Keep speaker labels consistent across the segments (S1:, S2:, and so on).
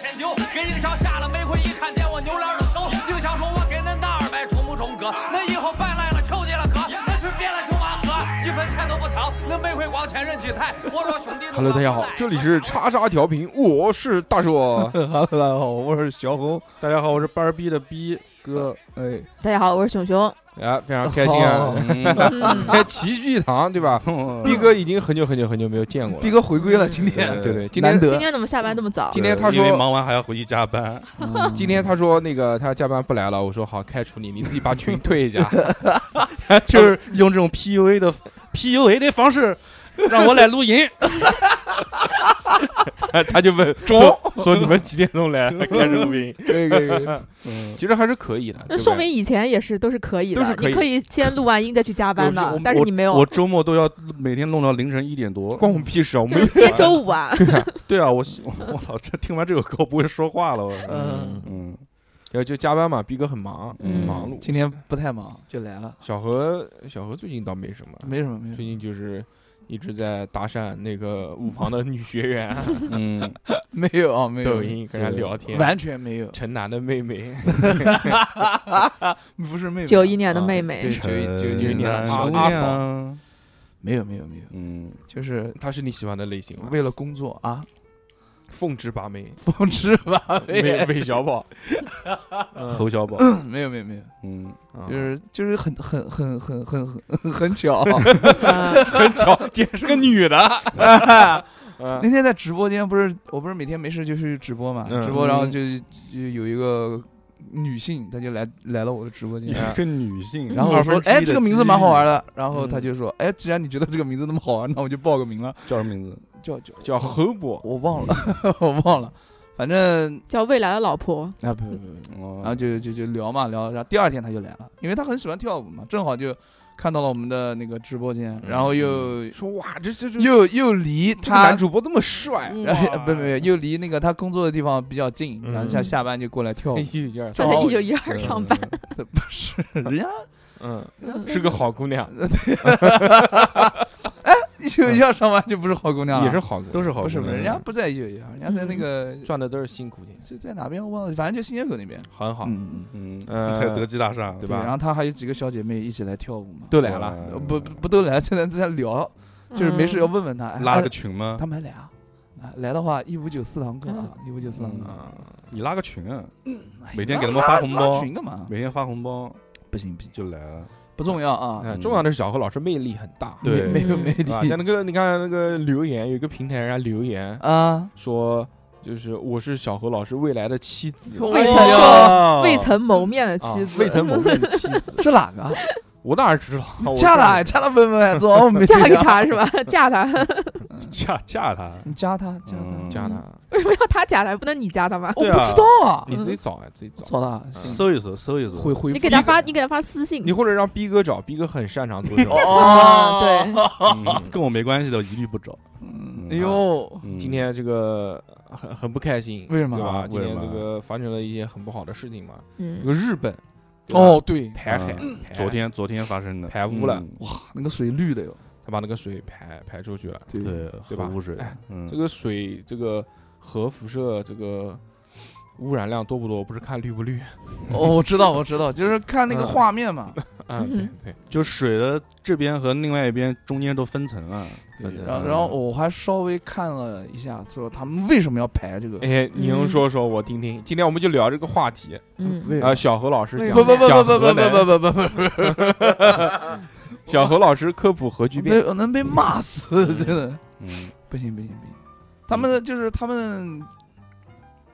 S1: 看球，给硬强下了，没回一看见我扭脸就走。硬强说我给恁那二百重不重哥？恁以后别来了，求你了哥，恁去别了求马喝，一分钱都不掏，恁没回光钱人气抬。我说兄弟
S2: Hello，大家好，这里是叉叉调频，我是大 硕。
S3: 哈 喽，大家好，我是小红。大家好，我是班儿逼的逼哥。哎，
S4: 大家好，我是熊熊。
S2: 啊，非常开心啊！
S4: 嗯
S2: 嗯齐聚一堂，对吧？
S5: 嗯
S2: 毕哥已经很久很久很久没有见过了。
S3: 逼哥回归了，今
S2: 对，对
S3: 天
S2: 对对，今
S3: 难
S2: 天
S4: 今
S3: 得。
S4: 天怎么下班这么早？
S2: 今天他
S5: 呃因为
S2: 说，
S5: 忙完还要回去加班，
S2: 今天他说那个他加班不来了，我说好开除你，你自己把群退一下。
S5: 就是用这种 PUA 的 PUA 的方式让我来录音。他就问说说你们几点钟来开始录音？
S3: 可以可以，可以
S2: 嗯其实还是可以的，
S4: 那
S2: 对不
S4: 说明
S2: 对
S4: 以前也是都是可以的，
S2: 都是可以
S4: 你可以先录完音再去加班
S5: 我
S4: 的
S5: 我，
S4: 但是你没有
S5: 我，周末都要每天弄到凌晨一点多。
S2: 关我们屁事啊！我
S4: 就
S2: 们
S4: 是今天周 五啊，
S5: 对啊，我希 我操，这听完这个歌我不会说话了。我
S3: 嗯，
S5: 嗯，
S2: 要就加班嘛，毕哥很忙，
S4: 嗯
S2: 忙碌。
S3: 今天不太忙，就来了，
S2: 小何小何最近倒没什么，
S3: 没什么，没什
S2: 最
S3: 么。
S2: 近就是一直在搭讪那个舞房的女学员，嗯，
S3: 没有啊，没有。
S2: 抖音跟人家聊天，
S3: 完全没有，
S2: 城南的妹 妹，
S3: 不是没有。
S4: 九一年的妹妹
S3: 对，
S2: 九一九九一年的
S5: 啊
S2: 阿
S3: 姑
S2: 阿嫂，
S5: 嫂，
S3: 没有没有没有，
S5: 嗯，
S3: 就是
S2: 她是你喜欢的类型吗？
S3: 为了工作啊，
S2: 凤之把妹，
S3: 风吃吧。
S2: 韦 韦小宝，
S5: 侯小宝，
S3: 没有没有没有，
S5: 嗯，
S2: 啊
S3: 就是就是很很很很很很很 巧，
S4: 啊
S2: 很巧，竟然是个女的，
S5: 嗯
S3: 那天在直播间不是，我不是每天没事就去直播嘛，
S2: 嗯
S3: 直播然后就就有一个女性，她就来来了我的直播间，
S5: 一个女性，
S3: 然后我说
S5: 嗯二分，之一
S3: 哎，
S5: 的
S3: 这个名字
S5: 机
S3: 蛮好玩
S5: 遇，
S3: 的，然后
S2: 嗯
S3: 她就说，哎，既然你觉得这个名字那么好玩， 那我就报个名了，
S5: 叫什么名字？
S3: 叫叫
S2: 叫侯博，
S3: 我忘了， 我忘了，反正
S4: 叫未来的老婆，
S3: 啊不不不，不
S5: 哦
S3: 然后就就就聊嘛聊，然后第二天她就来了，因为她很喜欢跳舞嘛，正好就看到了我们的那个直播间，
S5: 嗯
S3: 然后又
S2: 说哇，这这这
S3: 又又离
S2: 这个男
S3: 她。
S2: 主播这么帅，啊
S3: 哎不不，不又离那个她工作的地方比较近，然后下
S4: 嗯
S3: 下班就过来跳舞
S2: 一，九 一二
S4: 她
S2: 三，
S4: 在
S3: 哦
S4: 一九一二上班，
S3: 不是人家
S2: 嗯，是个好姑 娘，
S3: 一九一二上班 就不是好姑娘了，
S2: 也是好姑娘，嗯都是好
S3: 不是不是人家
S2: 家
S3: 不在一九一二，人家在那个
S2: 赚的都是辛苦钱，
S3: 就在哪边我忘了，反正就新街口那边。
S2: 很好，
S3: 嗯，
S5: 嗯
S2: 呃
S5: 在德基大厦
S2: 对
S3: 对
S2: 吧
S3: 然后她还有几个小姐妹一起来跳舞嘛，
S2: 都来了，
S5: 嗯
S3: 呃不不都来，现在在聊，就是没
S4: 嗯
S3: 事要问问她，哎
S5: 拉
S3: 哎
S5: 个群吗？
S3: 他们还来啊？啊来的话一五九四堂课啊，一五九四堂课，
S2: 啊，
S5: 你拉个群啊，
S3: 哎
S5: 每天给
S3: 拉
S5: 他们发红
S3: 拉
S5: 包，
S3: 群干嘛？
S5: 每天发红包
S3: 不行不行，
S5: 就来了。
S3: 不重要啊，
S2: 嗯重要的是小何老师魅力很大，
S5: 对
S3: 没有
S4: 嗯
S3: 没
S2: 啊， 像
S3: 力
S2: 那个你看那个留言，有一个平台人家留言
S3: 啊，
S2: 说，就是我是小何老师未来的妻子，
S4: 未曾
S3: 哎
S4: 说
S5: 哦
S4: 未曾谋面的
S2: 啊
S4: 妻子，
S2: 未曾谋面的妻子，
S3: 是哪个啊？
S2: 我 哪知道？我
S3: 嫁他嫁他问问，走，我没
S4: 嫁
S3: 听
S4: 给
S3: 啊
S4: 他是吧？嫁他，
S5: 嫁嫁他，
S3: 你加他加他
S5: 嗯
S2: 加他，
S4: 为什么要他嫁他？不能你嫁他吗？
S2: 哦
S3: 我
S5: 对
S3: 不
S5: 啊
S3: 知道啊，
S2: 你自己找啊，自己找。
S3: 操他，
S2: 嗯
S3: 行
S5: 搜一搜，搜一搜。
S3: 回回
S4: 你
S3: 复
S4: 给他发，你给他发私信
S2: 你，或者让逼哥找，逼哥很擅长做这种。
S3: 哦
S4: 啊，
S2: 哦
S4: 对，
S5: 嗯跟我没关系的，我一律不找。
S3: 嗯哎呦，
S5: 嗯
S2: 今天这个很很不开心，
S3: 为什么
S2: 对吧？
S5: 啊
S2: 今天
S5: 为什
S2: 这
S5: 么
S2: 个发生了一些很不好的事情嘛。有
S4: 嗯，
S2: 个日本，对啊吧
S3: 哦，对，
S2: 排海，排
S5: 昨天昨天发生的
S2: 哎排污了，
S5: 嗯
S3: 哇，那个水 绿的哟，
S2: 他把那个水排排出去了。
S3: 对，
S5: 对，
S2: 对
S5: 核
S2: 吧
S5: 污水
S2: 哎，
S5: 嗯
S2: 这个水这个核辐射这个污染量多不多，不是看绿不绿。
S3: 哦，我知道，我知道，就是看那个
S2: 嗯
S3: 画 面嘛，
S2: 嗯，对对，
S5: 就水的这边和另外一边中间都分层了。
S3: 对
S5: 嗯
S3: 然后然后我还稍微看了一下，说他们为什么要排这个？
S2: 哎，您
S4: 嗯
S2: 说说我听听。今天我们就聊这个话题
S4: 嗯，
S3: 为
S2: 啊，小何老师
S4: 为
S2: 讲
S3: 不不不
S2: 讲
S3: 不不
S2: 河
S3: 不
S2: 南
S3: 不不不不不
S2: 小何老师科普核聚
S3: 不，
S2: 变，
S3: 被能被骂死，真的
S5: 嗯，
S3: 不行不行不行，他
S2: 嗯
S3: 们就是他们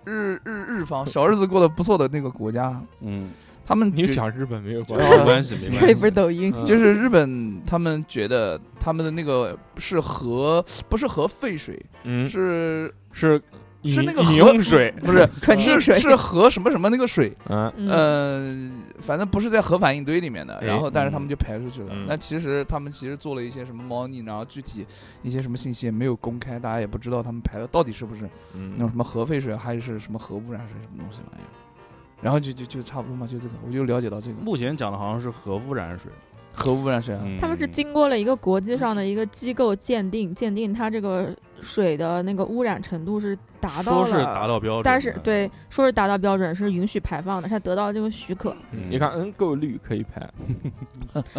S3: 日日日方小日子过得不错的那个国家，
S5: 嗯，
S3: 他们
S2: 你
S3: 觉
S2: 讲日本没有关
S3: 哦
S2: 系，
S5: 没关系，没
S4: 这里
S5: 关
S4: 不
S5: 系。
S4: 是抖音，
S2: 嗯
S3: 就是日本，他们觉得他们的那个是核，不是核废水，
S2: 嗯
S3: 是
S2: 是
S3: 是
S2: 饮
S3: 那个
S2: 饮
S3: 核
S2: 用水，
S3: 不是
S4: 纯净
S3: 是
S4: 水，
S3: 是核什么什么那个水？
S2: 嗯
S4: 嗯，
S3: 呃，反正不是在核反应堆里面的，
S2: 哎
S3: 然后但是他们
S2: 嗯
S3: 就排出去了
S2: 嗯。
S3: 那其实他们其实做了一些什么猫腻，然后具体一些什么信息也没有公开，大家也不知道他们排的到底是不是那种
S2: 嗯，
S3: 什么核废水还是什么核污染水什么东西玩意儿。然后就就就差不多嘛，就这个，我就了解到这个
S2: 嗯
S5: 目前讲的好像是核污染水，
S3: 核污染水啊，
S5: 嗯
S4: 他们是经过了一个国际上的一个机构鉴定，鉴定它这个水的那个污染程度是达到
S5: 说
S4: 了，
S5: 是达到标准，
S4: 但是，对，说是达到标准，是允许排放的，它得到了这个许可。
S5: 嗯
S2: 你看，嗯，够绿可以拍，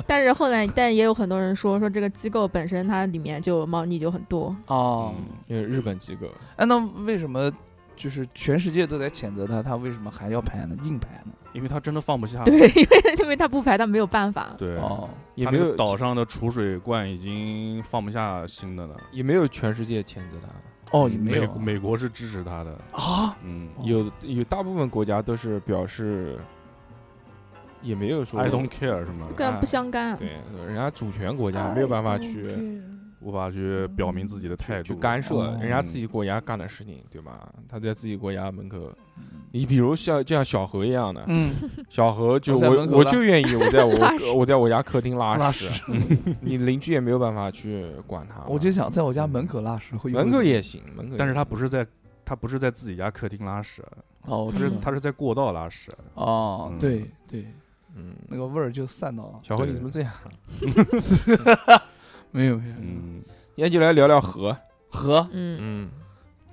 S4: 但是后来，但也有很多人说，说这个机构本身它里面就有猫腻就很多，
S3: 哦，
S2: 因为日本机构，
S3: 哎，那为什么就是全世界都在谴责他，他为什么还要排呢？硬排呢？
S5: 因为它真的放不 下，
S4: 对，因为因为它不排，它没有办法。
S5: 对，
S3: 哦，
S2: 也
S5: 它
S2: 没
S5: 那个
S2: 有
S5: 岛上的储水罐已经放不下新的了。
S2: 也没有全世界谴责他，
S3: 哦，也
S2: 啊
S3: 没
S5: 美
S3: 有
S5: 国美国是支持他的，
S3: 啊，
S5: 嗯
S3: 哦
S2: 有有大部分国家都是表示，也没有说
S5: ，I don't care 什么的，
S4: 跟不相干，嗯
S2: 对，人家主权国家没有办法去
S5: 无法去表明自己的态
S2: 去
S5: 度，
S2: 干涉
S3: 哦
S2: 人家自己国家干的事情，对吧？他在自己国家门口，你比如像就像小何一样的，
S3: 嗯，
S2: 小何就
S3: 我在
S2: 我
S3: 门口
S2: 我
S3: 拉
S2: 就愿意我在
S4: 拉屎
S2: 我我在我家客厅
S3: 拉
S2: 拉
S3: 屎
S2: 屎，啊你邻居也没有办法去管他嘛。
S3: 我就想在我家门口拉屎会有
S2: 门口也行，门口也行，
S5: 但是他不是在他不是在自己家客厅拉屎，
S3: 哦，我
S5: 他
S3: 知
S5: 是
S3: 道
S5: 他是在过道拉屎，
S3: 哦，
S5: 嗯
S3: 对对，
S2: 嗯，
S3: 那个味儿就散到
S2: 小何
S5: 对
S2: 你怎么这样？
S3: 没有没有
S5: 嗯，
S2: 今天就来聊聊河，
S3: 河，
S4: 嗯，
S2: 嗯，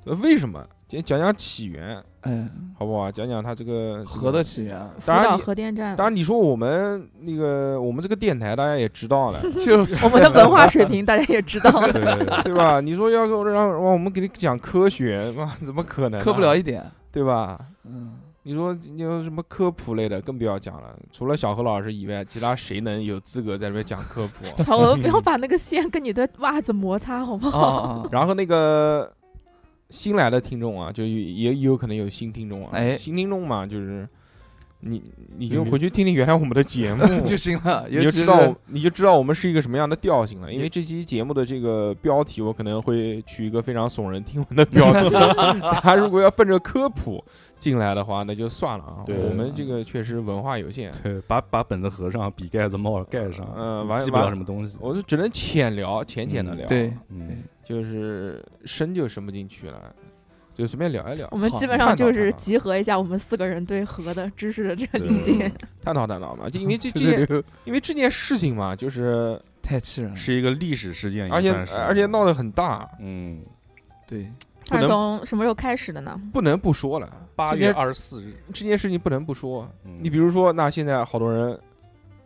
S2: 呃为什么？今天讲讲起源，
S3: 嗯，
S2: 好不好？讲讲它这个
S3: 河
S2: 这
S3: 的。
S2: 个
S3: 哎起啊源
S4: 福
S2: 当然
S4: 岛
S2: 你
S4: 核电站，
S2: 当然，你说我们那个我们这个电台，大家也知道了，
S3: 就
S4: 我 们的文化水平大家也知道了，
S5: 对，
S2: 对吧？你说要给我让让我们给你讲科学，妈怎么可能呢？
S3: 磕不了一点，
S2: 对吧？
S3: 嗯，
S2: 你说你有什么科普类的，更不要讲了。除了小何老师以外，其他谁能有资格在这边讲科 普？
S4: 小文不要把那个线跟你的袜子摩擦，好不
S3: 啊
S4: 好？
S3: 啊，啊
S2: 然后那个新来的听众啊，就也也有可能有新听众啊，
S3: 哎，
S2: 新听众嘛，就是你你就
S5: 嗯
S2: 回去听听原来我们的节目
S3: 就行了，
S2: 你
S3: 尤
S2: 就
S3: 其
S2: 知道
S3: 是
S2: 我你就知道我们是一个什么样的调性了。因为
S5: 也
S2: 这期节目的这个标题，我可能会取一个非常耸人听闻的标 题。大家如果要奔着科普进来的话，那就算了啊。
S5: 对
S2: 我们这个确实文化有限，
S5: 对把把本子合上，笔盖子帽盖上，
S2: 嗯完
S5: 记不了
S2: 完
S5: 什么东西，
S2: 我就只能浅聊，浅浅的
S5: 嗯
S2: 聊，
S3: 对，
S5: 嗯，
S2: 就是深就深不进去了，就随便聊一聊
S4: 我。们基本上就是集合一下我们四个人对核的知识的这个理解。
S2: 探讨探讨嘛，就因为 这这
S3: 就
S2: 件，
S3: 个
S2: 因为这件事情嘛，就是
S3: 太气人了，
S5: 是一个历史事件，
S2: 而且
S5: 哎也算是
S2: 而且闹得很大，
S5: 嗯
S3: 对，
S2: 不
S4: 它
S2: 能
S4: 是从什么时候开始的呢？
S2: 不能不说了。
S5: 八
S2: 这
S5: 月
S2: 件
S5: 二十四日，
S2: 这件事情不能不说。
S5: 嗯
S2: 你比如说，那现在好多人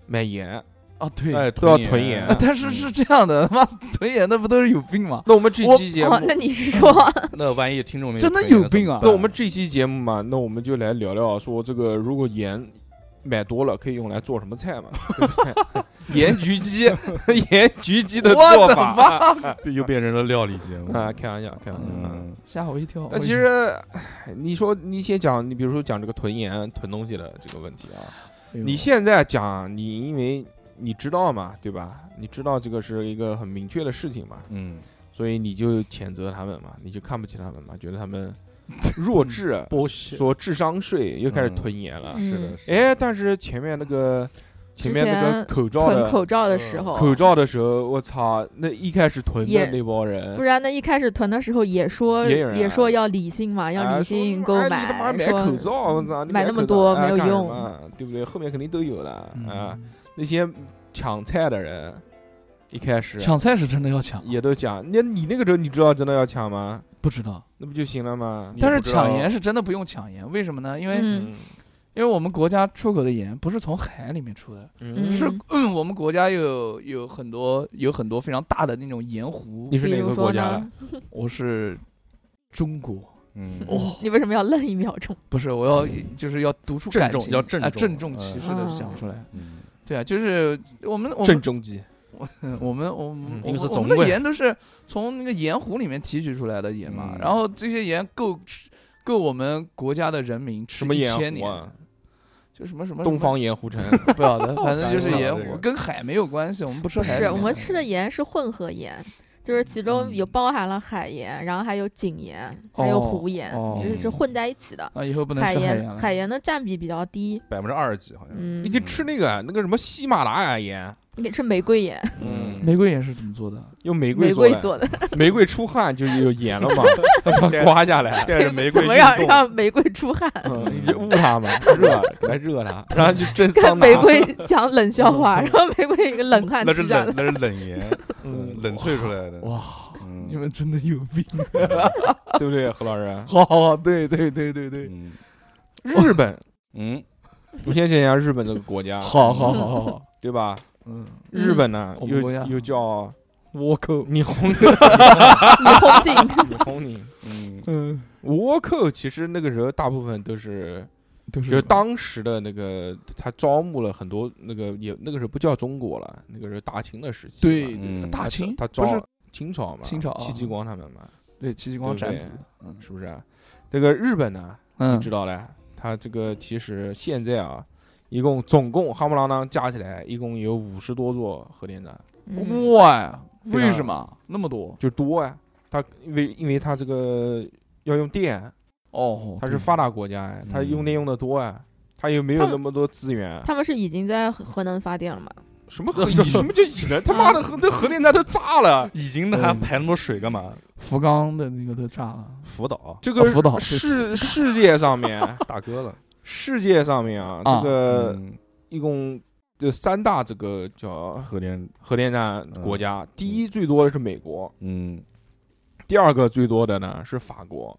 S2: 买盐，
S3: 啊对，
S5: 哎
S2: 都要
S5: 囤
S2: 囤
S5: 盐
S2: 盐
S3: 啊，但是是这样的，他妈囤盐的不都是有病吗？
S2: 那我们这
S3: 我
S2: 期节嗯目
S4: 哦，，那你是说
S5: 那万一听众没
S3: 真的
S5: 推荐
S3: 有病啊
S5: 怎么办
S2: 那我们这期节目嘛，那我们就来聊聊说这个如果盐。买多了可以用来做什么菜嘛？对不对 盐焗鸡，盐焗鸡 的做
S3: 我的
S2: 法
S3: 妈，
S5: 又变成了料理节目
S2: 啊，开玩笑，开玩笑。
S5: 哎
S2: 啊
S5: 嗯，
S3: 吓我一跳！
S2: 但
S3: 我
S2: 其
S3: 以
S2: 实，唉你说你先讲，你比如说讲这个囤盐、囤东西的这个问题啊，
S3: 为
S2: 你现在讲，你因为你知道嘛，对吧？你知道这个是一个很明确的事情嘛，
S5: 嗯，
S2: 所以你就谴责他们嘛，你就看不起他们嘛，觉得他们弱智，
S5: 剥削
S2: 说智商税，又开始
S5: 嗯
S2: 囤盐了。
S5: 是的，
S4: 嗯
S5: 是的
S2: 哎，但是前面那个前面那个
S4: 之前
S2: 口罩
S4: 囤
S2: 的
S4: 口罩的嗯时候？
S2: 口罩的时候，我操，那一开始囤的
S4: 也
S2: 那帮
S4: 不
S2: 人。
S4: 然呢？一开始囤的时候也说
S2: 也有人啊
S4: 也说要理性嘛，要
S2: 哎说
S4: 理性
S2: 哎
S4: 购
S2: 你他妈买
S4: 说嗯
S2: 口罩，我操！你
S4: 买那
S2: 口
S4: 么
S2: 罩
S4: 多
S2: 哎
S4: 没有
S2: 干什
S4: 用
S2: 么对不对？后面肯定都有了啊。
S3: 嗯
S2: 那些抢菜的人，一开始
S3: 抢菜是真的要抢，
S2: 也都抢。那你那个时候你知道真的要抢吗？
S3: 不知道。
S2: 那不就行了吗
S5: 你？
S3: 但
S5: 也
S3: 是
S5: 不知道
S3: 抢盐是真的不用抢盐，为什么呢？因为、
S4: 嗯
S3: 因为我们国家出口的盐不是从海里面出的，
S2: 嗯，
S3: 是
S4: 嗯
S3: 嗯，我们国家有有很多有很多非常大的那种盐湖
S2: 你。是
S4: 比
S2: 哪
S4: 如
S2: 个
S4: 说
S2: 国家
S4: 呢
S2: 的？？
S3: 我是中国，
S5: 嗯
S3: 哦
S4: 你为什么要愣一秒钟？
S3: 不是我要就是要读出
S5: 郑
S3: 感
S5: 重
S3: 情，
S5: 要郑
S3: 啊
S5: 重
S3: 郑重其事的
S4: 嗯
S3: 讲出来。
S5: 嗯
S3: 对啊，就是我们我
S2: 郑
S3: 们
S2: 中基，
S3: 嗯我们我们
S2: 嗯
S3: 我
S5: 因为是
S3: 们我们
S5: 总
S3: 的
S5: 归
S3: 盐都是从那个盐湖里面提取出来的盐嘛，
S5: 嗯
S3: 然后这些盐够吃够我们国家的人民吃
S2: 什么
S3: 一
S2: 盐
S3: 千
S2: 湖
S3: 年
S2: 啊，？
S3: 就什么什么
S2: 东方盐湖城。
S3: 不晓得，反正就
S5: 开
S3: 是
S5: 玩笑
S2: 啊
S3: 盐
S5: 这
S3: 湖
S5: 个
S3: 跟海没有关系，我们不吃
S4: 不
S3: 海里
S4: 是，
S3: 面的。
S4: 我们吃的盐是混合盐，就是其中
S2: 嗯
S4: 有包含了海盐，然后还有井盐，还有
S3: 哦
S4: 湖盐，
S3: 哦
S4: 就是是混在一起的。
S3: 啊，以后不能
S4: 海
S3: 吃海
S4: 盐
S3: 了。
S4: 海盐的占比比较低，
S5: 百分之二十几好像是，
S4: 嗯
S2: 你，可以吃那个那个什么喜马拉雅盐，
S4: 你可以吃玫瑰盐，
S2: 嗯
S3: 玫瑰盐是怎么做的？
S2: 用玫
S4: 玫
S2: 瑰
S4: 瑰
S2: 做
S4: 做的，
S2: 的，玫瑰出汗就有盐 了嘛，把它刮下 来。
S5: 带着玫
S4: 怎
S5: 瑰
S4: 么让
S5: 运动，
S4: 让玫瑰出汗？
S2: 嗯，你就捂它嘛，热给它热 它，然后就蒸
S4: 跟
S2: 桑拿。
S4: 玫瑰讲冷笑话，然后玫瑰一个冷汗
S5: 那是
S4: 滴下
S5: 冷
S4: 来，
S5: 那是冷盐，
S2: 嗯，
S5: 冷萃出来的，
S3: 哇，
S5: 嗯
S3: 你们真的有病。
S2: 对不对，何老师？
S3: 好好好，对对对对对，
S5: 嗯
S2: 日本，
S5: 嗯，
S2: 我先讲一下日本这个国家，
S3: 好好好好 好，
S2: 对吧？
S3: 嗯，
S2: 日本呢，
S3: 我们
S2: 又
S3: 国家
S2: 又叫
S3: 倭寇，
S2: 你红
S4: 你红警，
S2: 你红 你。
S5: 嗯
S3: 嗯，
S2: 倭寇其实那个时候大部分都是，
S3: 就
S2: 就是当时的那个他招募了很多那个也那个时候不叫中国了，那个时候大清的时期嘛，
S3: 对
S5: 嗯
S3: 大清
S2: 他
S3: 不
S2: 招
S3: 是
S2: 清朝嘛，
S3: 清朝啊
S2: 戚继光他们嘛，
S3: 对戚继光斩
S2: 对
S3: 子
S2: 不，是不是啊？这个日本呢，
S3: 嗯
S2: 知道嘞，他这个其实现在啊，一共总共夯不啷当加起来，一共有五十多座核电站，
S4: 嗯
S3: 哇，
S2: 非常
S3: 为什么那么多？
S2: 就多啊。他因为因为他这个要用电，
S3: 哦，
S2: 他是发达国家啊，他
S5: 嗯
S2: 用电用的多啊，他又没有
S4: 他们
S2: 那么多资源。
S4: 他们是已经在核核能发电了嘛？
S2: 什么核什么叫已经？他妈的核那核电站都炸了。
S5: 已经的还排那么多水干嘛？
S3: 福冈的那个都炸了，
S5: 福岛
S2: 这
S3: 啊福岛
S2: 个
S3: 对
S2: 世世界上面，
S5: 大哥了，
S2: 世界上面啊，
S3: 啊
S2: 这个
S5: 嗯
S2: 一共这三大这个叫
S5: 核电，
S2: 核电站国家，第一最多的是美国，
S5: 嗯，
S2: 第二个最多的呢是法国，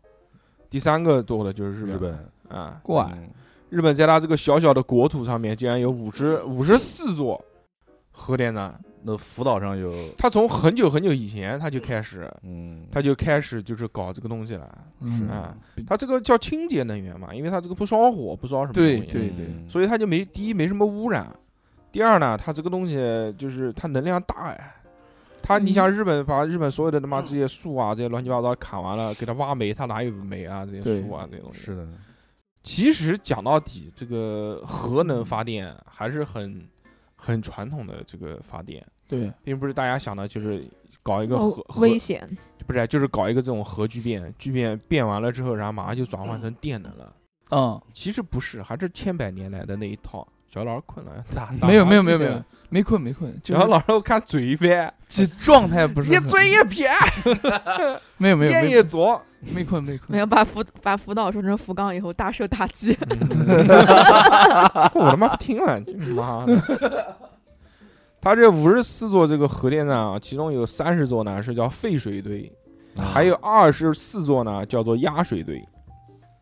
S2: 第三个多的就是
S5: 日
S2: 日本
S5: 本，
S2: 啊。
S3: 怪，
S5: 嗯
S2: 日本在它这个小小的国土上面，竟然有五十五十四座核电站。
S5: 那福岛上有，
S2: 它从很久很久以前，它就开始，
S5: 嗯，
S2: 它就开始就是搞这个东西了。
S3: 嗯
S2: 啊，它这个叫清洁能源嘛，因为它这个不烧火，不烧什么
S3: 对
S2: 东西
S3: 对
S5: 嗯
S2: 所以它就没第一没什么污染，第二呢，它这个东西就是它能量大哎，它你
S3: 嗯
S2: 想日本把日本所有的他妈这些树啊这些乱七八糟砍完了，给它挖煤，它哪有煤啊这些
S3: 对
S2: 树啊这些东西。
S5: 是的，
S2: 其实讲到底，这个核能发电还是很很传统的这个发电，
S3: 对，
S2: 并不是大家想的就是搞一个嗯核、
S4: 哦
S2: 核
S4: 危险，
S2: 不是就是搞一个这种核聚变，聚变变完了之后，然后马上就转换成电能了。
S3: 嗯，
S2: 其实不是，还是千百年来的那一套。小老师困了， 咋？打
S3: 没有
S2: 麻
S3: 没有没
S2: 痹
S3: 有没
S2: 了
S3: 有，没困没困，就
S2: 然后
S3: 是
S2: 老师我看嘴一翻，
S3: 这状态不是
S2: 一
S3: 很
S2: 嘴一撇，
S3: 没有没有
S2: 眼
S3: 没
S2: 一
S3: 有
S2: 啄，
S3: 没困没困
S4: 没有把福把福岛说成福冈以后大受打击。
S2: 嗯我他妈不听了，你妈的！他这五十四座这个核电站啊，其中有三十座呢是叫废水堆，
S3: 啊
S2: 还有二十四座呢叫做压水堆，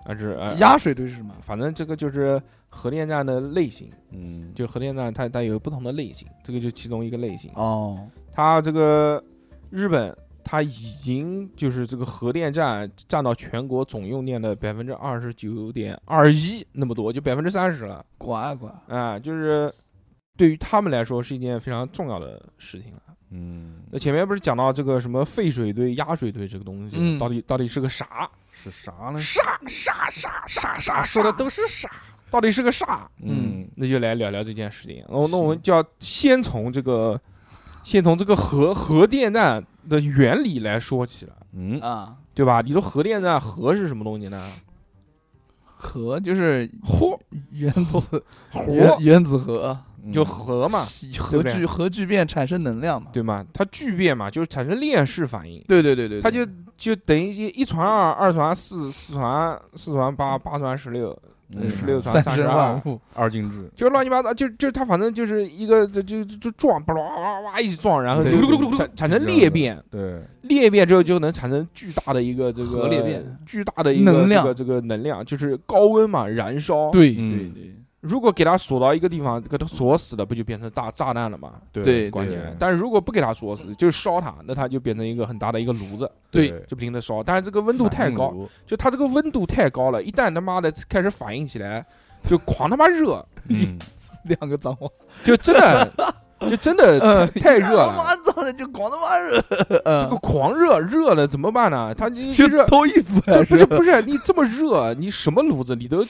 S2: 啊是呃，
S3: 压水堆是什么？
S2: 反正这个就是核电站的类型，
S5: 嗯，
S2: 就核电站它它有不同的类型，这个就其中一个类型。
S3: 哦，
S2: 它这个日本，它已经就是这个核电站占到全国总用电的百分之二十九点二一那么多，就百分之三十了
S3: 管啊管，
S2: 啊、就是对于他们来说是一件非常重要的事情了。啊
S5: 嗯，
S2: 那前面不是讲到这个什么废水堆、压水堆这个东西，
S3: 嗯
S2: 到底到底是个啥？
S5: 是啥呢？
S2: 啥啥啥啥啥，说的都是啥？到底是个啥？
S5: 嗯，
S2: 那就来聊聊这件事情。哦，那
S3: 行
S2: 我们就要先从这个，先从这个核核电站的原理来说起了，
S5: 嗯，
S3: 啊，
S2: 对吧？你说核电站核是什么东西呢？
S3: 核嗯就是
S2: 核
S3: 原子原
S2: 核
S3: 原子核，
S5: 嗯
S2: 就核嘛，对
S3: 核
S2: 不对
S3: 聚核聚变产生能量嘛？
S2: 对吗？它聚变嘛，就是产生链式反应，
S3: 对对对对，
S2: 它就就等于一一传二，二传四，四传四传八，八传十六，
S5: 嗯
S2: 十六传
S3: 三
S2: 三
S3: 生
S2: 二
S3: 万。物，
S5: 二进制，
S2: 就乱七八糟，就就它反正就是一个就就就就撞，叭哇哇哇一起撞，然后
S3: 对
S2: 就
S3: 对对
S2: 产产生裂变，
S5: 对，
S2: 裂变之后就能产生巨大的一个这个
S3: 核裂变
S2: 巨大的一个
S3: 能量
S2: 这个这个能量，就是高温嘛，燃烧。，
S3: 对
S5: 嗯
S3: 对对
S2: 如果给它锁到一个地方，给它锁死了，不就变成大炸弹了嘛？
S3: 对
S2: 关键，但是如果不给它锁死，就是烧它，那它就变成一个很大的一个炉子，
S3: 对，
S2: 就不停的烧。但是这个温度太高，，就它这个温度太高了，一旦他妈的开始反应起来，就狂他妈热，
S5: 嗯，
S3: 两个脏话，
S2: 就真的就真 的
S3: 嗯
S2: 呃太太热
S3: 他
S2: 了，
S3: 妈脏的就光他妈热，
S2: 这个
S3: 嗯
S2: 狂热热了怎么办呢？它就
S3: 就
S2: 热。
S3: 脱衣服还
S2: 这不是
S3: 是
S2: 不是你这么热，你什么炉子你都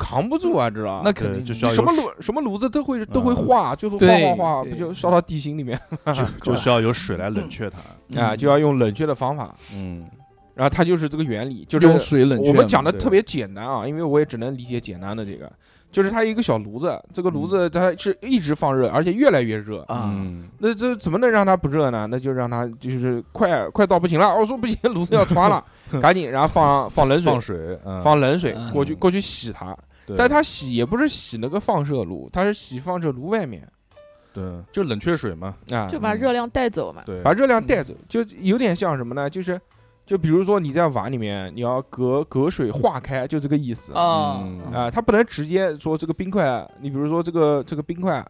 S2: 扛不住啊，知道吧？
S3: 那肯定
S5: 就需
S2: 你
S5: 要
S2: 什
S5: 有
S2: 么炉什么炉子都会都
S5: 嗯
S2: 会化，最后化
S3: 对
S2: 化化，
S3: 对
S2: 不就烧到地心里面
S5: 就就需要有水来冷却它，
S3: 嗯
S2: 啊？就要用冷却的方法，
S5: 嗯，
S2: 然后它就是这个原理，就
S3: 用
S2: 是
S3: 水冷却嘛。
S2: 我们讲的
S5: 对
S2: 特别简单啊，因为我也只能理解简单的这个，就是它有一个小炉子，这个炉子它是一直放热，而且越来越热。
S3: 嗯啊，
S5: 嗯
S2: 那这怎么能让它不热呢？那就让它就是快快到不行了，哦我说不行，炉子要穿 了，赶紧然后放放冷水
S5: 放，水，嗯
S2: 放冷水
S3: 嗯
S2: 过去过去洗它，
S5: 对
S2: 但它洗也不是洗那个放射炉，它是洗放射炉外面，
S5: 对，就冷却水嘛，
S2: 啊，
S4: 就把嗯
S5: 嗯
S4: 热量带走嘛。
S5: 对，
S2: 把热量带走，就有点像什么呢？就是，就比如说你在碗里面，你要隔隔水化开，就这个意思啊、
S3: 啊
S5: 嗯
S2: 它不能直接说这个冰块，啊你比如说这个这个冰块啊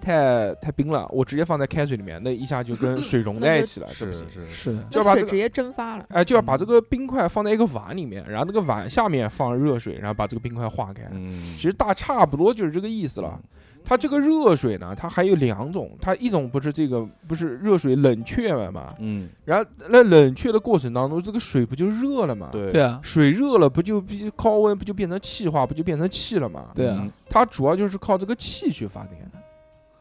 S2: 太太冰了，我直接放在开水里面，那一下就跟水融在一起了，这
S5: 是
S2: 不
S5: 是嗯
S2: 行。
S5: 是
S3: 是的，
S2: 就
S4: 那
S2: 要把
S4: 水
S2: 这
S4: 直
S2: 个。
S4: 接蒸发 了，
S2: 哎，就要把这个冰块放在一个碗里面，然后那个碗下面放热水，然后把这个冰块化开。
S5: 嗯，
S2: 其实大差不多就是这个意思了。它这个热水呢，它还有两种，它一种不是这个不是热水冷却了嘛，
S5: 嗯，
S2: 然后那冷却的过程当中，这个水不就热了嘛？，
S5: 对嗯
S3: 对啊，
S2: 水热了不就必高温不就变成气化，不就变成气了嘛？
S3: 对啊，
S2: 它主要就是靠这个气去发电，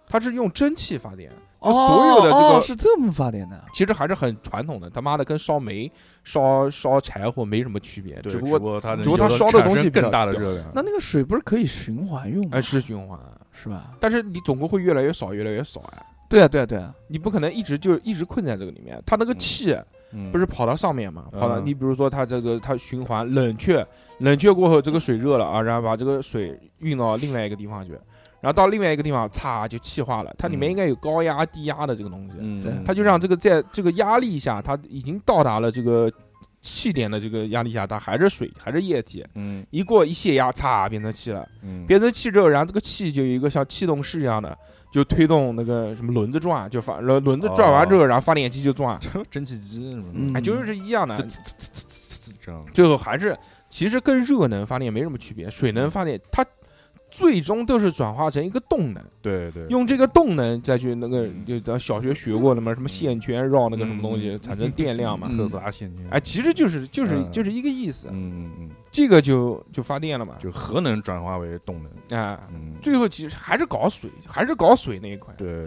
S2: 它是用蒸汽发电，
S3: 哦，
S2: 所有的这个
S3: 哦是这么发电的，
S2: 其实还是很传统的，他妈的跟烧煤、烧烧柴火没什么区别，
S5: 对
S2: 只不
S5: 只
S2: 过
S5: 不过它
S2: 只不过它
S5: 有
S2: 烧的
S5: 产
S2: 东西
S5: 生
S2: 比较
S5: 更大的
S2: 屌
S5: 热量，
S3: 那那个水不是可以循环用吗？
S2: 哎是循环，
S3: 是吧？
S2: 但是你总共会越来越少，越来越少哎。
S3: 对啊，对啊，对啊，
S2: 你不可能一直就一直困在这个里面，它那个
S5: 嗯
S2: 气
S5: 嗯
S2: 不是跑到上面嘛？跑到
S5: 嗯
S2: 你比如说它这个它循环冷却，冷却过后这个水热了啊，然后把这个水运到另外一个地方去，然后到另外一个地方，嚓就气化了。它里面
S5: 嗯
S2: 应该有高压、低压的这个东西，
S3: 对
S5: 嗯，
S2: 它就让这个在这个压力下，它已经到达了这个气点的这个压力下，它还是水，还是液体。
S5: 嗯
S2: 一过一泄压，嚓变成气了。
S5: 嗯
S2: 变成气之后，然后这个气就有一个像气动势一样的，就推动那个什么轮子转，就发轮轮子转完之
S5: 哦
S2: 后，然后发电机就 转，
S5: 蒸汽机什么的，
S3: 嗯，
S2: 哎，就是一样的
S5: 就。呲呲呲呲呲呲这样，
S2: 最后还是其实跟热能发电没什么区别，水能发电它最终都是转化成一个动能，
S5: 对对，
S2: 用这个动能再去那个
S5: 嗯
S2: 就咱小学学过的嘛，什么线圈绕那个什么东西
S5: 嗯
S2: 产生电量嘛。
S3: 嗯
S5: 特斯拉线圈，
S2: 哎，，其实就是就是
S5: 嗯
S2: 就是一个意思，
S5: 嗯嗯嗯，
S2: 这个就就发电了嘛，
S5: 就核能转化为动能，
S2: 啊，嗯
S5: 嗯，
S2: 最后其实还是搞水，还是搞水那一块。
S5: 对，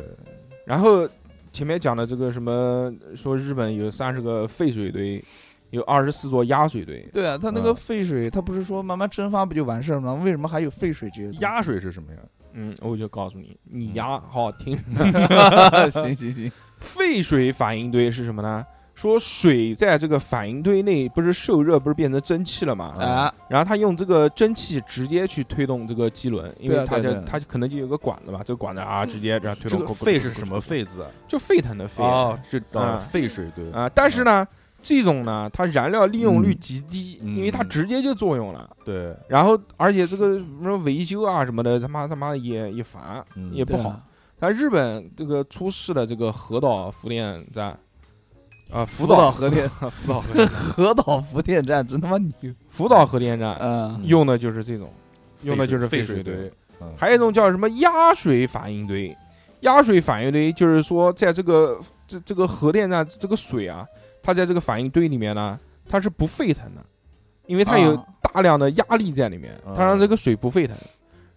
S2: 然后前面讲的这个什么，说日本有三十个废水堆，有二十四座压水堆。
S3: 对啊，它那个
S5: 嗯
S3: 废水，它不是说慢慢蒸发不就完事儿吗？为什么还有废水这些东西？
S5: 压水是什么呀？
S2: 嗯，我就告诉你，你压
S5: 嗯
S2: 好好听。
S3: 行行行，
S2: 废水反应堆是什么呢？说水在这个反应堆内不是受热，不是变成蒸汽了
S5: 哎
S2: 嘛？
S3: 啊，
S2: 然后它用这个蒸汽直接去推动这个机轮，因
S3: 对
S2: 为
S3: 啊
S2: 它
S3: 对啊
S2: 这
S3: 对啊
S2: 它可能就有个管子吧，这个管子啊直接然后推
S5: 这
S2: 动。
S5: 个沸是什么？沸字啊？
S2: 就沸腾的沸
S5: 哦，这
S2: 啊
S5: 哦，沸水对
S2: 啊。但是呢，这种呢，它燃料利用率极低，
S5: 嗯
S2: 因为它直接就作用了。
S5: 对，
S2: 然后而且这个什么维修啊什么的，他妈他妈也也烦，
S5: 嗯
S2: 也不
S3: 对啊
S2: 好。但日本这个出事的这个核岛福电站，啊，福
S3: 福岛
S2: 岛
S3: 核电，
S2: 福岛核电
S3: 核岛核电站真他妈牛，
S2: 福岛核电站
S3: 嗯，
S2: 用的就是这种，
S5: 沸
S2: 用的就是
S5: 沸
S2: 水
S5: 堆
S2: 堆，，
S5: 嗯
S2: 还有一种叫什么压水反应堆。压水反应堆就是说，在这个这这个核电站这个水啊，它在这个反应堆里面呢，它是不沸腾的，因为它有
S3: 啊
S2: 大量的压力在里面，
S5: 啊
S2: 它让这个水不沸腾，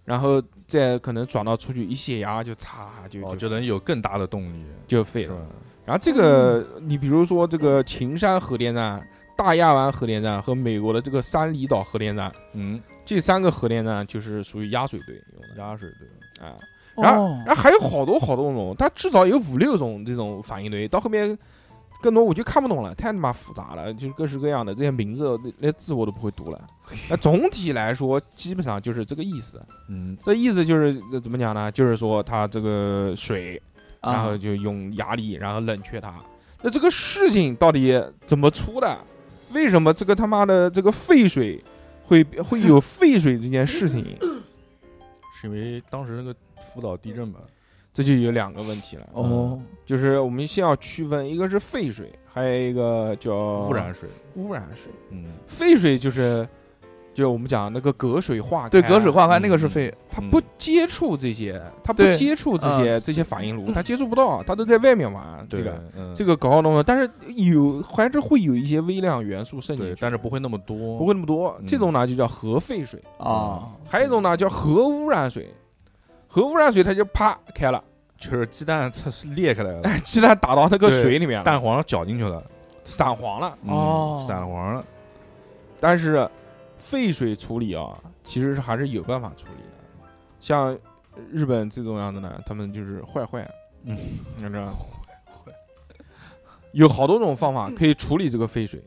S2: 然后再可能转到出去一泄压就嚓就
S5: 哦，
S2: 就
S5: 就能有更大的动力，
S2: 就废
S5: 是
S2: 了。
S5: 吧？
S2: 然后这个你比如说这个秦山核电站、大亚湾核电站和美国的这个三里岛啊核电站，
S5: 嗯，
S2: 这三个核电站就是属于压水堆用的
S5: 压水对，
S2: 啊。然后
S3: 哦，
S2: 然后还有好多好多种，它至少有五六种这种反应堆，到后面更多我就看不懂了，太他妈复杂了，就各式各样的这些名字、那些字我都不会读 了。那总体来说，基本上就是这个意思。
S5: 嗯，
S2: 这意思就是这怎么讲呢？就是说它这个水，
S3: 啊
S2: 然后就用压力，然后冷却它。那这个事情到底怎么出的？为什么这个他妈的这个废水会会有废水这件事情？
S5: 是因为当时那个福岛地震吧，
S2: 这就有两个问题了。
S3: 哦，
S2: 就是我们先要区分，一个是废水，还有一个叫
S5: 污染水，
S2: 污染水。
S5: 嗯，
S2: 废水就是，就我们讲那个隔水化开，
S3: 对，隔水化开那个是
S5: 嗯
S3: 废，
S2: 它
S5: 嗯
S2: 不接触这些，它不
S3: 对啊嗯
S2: 接触这些这些反应炉，它接触不到，它都在外面玩这
S5: 对
S2: 个，
S5: 嗯
S2: 这个搞搞弄弄，但是有还是会有一些微量元素渗进
S5: 对
S2: 去，，
S5: 但是不会那么多，
S2: 不会那么多。
S5: 嗯
S2: 这种呢就叫核废水，
S3: 啊，
S2: 还有一种呢叫核污染水，核污染水它就啪开了，
S5: 就是鸡蛋它是裂开来 了，
S2: 鸡蛋打到那个
S5: 对
S2: 水里面了，
S5: 蛋黄搅进去了，
S2: 散黄了。
S5: 嗯
S3: 哦
S5: 散黄了，
S2: 但是废水处理啊，其实是还是有办法处理的。像日本这种样子呢，他们就是坏坏，
S5: 嗯，
S2: 你知道吗？有好多种方法可以处理这个废水，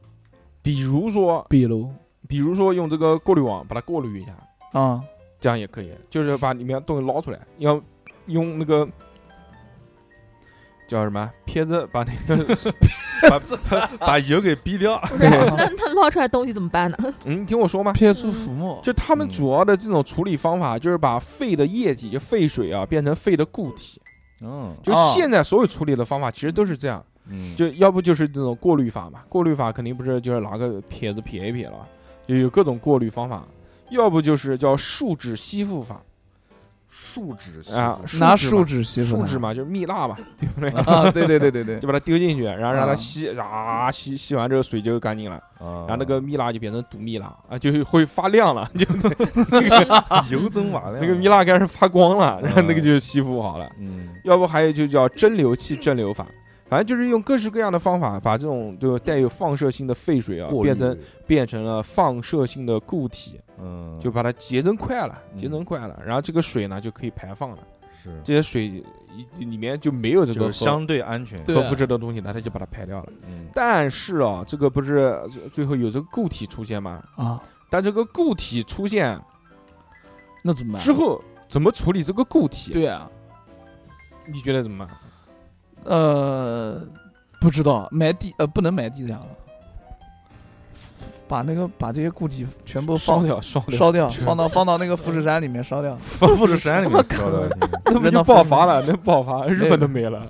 S2: 比如说，
S3: 壁炉
S2: 比如说用这个过滤网把它过滤一下，
S3: 啊，
S2: 这样也可以，就是把里面东西捞出来，要用那个叫什么撇子，把那个 把
S5: 啊
S2: 把油给逼掉。
S4: 不是，那那捞出来东西怎么办呢？
S2: 嗯，你听我说嘛，
S3: 撇出浮沫，
S2: 就他们主要的这种处理方法，就是把废的液体，就废水啊，变成废的固体。
S5: 嗯
S2: 就
S3: 哦
S2: 现在所有处理的方法，其实都是这样，
S5: 嗯，
S2: 就要不就是这种过滤法嘛，过滤法肯定不是就是拿个撇子撇一撇了，就有各种过滤方法，要不就是叫树脂吸附法
S5: 树脂
S2: 啊，
S3: 拿
S2: 树
S3: 嗯树
S2: 脂
S3: 脂吸
S2: 嘛
S3: 出
S2: 树
S3: 来
S2: 脂嘛，就是蜜蜡嘛，对不对？
S3: 啊，对对对对对
S2: 就，把它丢进去，然后让它
S3: 啊
S2: 吸，啊吸吸完之后水就干净了，
S5: 然
S3: 哦
S2: 然后那个蜜蜡就变成毒蜜蜡啊，就会发亮了，就
S5: 油增瓦亮，
S2: 啊那个蜜蜡开始发光了，然后那个就吸附好了。
S5: 嗯，
S2: 要不还有就叫蒸馏器蒸馏法，反正就是用各式各样的方法把这种就带有放射性的废水啊
S5: 过滤
S2: 变成变成了放射性的固体，
S5: 嗯
S2: 就把它结成块了，
S5: 嗯
S2: 结成块了，然后这个水呢就可以排放了，
S5: 是
S2: 这些水一里面就没有这
S5: 就
S2: 个
S5: 是相对啊安全，
S3: 对
S2: 核辐射的东西了，它就把它排掉了。
S5: 嗯
S2: 但是啊，这个不是最后有这个固体出现吗？
S3: 啊，
S2: 但这个固体出现
S3: 那怎么办？
S2: 之后，
S5: 嗯
S2: 怎么处理这个固体？
S3: 对啊，
S2: 你觉得怎么办？
S3: 呃，不知道埋地呃不能埋地下了，把那个把这些固体全部
S2: 烧
S3: 放
S2: 掉，烧掉，
S3: 烧掉，放到放到那个富士山里面烧 掉。
S5: 放富士山里面烧的，
S2: 那不
S3: 扔
S2: 就
S3: 到
S2: 爆
S3: 风里
S2: 发了？那爆发， 日
S3: 对
S2: 本都没了。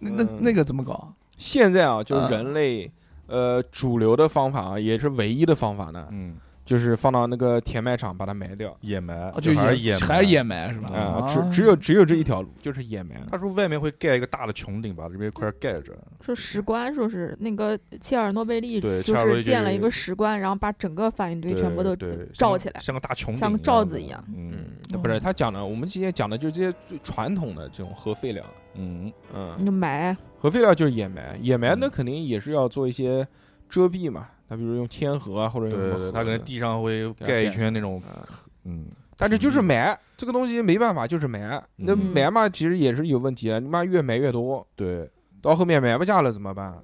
S3: 那那
S2: 嗯
S3: 那个怎么搞？
S2: 现在啊，就是
S3: 嗯
S2: 人类呃主流的方法啊，也是唯一的方法呢，
S5: 嗯，
S2: 就是放到那个填埋场把它埋掉
S5: 掩埋
S2: 哦
S3: 啊就
S5: 还是
S3: 掩
S5: 掩埋
S3: 还是掩埋是吧？
S2: 啊，只
S3: 啊
S2: 只有只有这一条路，就是掩埋。
S5: 他说外面会盖一个大的穹顶，把这边一块盖着。
S4: 说石棺，说是那个切尔诺贝利，
S5: 对
S4: 就
S5: 切尔诺贝
S4: 是
S5: 利
S4: 建了一个石棺，然后把整个反应堆全部都
S5: 对对
S4: 罩起来。
S5: 像个像个大穹顶，
S4: 像个罩子一样。
S5: 嗯
S2: 不是他讲的，我们今天讲的就是这些最传统的这种核废料，
S5: 嗯，
S2: 嗯
S4: 你，就埋，
S2: 核废料就是掩埋，掩埋那
S5: 嗯
S2: 肯定也是要做一些遮蔽嘛，它比如用铅盒啊，或者
S5: 对
S2: 用什么
S5: 对
S2: 盒
S5: 对，
S2: 子，
S5: 他可能地上会
S2: 给它
S5: 盖
S2: 盖
S5: 一圈那种，
S2: 啊。
S5: 嗯，
S2: 但是就是埋这个东西没办法，就是埋。那
S5: 嗯
S2: 埋嘛，其实也是有问题啊的，你妈越埋越多，
S5: 对，
S2: 到后面埋不下了怎么办？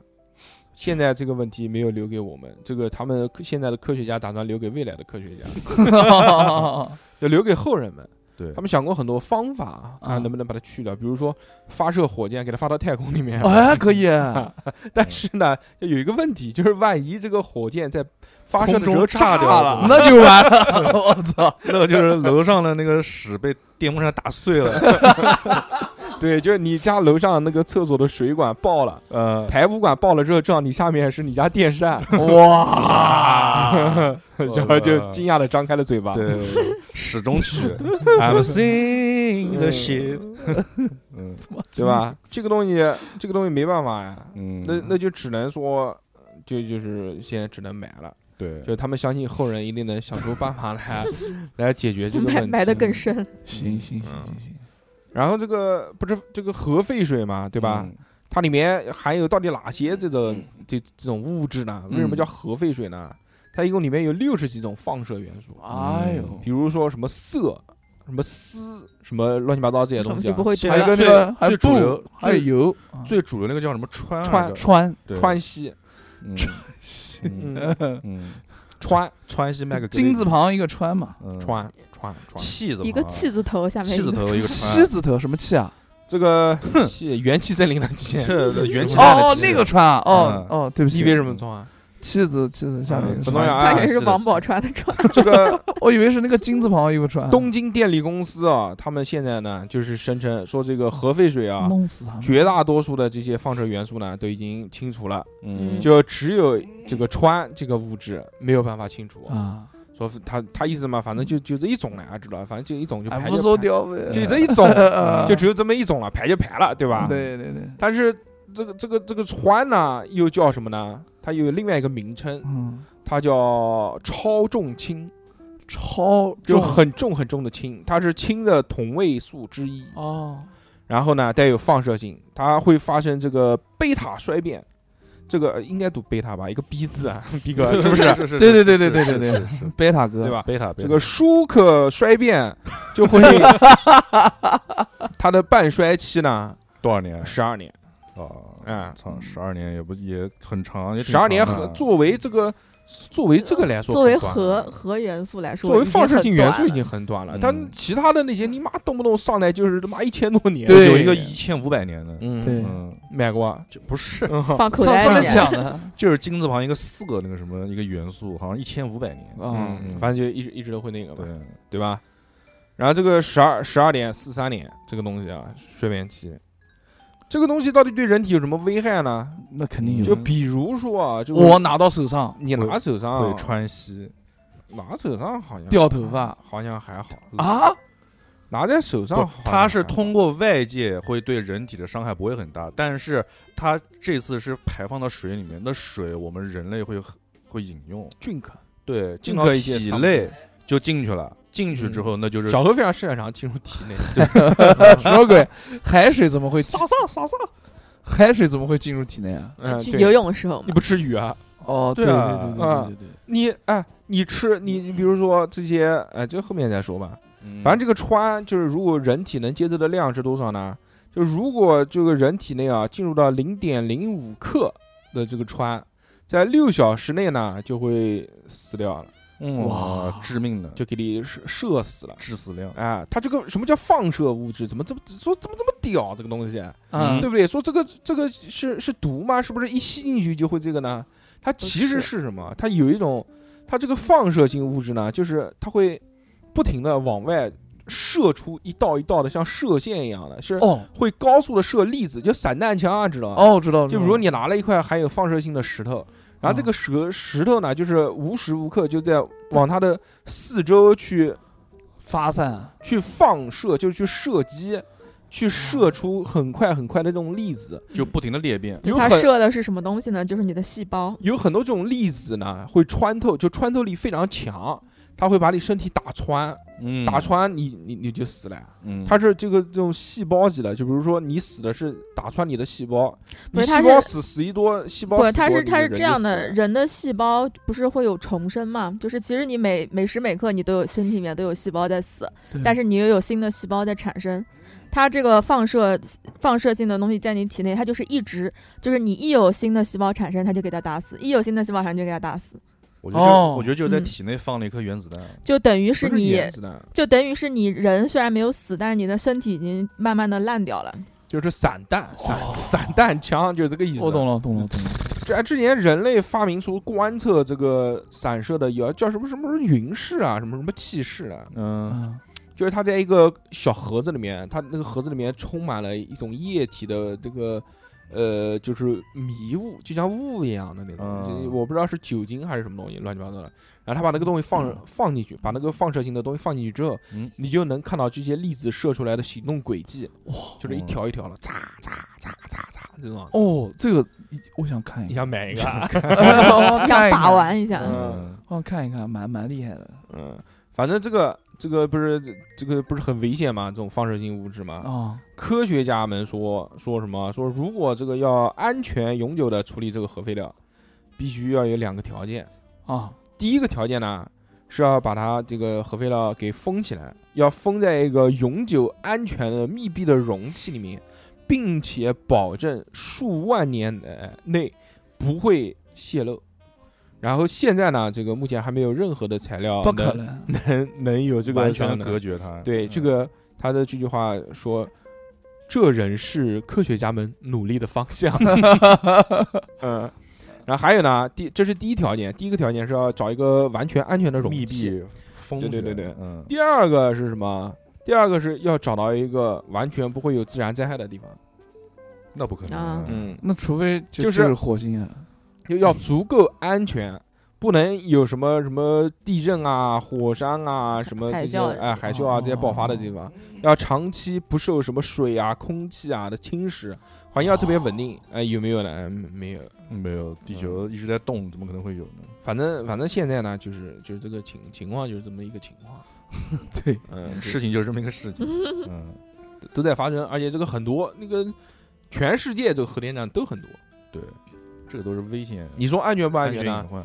S2: 现在这个问题没有留给我们，这个他们科现在的科学家打算留给未来的科学家， 要留给后人们。
S5: 对
S2: 他们想过很多方法，看
S3: 啊
S2: 能不能把它去掉，比如说发射火箭，给它发到太空里 面。
S5: 啊
S3: 哎，可以，
S2: 但是呢，就有一个问题，就是万一这个火箭在发射的时候
S5: 空中炸掉了
S2: 了，
S3: 那就完了。 我操！
S5: 那就是楼上的那个屎被电风扇打碎 了，
S2: 对，就是你家楼上那个厕所的水管爆了，
S5: 呃，
S2: 排污管爆了之后，正好你下面是你家电扇，
S3: 哇，
S2: 然后就惊讶的张开了嘴巴。
S5: 对，始终 曲，I'm sing the shit，嗯
S2: 对吧？这个东西，这个东西没办法呀，
S5: 嗯，
S2: 那那就只能说，就就是现在只能买了。
S5: 对，
S2: 就他们相信后人一定能想出办法 来来解决这个问
S4: 埋
S2: 题。
S4: 埋的更深。
S3: 行行行行行，
S2: 然后这个不是这个核废水嘛，对吧？
S5: 嗯？
S2: 它里面含有到底哪些这种这这种物质呢？为什么
S3: 嗯
S2: 叫核废水呢？它一共里面有六十几种放射元素，
S3: 哎呦，
S2: 比如说什么色、什么锶、什么乱七八糟这些
S4: 我
S2: 东
S4: 们
S2: 西、
S4: 就
S2: 啊
S4: 不。会
S5: 现
S4: 查
S5: 在
S4: 了。
S5: 跟
S3: 这
S5: 最
S3: 个还
S5: 最主流
S3: 布还
S5: 最嗯
S3: 有
S5: 最主流那个叫什么川
S2: 川
S5: 那个
S3: 川
S5: 对
S2: 川西，
S5: 嗯嗯
S2: 嗯，
S5: 嗯，
S2: 川
S5: 川西麦克格雷
S3: 金字旁一个川嘛，
S5: 嗯
S2: 川川川，
S5: 气字
S4: 一个
S5: 旁啊
S4: 气字头下面
S5: 气字头一个
S3: 西
S5: 川，
S3: 字头什么气啊？
S2: 这个气元气森林的气，
S5: 这元气
S3: 哦
S5: 弹的
S3: 哦，
S5: 气
S3: 那个川啊，哦哦，对不
S2: 你
S3: 起，
S2: 为什么装啊？
S3: 妻子妻子下面一
S5: 嗯
S3: 个
S2: 不重要
S3: 川，
S2: 啊
S4: 他以为是
S5: 是的
S4: 王宝钏的钏，
S2: 这个
S3: 我以为是那个金字旁一个啊川，
S2: 东京电力公司啊，他们现在呢就是声称说这个核废水啊，
S3: 弄死他们，
S2: 绝大多数的这些放射元素呢都已经清除了，
S5: 嗯
S4: 嗯
S2: 就只有这个氚这个物质没有办法清除。
S3: 啊，
S2: 说他他意思嘛，反正就就这一种了呀，知道吧？反正就一种就
S3: 哎，
S2: 排
S3: 不
S2: 就
S3: 收
S2: 排
S3: 掉呗，
S2: 就这一 种嗯
S3: 啊，
S2: 就只有这么一种了，排就排了，对吧？。
S3: 对对对，
S2: 但是这个这个这个氚呢，又叫什么呢？它有另外一个名称，
S3: 嗯，
S2: 它叫超重氢，
S3: 超
S2: 就
S3: 重
S2: 很重很重的氢，它是氢的同位素之一。
S3: 哦，
S2: 然后呢，带有放射性，它会发生这个贝塔衰变。这个呃应该读贝塔吧，一个 B 字啊，逼哥 是 不是？
S5: 是是
S3: 对对对对对对
S5: 是
S3: 对
S5: 是是，
S3: 贝塔哥
S2: 对？吧？
S5: 贝塔
S2: 这
S5: 贝塔
S2: 个舒克衰变就 会，它的半衰期呢
S5: 多少年
S2: 十二年
S5: 啊？
S2: 啊，
S5: 操，十二年也不也很长，也挺
S2: 十二年
S5: 长的啊
S2: 很作为这个作为这个来说，
S4: 作为核，
S5: 啊
S4: 核元素来说，
S2: 作为放射性元
S4: 已
S2: 素已
S4: 经
S2: 经很短了，
S5: 嗯
S2: 但其他的那些你妈动不动上来就是他妈一千多年，
S3: 对
S5: 有一个一千五百年的，
S2: 嗯，
S3: 对
S5: 嗯，
S2: 买过啊，
S5: 就不是，
S4: 很短了放口
S3: 上
S4: 袋
S3: 上
S4: 里
S3: 面
S4: 面。
S3: 讲的，
S5: 就是金字旁一个四个那个什么一个元素，好像一千五百年，
S3: 嗯，
S2: 嗯，反正就一直一直都会那个吧
S5: 对，，
S2: 对吧？然后这个十二十二点四三年这个东西啊，睡眠期，这个东西到底对人体有什么危害呢？
S3: 那肯定有。
S2: 就比如说啊，就
S3: 我拿到手上
S2: 你拿手上
S5: 会穿稀，
S2: 拿手上好像
S3: 掉头发
S2: 好像还好，
S3: 啊，
S2: 拿在手上
S5: 不
S2: 好像，
S5: 它是
S2: 还好
S5: 通过外界会对人体的伤害不会很大，但是它这次是排放到水里面，那水我们人类会喝会饮用，
S2: 俊克。
S5: 对，进
S2: 进
S5: 到
S2: 可以解
S5: 体
S2: 丧嗯
S5: 内就进去了，进去之后那就是
S2: 小时候非常擅长进入体内，
S3: 什么鬼？海水怎么会 进？
S2: 上撒上，
S3: 海水怎么会进入体内啊？
S2: 嗯，
S4: 去
S2: 对
S4: 游泳的时候
S2: 你
S4: 嘛，
S2: 不吃鱼啊？
S3: 哦，对
S5: 对
S3: 对
S5: 啊
S3: 对对对对对，
S2: 你哎，你吃你你比如说这些，哎，这后面再说吧。
S5: 嗯
S2: 反正这个氚就是如果人体能接受的量是多少呢？就如果这个人体内啊进入到零点零五克的这个氚，在六小时内呢就会死掉了，
S5: 嗯
S3: 哇
S5: 哇，致命的
S2: 就给你射射死了。
S5: 致死量，
S2: 哎，它这个什么叫放射物质？怎么这么说怎么这么屌这个东西？啊
S5: 嗯
S2: 对不对？说这个这个是是毒吗？是不是一吸进去就会这个呢？它
S3: 呃
S2: 其实
S4: 是
S2: 是什么？它有一种，它这个放射性物质呢，就是它会不停的往外射出一道一道的像射线一样的，是
S3: 哦
S2: 会高速的射粒子，就散弹枪啊，知道吧？
S3: 哦，知道，
S2: 就比如你拿了一块含有放射性的石头，然
S3: 嗯
S2: 后这个石石头呢，就是无时无刻就在往它的四周去
S3: 发散，
S2: 去放射，就是去射击，
S3: 哦
S2: 去射出很快很快的这种粒子。
S5: 就不停的裂变，
S4: 对
S2: 有
S4: 它
S2: 很
S4: 射的是什么东西呢？就是你的细胞。
S2: 有很多这种粒子呢，会穿透，就穿透力非常强，它会把你身体打穿，
S5: 嗯
S2: 打，穿你你你就死了呀。
S5: 嗯，
S2: 它是这个这种细胞级的，就比如说你死的是打穿你的细胞，
S4: 不
S2: 你
S4: 是
S2: 细
S4: 它
S2: 胞
S4: 是
S2: 死死一多，细胞
S4: 不
S2: 死
S4: 是，它
S2: 多
S4: 是
S2: 你
S4: 它是
S2: 人
S4: 这
S2: 就
S4: 样
S2: 死
S4: 的，
S2: 了
S4: 人的细胞不是会有重生嘛？就是其实你每每时每刻你都有身体里面都有细胞在死，
S2: 嗯
S4: 但
S3: 是
S4: 是你又有新的细胞在产生。它这个放射放射性的东西在你体内，它就是一直就是你一有新的细胞产生，它就给它打死；一有新的细胞产生就给它打死，
S5: 我觉得就
S3: 哦
S5: 我觉得就是在
S4: 嗯
S5: 体内放了一颗原子弹，
S4: 就等于
S2: 不
S4: 是
S2: 是
S4: 你
S2: 原子弹，
S4: 就等于是你人虽然没有死，但是你的身体已经慢慢的烂掉了。
S2: 就是散弹散、
S3: 哦
S2: 散弹枪，就是这个意思。
S3: 我哦懂了，懂了，懂了。
S2: 这之前人类发明出观测这个散射的，有叫什么什么云室啊，什么什么气室啊，
S5: 嗯，
S3: 嗯
S2: 就是它在一个小盒子里面，它那个盒子里面充满了一种液体的这个。呃，就是迷雾，就像雾一样的那种，
S5: 嗯
S2: 就我不知道是酒精还是什么东西，乱七八糟的。然后他把那个东西放、
S5: 嗯
S2: 放进去，把那个放射性的东西放进去之后，
S5: 嗯
S2: 你就能看到这些粒子射出来的行动轨迹，
S3: 哇
S2: 就是一条一条的，嚓嚓嚓嚓嚓这种。
S3: 哦，这个我想看一
S2: 你
S3: 下，
S2: 想买一个啊？
S3: 我
S4: 想
S3: 看一
S4: 把
S3: 看，
S4: 玩一下，
S5: 嗯
S3: 我看一看，蛮蛮厉害的
S2: 嗯，反正这个这个不是这个不是很危险吗？这种放射性物质吗？
S3: 啊。
S2: 科学家们说说什么？说如果这个要安全永久的处理这个核废料，必须要有两个条件。
S3: 啊，
S2: 第一个条件呢是要把它这个核废料给封起来，要封在一个永久安全的密闭的容器里面，并且保证数万年呃内不会泄漏。然后现在呢，这个目前还没有任何的材料
S3: 不可
S2: 能
S3: 能，
S2: 能能有这个
S5: 嗯完全
S2: 样
S5: 的
S2: 的
S5: 隔绝它，
S2: 对，这
S5: 嗯
S2: 个他的这句话说，这仍是科学家们努力的方 向。嗯，然后还有呢，第这是第一条件，第一个条件是要找一个完全安全的容器。
S5: 密闭封
S2: 对对
S5: 起来
S2: 对对
S5: 嗯，
S2: 第二个是什么？第二个是要找到一个完全不会有自然灾害的地方。
S5: 那不可能
S4: 啊
S5: 啊，
S2: 嗯，
S3: 那除非就
S2: 就是
S3: 是火星啊，
S2: 就要足够安全。不能有什么什么地震啊、火山啊、什么
S4: 海
S2: 这些
S4: 啸
S2: 哎海
S4: 哦
S2: 啸啊这些爆发的地方，要长期不受什么水啊、空气啊的侵蚀，环境要特别稳定。哎，有没有呢？哎没有。
S5: 没有，地
S2: 嗯
S5: 球一直在动，怎么可能会有呢？
S2: 反正反正现在呢，就是就是这个情情况就是这么一个情况。
S3: 对，
S2: 嗯，
S5: 事
S2: 是
S5: 情就是这么一个 事情，嗯，
S2: 都在发生，而且这个很多那个全世界这个核电站都很多。
S5: 对，这个都是危险，
S2: 你说安全不安全
S5: 隐
S2: 呢？
S5: 患，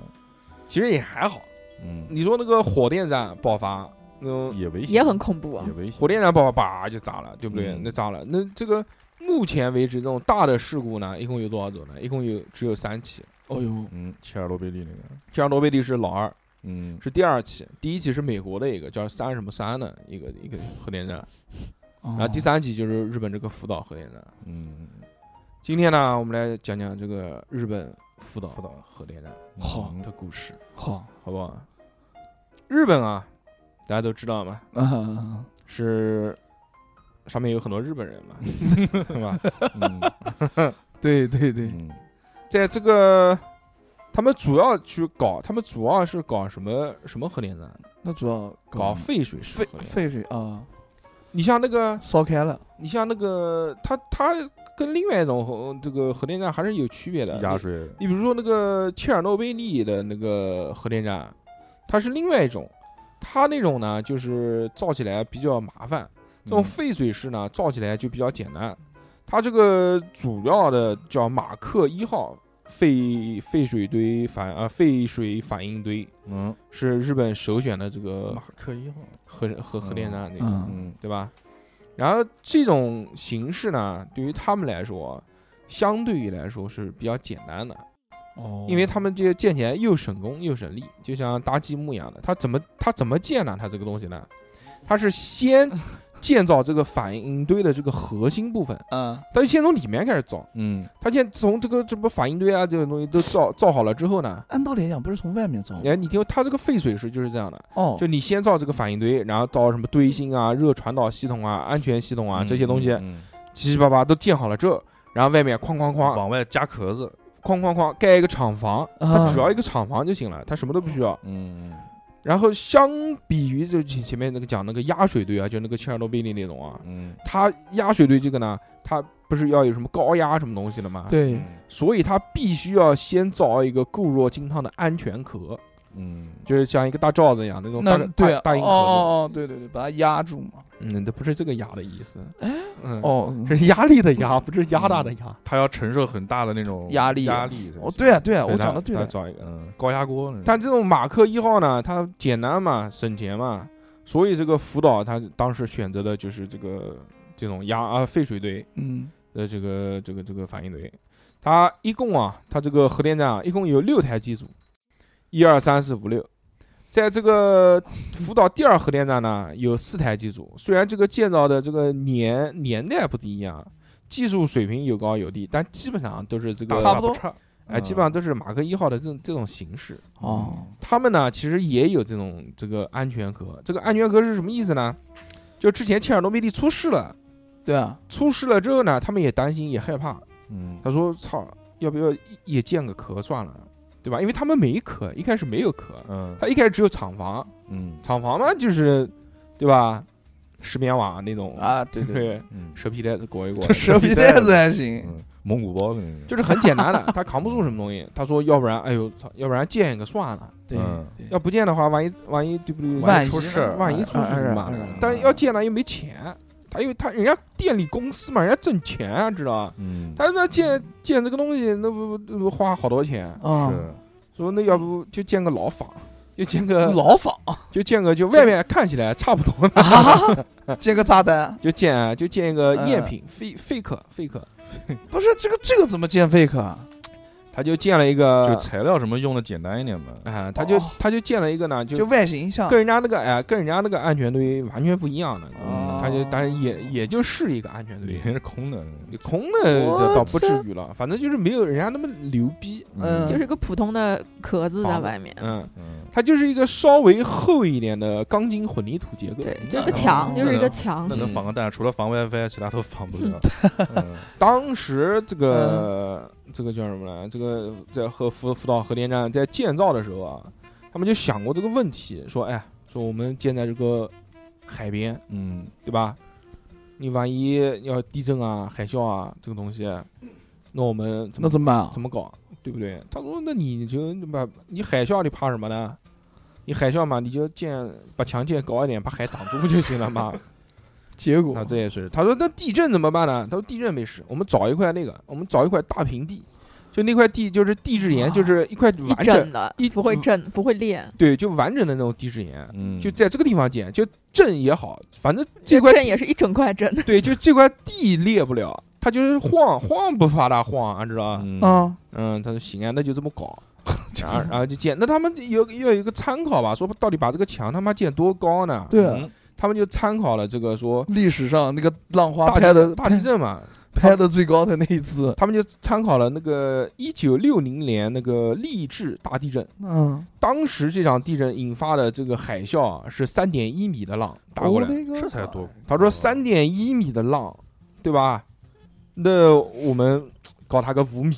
S2: 其实也还好。
S5: 嗯，
S2: 你说那个火电站爆发那种
S5: 也危险，
S4: 也很恐怖啊
S5: 也。危险，
S2: 火电站爆发叭就炸了，对不对？
S5: 嗯
S2: 那炸了，那这个目前为止这种大的事故呢，一共有多少种呢？一共有只有三起，
S3: 哦呦，
S5: 嗯，切尔诺贝利那个，
S2: 切尔诺贝利是老二，
S5: 嗯，
S2: 是第二期，第一期是美国的一个叫三什么三的一个一个核电站，然
S3: 然
S2: 后第，三期就是日本这个福岛核电站。
S5: 嗯，
S2: 今天呢，我们来讲讲这个日本福岛
S5: 福岛
S2: 核电站
S3: 好
S5: 嗯
S2: 的故事，
S3: 好，
S2: 好不好？日本啊，大家都知道嘛，
S3: 嗯，
S2: 是上面有很多日本人嘛， 对吧？
S5: 嗯
S3: 对对对，
S5: 嗯
S2: 在这个他们主要去搞，他们主要是搞什么什么核电站？
S3: 那主要
S2: 搞废水式
S3: 废
S2: 核电站。
S3: 废水啊，
S2: 你像那个，
S3: 烧开了，
S2: 你像那个，它它跟另外一种核这个核电站还是有区别的。
S5: 压水，
S2: 你比如说那个切尔诺贝利的那个核电站，它是另外一种，它那种呢就是造起来比较麻烦，这种
S5: 嗯
S2: 废水式呢造起来就比较简单。它这个主要的叫马克一号废废水堆反啊废水反应堆
S5: 嗯，
S2: 是日本首选的这个
S5: 克一号，
S2: 核核核电站那个，
S3: 嗯
S5: 哦嗯
S2: 对吧？然后这种形式呢，对于他们来说，相对于来说是比较简单的。
S3: 哦
S2: 因为他们这些建起来又省工又省力，就像搭积木一样的。它怎么它怎么建呢？它这个东西呢，它是先建造这个反应堆的这个核心部分，
S3: 嗯
S2: 它就先从里面开始造。
S5: 嗯，
S2: 它先从这个这不反应堆啊这种东西都造造好了之后呢，
S3: 按道理来讲不是从外面造，
S2: 哎，你听它这个废水式就是这样的，
S3: 哦，
S2: 就你先造这个反应堆，然后造什么堆芯啊、热传导系统啊、安全系统啊这些东西，
S5: 嗯，
S2: 七七八八都建好了之后，然后外面哐哐哐
S5: 往外加壳子，
S2: 哐哐哐盖一个厂房，它
S3: 啊
S2: 只要一个厂房就行了，它什么都不需要。
S5: 嗯
S2: 然后相比于就前前面那个讲那个压水队啊，就那个切尔诺贝利那种啊，
S5: 嗯
S2: 它压水队这个呢，它不是要有什么高压什么东西的嘛？，
S3: 对，
S2: 所以它必须要先造一个固若金汤的安全壳，
S5: 嗯，
S2: 就是像一个大罩子一样那种嗯大
S3: 那对
S2: 大
S3: 啊
S2: 大硬
S3: 哦
S2: 壳
S3: 哦
S2: 子。
S3: 哦，对对对，把它压住嘛，
S2: 嗯，这不是这个压的意思，嗯，
S3: 哦，
S2: 是压力的压，不是压大的压。
S5: 它要承受很大的那种
S3: 压力
S5: 压力，
S3: 哦，对啊对啊，
S2: 所以
S3: 我
S2: 它
S3: 讲的对
S2: 它
S3: 的，
S2: 造一个。
S5: 嗯，高压锅那种，
S2: 但这种马克一号呢，它简单嘛，省钱嘛，所以这个福岛它当时选择的就是这个这种压啊废水堆
S3: 嗯，
S2: 的这个这个这个反应堆。它一共啊，它这个核电站啊，一共有六台机组，一二三四五六。在这个福岛第二核电站呢，有四台机组。虽然这个建造的这个年年代不一样，技术水平有高有低，但基本上都是这个
S3: 差不多
S5: 啊差，
S2: 哎，基本上都是马克一号的这种这种形式。
S3: 哦，
S2: 他们呢，其实也有这种这个安全壳。这个安全壳是什么意思呢？就之前切尔诺贝利出事了，
S3: 对啊，
S2: 出事了之后呢，他们也担心也害怕。
S5: 嗯，
S2: 他说：“操，要不要也建个壳算了，对吧？因为他们没壳，一开始没有壳，
S5: 嗯
S2: 他一开始只有厂房，
S5: 嗯
S2: 厂房嘛就是，对吧？石棉瓦那种，
S3: 啊对对，
S2: 对，
S5: 嗯，
S2: 蛇皮袋子裹一裹，
S3: 这蛇皮袋子还行，
S5: 嗯蒙古包的那个，
S2: 就是很简单的。 他扛不住什么东西，他说：要不然，哎呦操，要不然建一个算了。
S3: 对
S5: 嗯
S3: 对
S2: 要不建的话，万一万一对不对？
S3: 万
S5: 出
S3: 一
S5: 事儿
S2: 万一出事怎么
S3: 哎哎哎
S2: 办
S3: 哎？
S2: 但要建呢又没钱，他因为他人家电力公司嘛，人家挣钱啊，知道吧？
S5: 嗯，
S2: 他那建建这个东西，那不那不花好多钱，
S3: 啊，
S5: 是
S2: 说那要不就建个牢 房，就建个
S3: 牢房
S2: 就建个就外面看起来差不多的，
S3: 接个炸弹，
S2: 就建就建一个
S3: 嗯
S2: 赝品废废客废客，
S3: 不是这个这个怎么建 fake 啊？
S2: 他就建了一个
S5: 就材料什么用的简单一点嘛，
S2: 啊，他就
S3: 哦
S2: 他就建了一个呢，
S3: 就
S2: 就
S3: 外形像
S2: 跟人家那个哎，跟人家那个安全堆完全不一样的，
S5: 嗯
S3: 哦
S2: 他就但是也也就是一个安全
S5: 里
S2: 堆。
S5: 面是空的，嗯
S2: 你空的
S3: 嗯我
S2: 倒不至
S3: 操
S2: 于了，反正就是没有人家那么牛逼。
S3: 嗯
S4: 就是个普通的壳子在
S2: 房子
S4: 外面，
S2: 嗯，
S5: 嗯，
S2: 它就是一个稍微厚一点的钢筋混凝土结构。嗯
S4: 对，
S5: 那
S4: 就是
S3: 嗯
S4: 个
S5: 能
S4: 墙，就
S5: 那
S4: 是一个
S5: 能
S4: 墙
S5: 那，能防个蛋，除了防 WiFi，其他都防不了。嗯
S2: 当时这个、这个叫什么来？这个在核福福岛核电站在建造的时候啊，他们就想过这个问题，说哎，说我们建在这个海边，
S5: 嗯
S2: 对吧？你万一要地震啊、海啸啊这个东西，那我们怎么
S3: 那怎么办啊
S2: 怎？么搞，对不对？他说，那你就把你海啸，你怕什么呢？你海啸嘛，你就建把墙建高一点，把海挡住不就行了嘛？
S3: 结果啊
S2: 那这也是。他说，那地震怎么办呢？他说，地震没事，我们找一块那个，我们找一块大平地，就那块地就是地质岩，
S3: 啊
S2: 就是一块
S4: 一
S2: 完整
S4: 整，的
S2: 一，
S4: 不会
S2: 嗯
S4: 震，不会裂，
S2: 对，就完整的那种地质岩，
S5: 嗯，
S2: 就在这个地方建，就震也好，反正这
S4: 这
S2: 块
S4: 震也是一整块震，
S2: 对，就这块地裂不了，它就是晃晃不怕它晃，知道吧？
S5: 嗯，
S3: 啊，
S2: 嗯，他说行啊，那就这么搞。然后然后就建，那他们有要有一个参考吧，说到底把这个墙他妈建多高呢？
S3: 对啊，
S5: 嗯
S2: 他们就参考了这个说
S3: 历史上那个浪花
S2: 大
S3: 拍
S2: 地
S3: 的
S2: 震大地震嘛，
S3: 拍的最高的那一次，
S2: 他们就参考了那个一九六零年那个励志大地震，
S3: 嗯，
S2: 当时这场地震引发的这个海啸啊是三点一米的浪打过来，
S3: 我勒个
S5: 这才多。
S2: 他说三点一米的浪，对吧？那我们搞他个五米，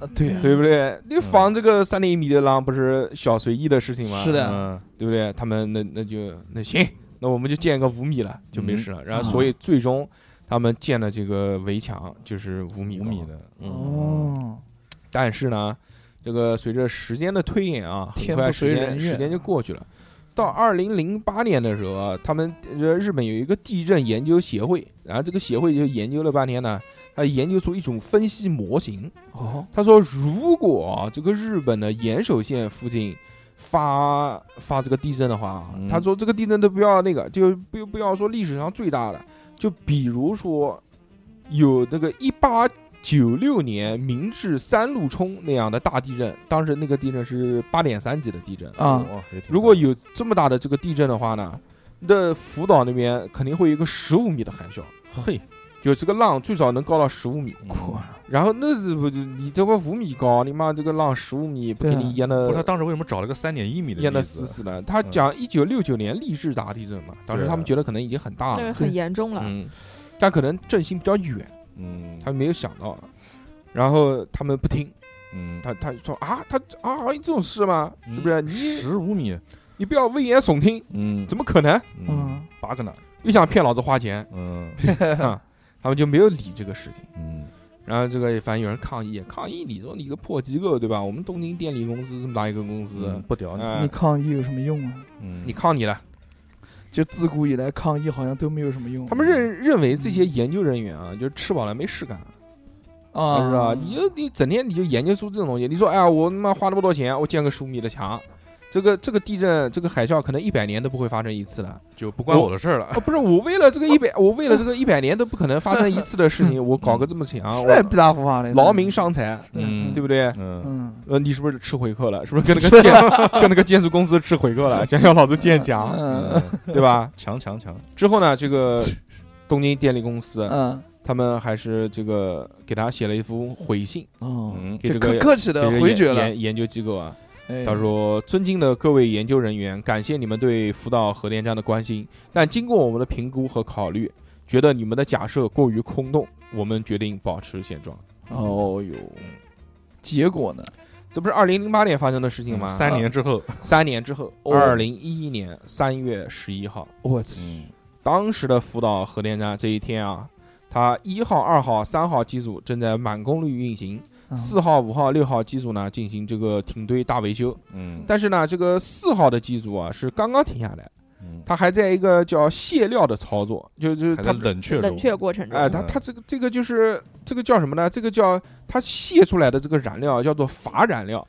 S3: 啊对
S5: 嗯
S3: 啊
S2: 对不对？你防这个三点一米的浪不是小随意的事情吗？
S3: 是的
S5: 嗯，
S2: 对不对？他们那那就那行，那我们就建个五米了，就
S5: 嗯
S2: 没事了。然后，所以最终他们建的这个围墙就是五米
S5: 五
S2: 高
S5: 米。的，嗯，
S3: 哦，
S2: 但是呢，这个随着时间的推演啊，很
S3: 天
S2: 快
S3: 不
S2: 时
S3: 随
S2: 间
S3: 人愿
S2: 时间就过去了。到二零零八年的时候啊，他们呃日本有一个地震研究协会，然后这个协会就研究了半天呢，他研究出一种分析模型，
S3: 哦，
S2: 他说，如果啊这个日本的岩手县附近发发这个地震的话啊，
S5: 嗯
S2: 他说这个地震都不要那个，就不不要说历史上最大的，就比如说有这个一八九六年明治三陆冲那样的大地震，当时那个地震是八点三级的地震
S3: 啊
S5: 哇，也挺
S2: 如果有这么大的这个地震的话呢，那福岛那边肯定会有一个十五米的海啸，
S5: 嘿，
S2: 就这个浪最少能高到十五米。
S5: 嗯
S3: 酷啊
S2: 然后那不就你这不五米高，你妈这个浪十五米，不给
S3: 对啊
S2: 你淹
S5: 不
S2: 的
S5: 是他当时为什么找了个三点一米的
S2: 淹的
S5: 例
S2: 死
S5: 子
S2: 死的。他讲一九六九年励志大地震嘛，当时
S5: 对啊
S2: 他们觉得可能已经很大
S4: 那是
S5: 啊
S2: 了，
S4: 很严重了。
S2: 啊嗯，但可能震心比较远，
S5: 嗯，
S2: 他没有想到。然后他们不听，
S5: 嗯，
S2: 他他说啊，他啊，还有这种事吗？是不是？你
S5: 十五米，
S2: 你不要危言耸听，
S5: 嗯，
S2: 怎么可能？
S3: 嗯，
S5: 八个呢，
S2: 又想骗老子花 钱
S5: 嗯
S2: 啊？他们就没有理这个事情。
S5: 嗯，
S2: 然后这个反正有人抗议，抗议你说你个破机构对吧？我们东京电力公司这么大一个公司
S5: 嗯，不屌你，
S2: 啊
S3: 你抗议有什么用啊？
S5: 嗯
S2: 你抗你了。
S3: 就自古以来抗议好像都没有什么用。
S2: 他们认认为这些研究人员啊，就是吃饱了没事干，
S3: 啊，
S2: 是吧？你就你整天你就研究出这种东西，你说哎呀，我他妈花那么多钱，我建个十五米的墙，这个这个地震这个海啸可能一百年都不会发生一次了。
S5: 就不关我的事儿了，
S2: 哦，不是，我为了这个一百，我为了这个一百年都不可能发生一次的事情，我搞个这么强，
S3: 这也
S2: 我
S3: 不大胡话的，
S2: 啊劳民伤财，
S5: 嗯
S2: 对不对？
S5: 嗯，
S3: 嗯，
S2: 呃，你是不是吃回扣了？是不是跟那个建 跟那个建筑公司吃回扣了？想要老子建 墙，
S3: 嗯
S5: 嗯
S2: 对吧？
S5: 强强强，
S2: 之后呢，这个东京电力公司
S3: 嗯
S2: 他们还是这个给他写了一封回信，
S3: 哦，
S5: 嗯，
S2: 给这
S3: 就
S2: 个
S3: 可客气
S2: 给
S3: 的
S2: 这个
S3: 回
S2: 研
S3: 绝了。
S2: 研研究机构啊。
S3: 哎
S2: 他说：“尊敬的各位研究人员，感谢你们对福岛核电站的关心，但经过我们的评估和考虑，觉得你们的假设过于空洞，我们决定保持现状。：“
S3: 哦哟，
S2: 嗯
S3: 结果呢？
S2: 这不是二零零八年发生的事情吗？
S5: 三年 之后，
S2: 三年之后，
S3: 嗯哦
S2: 二零一一年三月十一号，
S3: 我操，
S5: 嗯
S2: 当时的福岛核电站这一天啊，它一号、二号、三号机组正在满功率运行，
S3: 嗯
S2: 四号、五号、六号机组呢进行这个停堆大维修。
S5: 嗯
S2: 但是呢，这个四号的机组啊是刚刚停下来，
S5: 嗯，
S2: 它还在一个叫卸料的操作，就就是
S5: 还
S2: 它
S5: 在。嗯冷却
S4: 冷
S5: 中，
S4: 却过程中，
S2: 哎，它它这个这个就是这个叫什么呢？这个叫它泄出来的这个燃料叫做乏燃料，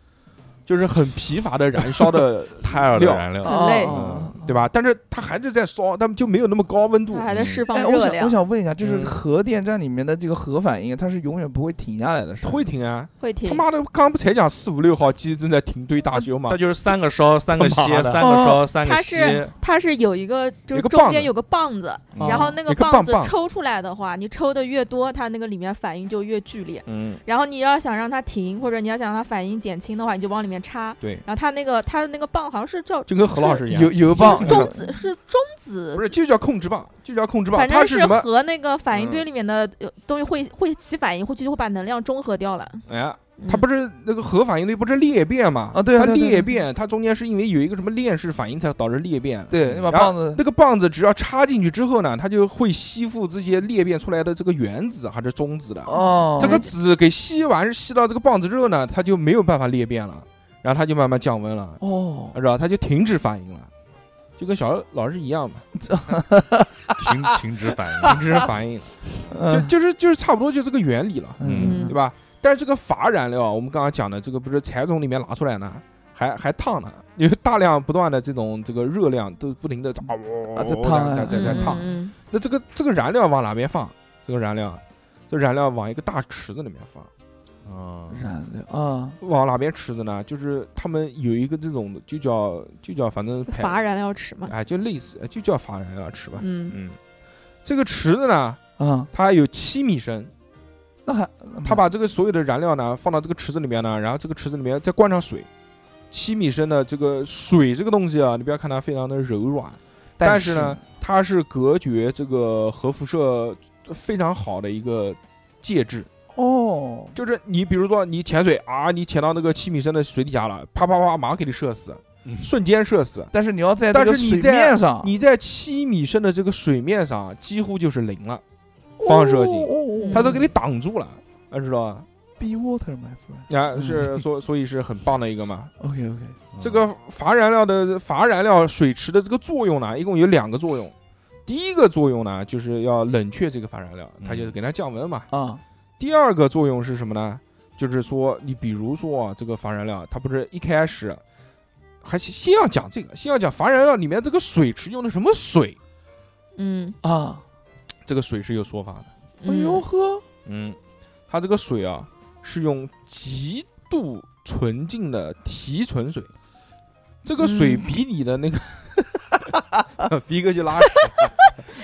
S2: 就是很疲乏的燃烧的
S5: 胎儿的
S2: 料
S5: 燃料，
S4: 很累
S3: 哦
S2: 嗯对吧？但是它还是在烧，但就没有那么高温度
S4: 它。还在释放
S3: 哎，我
S4: 热
S3: 想我
S4: 量，
S3: 想问一下，就是
S2: 嗯
S3: 核电站里面的这个核反应，它是永远不会停下来的，是吗
S2: 会停啊！
S4: 会停
S2: 他。妈的，刚不才讲四五六号机正在停堆大修吗
S5: 它？就是三个烧，三个
S2: 他
S5: 歇
S2: 妈，的
S5: 三个烧，三
S4: 哦它
S5: 个歇
S4: 是，它是有一个，
S2: 有
S4: 就是
S2: 个
S4: 中
S2: 棒
S4: 间
S2: 子
S4: 有个棒子，
S5: 嗯
S4: 然后那
S2: 有
S4: 个
S2: 个
S4: 棒
S2: 棒
S4: 子
S2: 棒
S4: 抽出来的话，你抽的越多，它那个里面反应就越剧烈。
S5: 嗯
S4: 然后你要想让它停，或者你要想让它反应减轻的话，你就往里面插。
S2: 对，
S4: 然后它那个它的那个棒好像是叫
S2: 就跟何老师一样，
S3: 有有棒
S4: 是中子是中子
S2: 不，是就叫控制棒，就叫控制棒，
S4: 反
S2: 它
S4: 正
S2: 是什么？嗯
S4: 和那个反应堆里面的呃东西会会起反应，会就会把能量中和掉了。嗯
S2: 哎，它不是那个核反应堆不是裂变嘛？
S3: 嗯啊对啊
S2: 它
S3: 对对对
S2: 裂变，它中间是因为有一个什么链式反应才导致裂变。
S3: 对，你把
S2: 然后
S3: 棒子
S2: 那个棒子只要插进去之后呢，它就会吸附这些裂变出来的这个原子还是中子的。
S3: 哦，
S2: 这个子给吸完，吸到这个棒子之后呢，它就没有办法裂变了，然后它就慢慢降温了。
S3: 哦，
S2: 是吧？它就停止反应了，就跟小老师一样 嘛，
S5: 停停止反应，嗯
S2: 停止反应，
S3: 嗯
S2: 就就是就是差不多就这个原理了，
S5: 嗯
S2: 对吧？但是这个乏燃料啊，我们刚刚讲的这个不是才从里面拿出来呢，还还烫呢，有大量不断的这种这个热量都不停的啊
S3: 啊在烫啊
S2: 在在在
S4: 嗯
S2: 烫。
S4: 嗯
S2: 那这个这个燃料往哪边放？这个燃料啊这燃料往一个大池子里面放。
S5: 啊，
S3: 燃料啊，
S2: 往哪边池子呢？就是他们有一个这种的，就叫就叫反正排
S4: 乏燃料池嘛，
S2: 哎，就类似，哎就叫法燃料池吧。
S4: 嗯，
S2: 嗯，这个池子呢，
S3: 啊，
S2: 它有七米深，
S3: 那还
S2: 他把这个所有的燃料呢放到这个池子里面呢，然后这个池子里面再灌上水，七米深的这个水这个东西啊，你不要看它非常的柔软，但是呢，它是隔绝这个核辐射非常好的一个介质。
S3: 哦，
S2: 就是你比如说你潜水啊，你潜到那个七米深的水底下了，啪啪啪，马上给你射死，
S5: 嗯
S2: 瞬间射死。
S3: 但是你要在这
S2: 但
S3: 个
S2: 是你
S3: 水
S2: 在
S3: 面上
S2: 你在七米深的这个水面上几乎就是零了，放射性，
S4: 嗯
S3: 性
S2: 它都给你挡住了，啊，知道吧？
S3: 哦 be water my friend。
S2: 啊，是所所以是很棒的一个嘛。
S3: OK OK，
S5: 嗯
S2: 这个乏燃料的乏燃料水池的这个作用呢，一共有两个作用。第一个作用呢，就是要冷却这个乏燃料，它就是给它降温嘛。
S3: 啊，
S2: 第二个作用是什么呢？就是说，你比如说啊，这个乏燃料，它不是一开始还先先要讲这个，先要讲乏燃料里面这个水池用的什么水，
S4: 嗯，
S3: 啊，
S2: 这个水是有说法的。
S3: 哎呦呵，
S2: 嗯，它这个水啊是用极度纯净的提纯水，这个水
S4: 嗯
S2: 比你的那个， 逼哥去拉屎，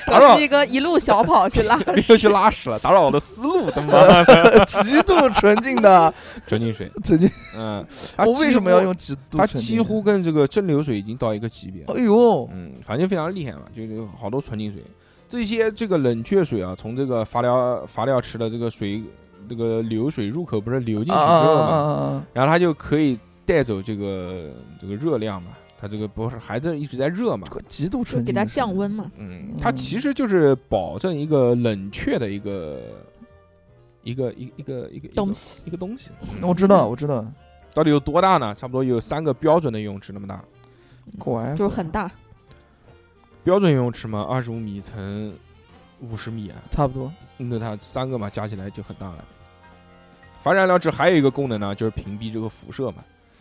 S2: 打扰
S4: 我是一个一路小跑去拉
S2: 逼哥去拉屎了，打扰我的思路，他妈的
S3: 极度纯净的
S2: 纯净水，
S3: 纯 净，
S2: 嗯，它
S3: 我为
S2: 几
S3: 什么要
S2: 乎？
S3: 用极度？
S2: 它几乎，跟这个蒸馏水已经到一个级别，
S3: 哎呦，
S2: 嗯，反正非常厉害嘛，就是好多纯净水，这些这个冷却水啊，从这个发料发料池的这个水那个流水入口不是流进去之
S3: 啊
S2: 后嘛，
S3: 啊
S2: 然后它就可以带走这个这个热量嘛，它这个不是还在一直在热嘛
S3: 啊，，极度
S4: 就
S3: 纯净，
S4: 给它降温嘛，
S2: 嗯，它其实就是保证一个冷却的一个一个一一个一个
S4: 东西
S2: 一个东西。
S3: 那我知道，我知道，
S2: 到底有多大呢？差不多有三个标准的游泳池那么大，
S3: 果
S2: 哎
S3: 然
S4: 就是很大，
S2: 标准游泳池嘛，二十五米乘五十米啊，
S3: 差不多。
S2: 那它三个嘛加起来就很大了。乏燃料池还有一个功能呢，就是屏蔽这个辐射嘛，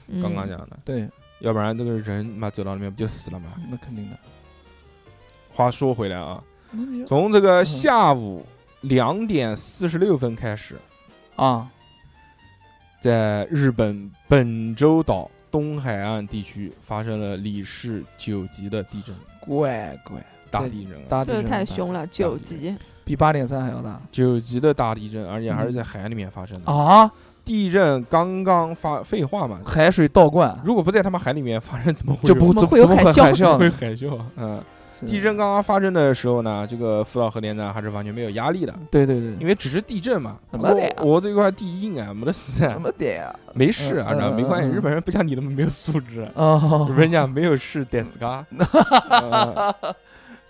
S4: 嗯
S2: 刚刚讲的，
S3: 对，
S2: 要不然这个人嘛走到那边不就死了嘛？
S4: 嗯
S3: 那肯定的。
S2: 话说回来啊，
S4: 嗯
S2: 从这个下午两点四十六分开始，
S3: 啊，
S2: 在日本本州岛东海岸地区发生了里氏九级的地震，
S3: 乖乖，
S2: 大地震啊，
S3: 大地
S4: 这个
S3: 震
S4: 太
S3: 了
S4: 凶，了，
S2: 这个
S4: 九级，
S3: 比八点三还要大
S2: 九级的大地震，而且还是在海里面发生的。
S3: 啊！
S2: 地震刚刚发，废话嘛，
S3: 海水倒灌，
S2: 如果不在他们海里面发生，怎么会有
S3: 就不
S4: 怎么
S3: 怎
S4: 会有
S3: 怎么
S4: 海
S3: 会
S4: 啸
S3: 海啸
S2: 会
S3: 呢？
S2: 海啸啊？嗯，
S3: 是
S2: 地震，刚刚发生的时候呢，这个福岛核电站还是完全没有压力的，
S3: 对对对，
S2: 因为只是地震嘛。
S3: 嗯怎么的呀
S2: 我我这块地硬啊，没得事啊。
S3: 么点啊？
S2: 没事啊，
S3: 嗯嗯
S2: 然后没关系，
S3: 嗯嗯
S2: 日本人不像你那么没有素 质，
S3: 哦
S2: 日本人讲没有事 d e s k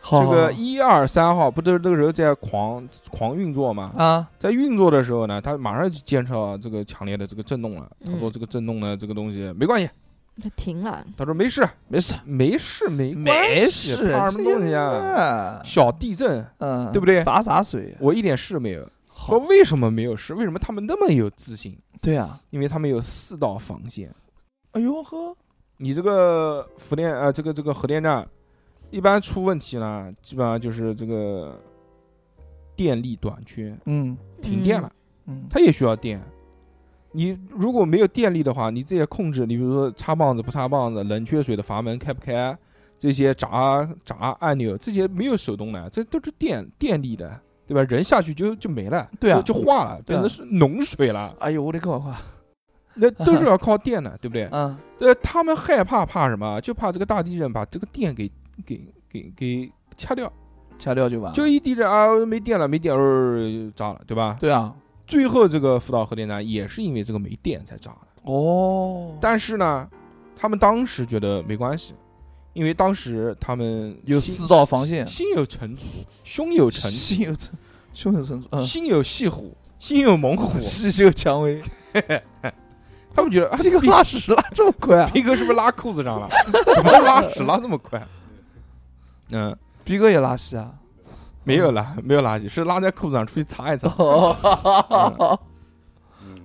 S3: 好
S2: 这个
S3: 好
S2: 一二三号不都是那个时候在狂狂运作嘛？
S3: 啊，
S2: 在运作的时候呢，他马上就监测到这个强烈的这个震动了。他说
S4: 嗯
S2: 这个震动呢，这个东西没关系，
S4: 它停了，
S2: 他说没事，
S3: 没事
S2: 没事，没
S3: 没
S2: 关系
S3: 事，
S2: 怕什么东西啊？
S3: 啊
S2: 小地震，
S3: 嗯，
S2: 对不对
S3: 洒洒水，
S2: 我一点事没有。
S3: 好
S2: 说，为什么没有事？为什么他们那么有自信？
S3: 对啊，
S2: 因为他们有四道防线。
S3: 哎呦呵，
S2: 你这个核电呃，这个这个核电站一般出问题呢，基本上就是这个电力短缺，
S3: 嗯
S2: 停电
S4: 嗯
S2: 了，
S3: 嗯，
S2: 它也需要电。你如果没有电力的话，你这些控制，你比如说插棒子不插棒子，冷却水的阀门开不开，这些闸闸按钮，这些没有手动的，这都是电电力的，对吧？人下去就就没了，
S3: 对啊
S2: 就就化了，
S3: 对
S2: 变
S3: 啊
S2: 成是浓水了，
S3: 哎呦我的个乖，
S2: 那都 是要靠电的，对不对？
S3: 嗯，
S2: 呃，他们害怕怕什么？就怕这个大地震把这个电给给给给掐掉，
S3: 啊掐掉就完了，
S2: 就一地震啊，没电了，没电，呃，炸了，对吧？
S3: 对啊，
S2: 最后这个福岛核电站也是因为这个没电才炸的。
S3: 哦，
S2: 但是呢，他们当时觉得没关系，因为当时他们
S3: 有
S2: 心
S3: 四道防线
S2: 心有成竹，胸有成竹，
S3: 心有成，胸有成竹，嗯，
S2: 心有细虎，心有猛 虎。
S3: 细嗅蔷 薇，
S2: 他们觉得啊，
S3: 这个
S2: 逼
S3: 拉屎拉这么快啊，
S2: 逼哥是不是拉裤子上了？怎么拉屎拉那么快？嗯。
S3: 逼哥也拉稀啊，
S2: 没有拉， 没有垃圾，是拉在裤子上出去擦一擦。
S3: 哦，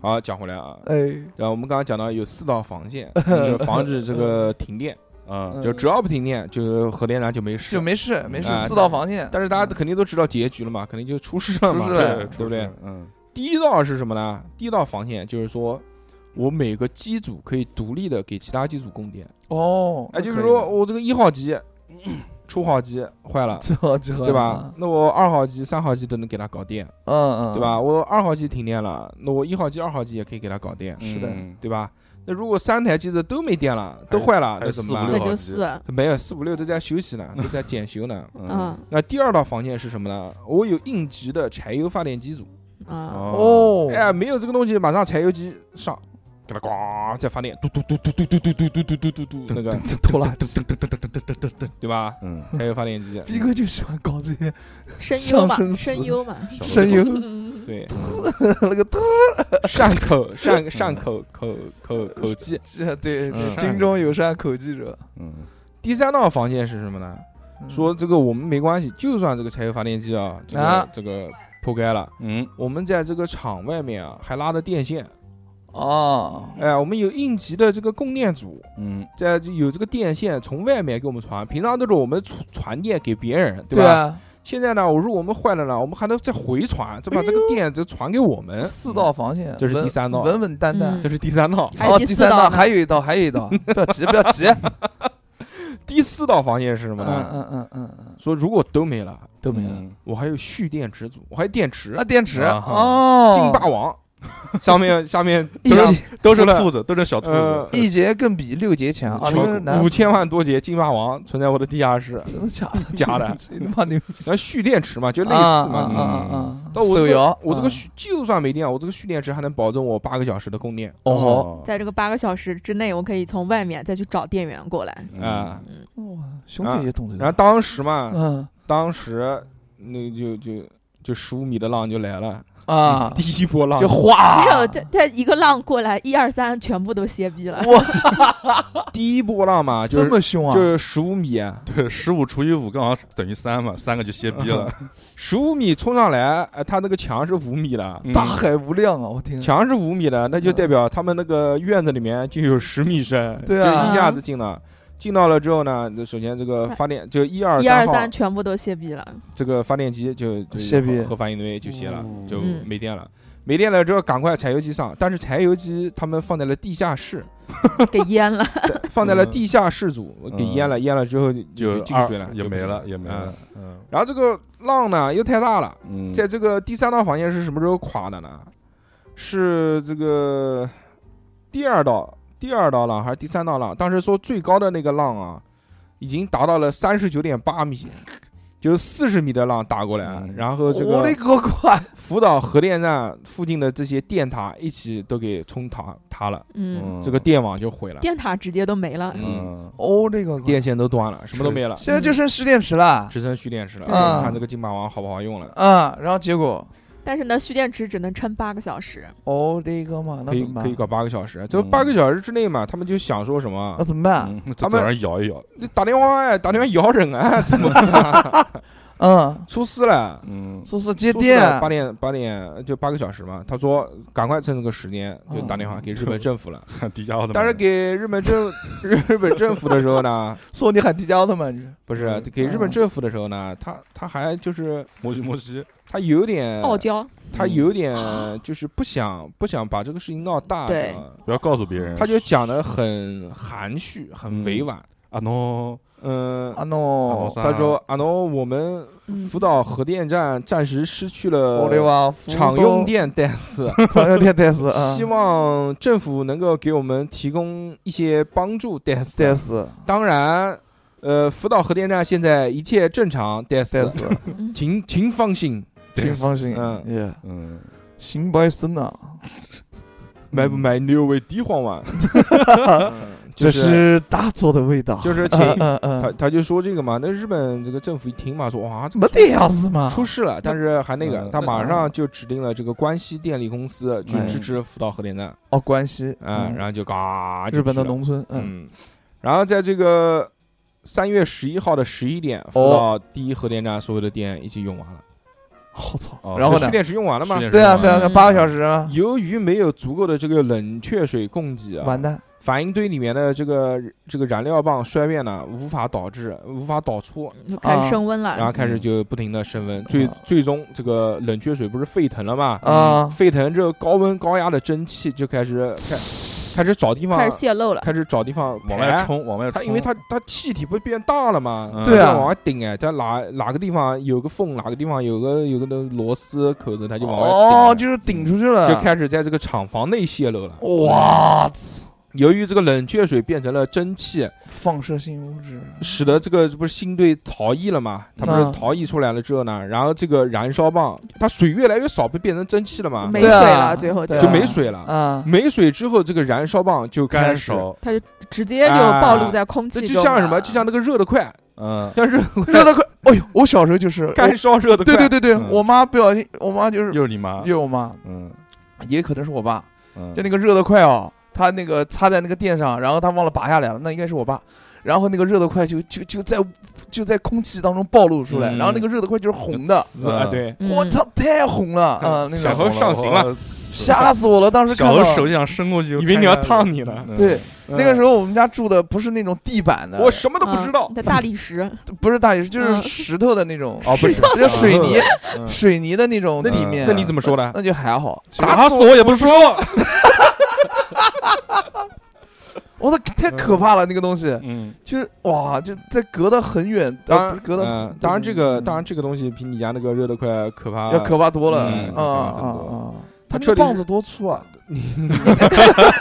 S2: 好，讲回来啊，
S3: 哎，
S2: 然后我们刚刚讲到有四道防线，就是防止这个停电。
S5: 嗯，
S2: 就只要不停电，就核电站就没事。
S3: 呃就没事没事
S2: 哎，
S3: 四道防线，嗯
S2: 但是大家肯定都知道结局了嘛，肯定就出事了
S3: 出
S2: 嘛，
S3: 事
S2: 对
S3: 了
S2: 对不对？？
S5: 嗯
S2: 第一道是什么呢？第一道防线就是说，我每个机组可以独立的给其他机组供电。
S3: 哦，
S2: 哎，就
S3: 那
S2: 是
S3: 可以
S2: 说我这个一号机、 初号机坏了
S3: 的， 最后最后
S2: 对吧？？那我二号机、三号机都能给它搞电，
S3: 嗯嗯，
S2: 对吧？我二号机停电了，那我一号机、二号机也可以给它搞电，
S3: 是的
S5: 嗯
S2: 对吧？那如果三台机子都没电了，都坏了，
S5: 还
S2: 那
S5: 有
S2: 怎
S5: 四
S2: 么办
S5: 五六
S4: 嗯那
S5: 号？
S4: 就
S5: 机
S4: 四，
S2: 那没有，四五六都在休 息呢，都在检修呢。
S4: 嗯
S5: 嗯
S2: 那第二道防线是什么呢？我有应急的柴油发电机组，
S4: 啊，
S5: 哦，
S3: 哦，
S2: 哎，没有这个东西，马上柴油机上，给它咣再发电，嘟嘟嘟嘟嘟嘟嘟嘟嘟嘟嘟嘟，那个
S3: 拖拉机，
S2: 对吧？
S5: 嗯，
S2: 柴油发电 机，
S3: 逼哥就喜欢搞这些
S4: 声优嘛
S3: 上升，词
S4: 声优嘛，
S3: 声优
S4: 嗯
S2: 对，
S3: 那个特
S2: 善口善善口口口口技。
S3: 技， 对，
S5: 嗯
S3: 精忠友善口技者，
S5: 嗯
S2: 第三道防线是什么呢？
S3: 嗯
S2: 说这个我们没关系，就算这个柴油发电机啊，这
S3: 啊
S2: 个这个破开了，
S5: 嗯，
S2: 我们在这个厂外面啊还拉着电线，
S3: 哦，
S2: 哎，我们有应急的这个供电组，
S5: 嗯，
S2: 在这有这个电线从外面给我们传，平常都是我们传传电给别人，对吧？
S3: 对啊，
S2: 现在呢，我如果我们坏了呢，我们还能再回传，再把
S3: 哎
S2: 这个电再传给我们。
S3: 四道防线，
S2: 嗯这是
S3: 稳
S2: 第三道
S3: 稳稳淡淡
S4: 嗯。
S2: 这是第三道，
S4: 还有
S3: 哦，
S4: 第
S3: 第
S4: 四
S3: 三
S4: 道
S3: 道
S4: 呢
S3: 还有一道，还有 一道，不要急，不要急。嗯
S2: 第四道防线是什么呢？
S3: 嗯嗯嗯嗯，
S2: 说如果都没了，
S3: 都没了。
S5: 嗯
S2: 我还有蓄电池组，我还有电池，
S3: 啊，电池
S5: 啊
S3: 哦，
S2: 劲霸王，上面下面
S3: 一嗯
S2: 都是
S3: 节
S5: 都是
S2: 除了
S5: 兔子，都是小兔
S2: 呃
S5: 子，
S3: 一节更比六节强啊！
S5: 全
S3: 这是男
S2: 五千万多节劲霸王存在我的地下室，
S3: 真的假的？
S2: 假 的
S3: 这他妈牛逼！
S2: 然后蓄电池嘛，就类似
S3: 啊
S2: 嘛。
S3: 啊
S2: 嗯
S3: 啊啊啊
S2: 到我这
S3: 手
S2: 个
S3: 摇，
S2: 我这个
S3: 啊
S2: 蓄就算没电，我这个蓄电池还能保证我八个小时的供电啊
S3: 哦吼，
S4: 在这个八个小时之内，我可以从外面再去找电源过来。
S2: 啊。
S4: 嗯，
S3: 哇，兄弟也懂这个。
S2: 然后当时嘛，
S3: 嗯
S2: 当时那就就就十五米的浪就来了，
S3: 啊，
S2: 第一波浪
S3: 就
S2: 啊
S3: 哗，
S4: 没有，这这一个浪过来，一二三全部都歇逼了。
S3: 哇，
S2: 第一波浪嘛，就
S3: 这
S2: 是
S3: 么凶啊！
S2: 就是十五米，
S5: 对，十五除以五刚好等于三嘛，三个就歇逼了。
S2: 十五米冲上来，哎，它那个墙是五米的，
S5: 嗯
S3: 大海无量啊！我天，
S2: 墙是五米的，那就代表他们那个院子里面就有十米深，
S3: 对
S2: 就
S3: 啊
S2: 一下子进了。进到了之后呢，那首先这个发电就一二
S4: 一二
S2: 号
S4: 三全部都歇逼了，
S2: 这个发电机就就
S3: 歇逼
S2: 核核反应堆就歇了，就
S4: 嗯
S2: 没电了。没电了之后，赶快柴油机上，但是柴油机他们放在了地下 室，
S4: 给淹 了。
S2: 放在了地下室组，给淹了，淹了之后就
S5: 就
S2: 进水了，
S5: 也
S2: 就不
S5: 没
S2: 行
S5: 了，也没。
S2: 嗯
S5: 了。嗯
S2: 然后这个浪呢又太大了，
S5: 嗯，
S2: 在这个第三道防线是什么时候垮的呢？是这个第二道第二道浪还是第三道浪？当时说最高的那个浪啊，已经达到了三十九点八米，就是四十米的浪打过来
S5: 嗯，
S2: 然后这
S3: 我
S2: 个
S3: 的哦个乖！
S2: 福岛核电站附近的这些电塔一起都给冲塌塌了，
S4: 嗯，
S2: 这个电网就毁了，
S4: 电塔直接都没了。
S5: 嗯
S3: 我的哦个乖！
S2: 电线都断了，什么都没了，
S3: 现在就剩蓄电池了
S2: 只剩蓄电池了。
S3: 啊
S2: 看这个金霸王好不好用了，
S3: 啊，然后结果
S4: 但是呢，蓄电池只能撑八个小时。
S3: 我的个妈，
S2: 可
S3: 那
S2: 以
S3: 怎么
S2: 可以
S3: 办？
S2: 搞八个小时，就八个小时之内嘛，他们就想说什么啊
S3: 那，怎么办？
S5: 嗯，
S2: 他
S5: 他
S2: 们
S5: 们上摇一摇。
S2: 你打电话哎，打电话摇人啊， 怎么
S3: 嗯，
S2: 出事了？
S5: 嗯
S3: 说是接
S2: 出事
S3: 电，
S2: 了八点八点就八个小时嘛。他说赶快趁这个时间
S3: 哦
S2: 就打电话给日本政 府了。
S5: 迪迦奥特曼
S2: 但是给日本政 日日本政府的时候呢，
S3: 说你喊迪迦奥特曼去，
S2: 不是啊
S3: 嗯
S2: 给日本政府的时候呢，他他还就是
S5: 摩西摩西，
S2: 他有点
S4: 傲娇，嗯
S2: 他有点就是不想不想把这个事情闹大，
S4: 对
S2: 知道吗
S5: 不要告诉别人。
S2: 他就讲的很含蓄，很
S5: 嗯
S2: 委婉，
S5: 啊 no，
S2: 嗯。
S3: 啊
S5: 诺
S3: no，
S5: 桑
S2: 他说：“啊，喏，我们
S4: 嗯
S2: 福岛核电站暂时失去了
S3: 我的哇，
S2: 呃常用电，但 是
S3: 啊常用电 电死啊，
S2: 希望政府能够给我们提供一些帮助，但是
S3: 电死
S2: 当然，呃，福岛核电站现在一切正常，但
S3: 电
S2: 是
S3: 死，
S4: 嗯
S2: 请请放心，
S3: 请放心，
S2: 嗯
S3: 嗯，
S5: 嗯，
S3: 行白 生啊，
S2: 买不买六味地黄丸？
S3: 嗯
S2: 就
S3: 这
S2: 是
S3: 是大作的味道，
S2: 就是 请
S3: 嗯嗯
S2: 他
S3: 嗯，
S2: 他就说这个嘛，那日本这个政府一听嘛，说哇，这
S3: 没
S2: 个
S3: 得样子嘛，
S2: 出事了，但是还那个
S5: 嗯，
S2: 他马上就指定了这个关西电力公司去支持福岛核电站
S3: 哦关系
S2: 啊，
S3: 嗯
S2: 然后就嘎，就
S3: 日本的
S2: 去了
S3: 农村，嗯，
S2: 嗯，然后在这个三月十一号的十一
S3: 哦
S2: 点，福岛第一核电站所有的电已经用完了，
S3: 我操
S5: 哦，
S3: 然后
S2: 就蓄
S3: 呢？
S2: 电池用完了吗？
S5: 训练
S3: 对啊
S5: 时候
S3: 对啊，对啊
S4: 嗯
S3: 八个小时啊，
S2: 由于没有足够的这个冷却水供给啊，
S3: 完蛋，
S2: 反应堆里面的这个这个燃料棒衰变呢，无法导致无法导出，
S4: 就开
S3: 啊嗯
S4: 始升温了。
S2: 然后开始就不停的升温，最最终这个冷却水不是沸腾了吗？
S3: 啊，
S2: 沸腾之后，高温高压的蒸汽就开始开开始找地方，
S4: 开始泄漏了，
S2: 开始找地方
S5: 往外
S2: 排
S5: 冲，往外冲。
S2: 它哎因为它它气体不变大了嘛，
S5: 嗯
S2: 它
S3: 对啊
S2: 就往外顶哎，它哪哪个地方有个缝，哪个地方有个有个那螺丝口子，它就往外顶哎
S3: 哦，就是顶出去了，
S2: 就开始在这个厂房内泄漏了。
S3: 哇，
S2: 由于这个冷却水变成了蒸汽，
S3: 放射性物质，
S2: 使得这个不是新队逃逸了嘛？它不
S3: 嗯
S2: 是逃逸出来了之后呢，然后这个燃烧棒它水越来越少，不变成蒸汽了嘛？
S4: 没
S3: 对
S4: 水
S3: 啊
S4: 了，最后
S3: 对啊
S4: 就
S2: 就没水了。
S3: 啊，
S2: 没水之后，这个燃烧棒就开
S5: 干
S2: 始，
S5: 手，
S4: 直接就暴露在空
S2: 这
S4: 气中
S2: 就
S4: 了。
S2: 像什么？就啊像那个热得快，
S5: 嗯，
S2: 像热
S3: 热得快，哎呦，我小时候就是，
S2: 干
S3: 我
S2: 烧热得快。
S3: 对对对对，
S5: 嗯
S3: 我妈不小心，我妈就是
S5: 又是你妈，
S3: 又我妈，
S5: 嗯
S3: 也可能是我爸，
S5: 嗯，
S3: 就那个热得快哦，他那个插在那个电上，然后他忘了拔下来了，那应该是我爸。然后那个热得快就就就在就在空气当中暴露出来，
S5: 嗯
S3: 然后那个热得快就是红的，
S2: 死啊！
S5: 嗯
S2: 对，
S4: 嗯
S3: 我操，太红了啊！那
S2: 嗯小
S3: 个
S2: 何上刑了，
S3: 吓死我了，当时看
S5: 小
S3: 到
S5: 何手就想伸过去，
S2: 以为你要烫你了。
S5: 嗯
S3: 对，那个时候我们家住的不是那种地板的，
S2: 嗯我什么都不知道
S4: 嗯。在大 理石，
S3: 不是大理石，就是
S4: 嗯
S3: 石头的那种，
S5: 哦，不是，
S3: 就水泥
S5: 嗯
S3: 水泥的那种
S5: 那你
S3: 地
S2: 嗯
S3: 面。呃
S2: 那你怎么说的？
S3: 那就还好，
S2: 打死我也不说。
S3: 我操，太可怕了那个东西，
S5: 嗯，
S3: 就是哇，就在隔得很远，
S2: 当
S3: 呃，
S2: 然
S3: 不是隔得
S2: 嗯
S3: 很，
S2: 当然这个
S3: 嗯
S2: 当然这个东西比你家那个热得快可怕
S3: 要可怕多了，
S5: 嗯
S3: 啊
S2: 可
S3: 啊
S2: 怕很多
S3: 啊！
S2: 他
S3: 他那
S2: 彻
S3: 个
S2: 底
S3: 棒
S2: 是
S3: 子多粗 啊！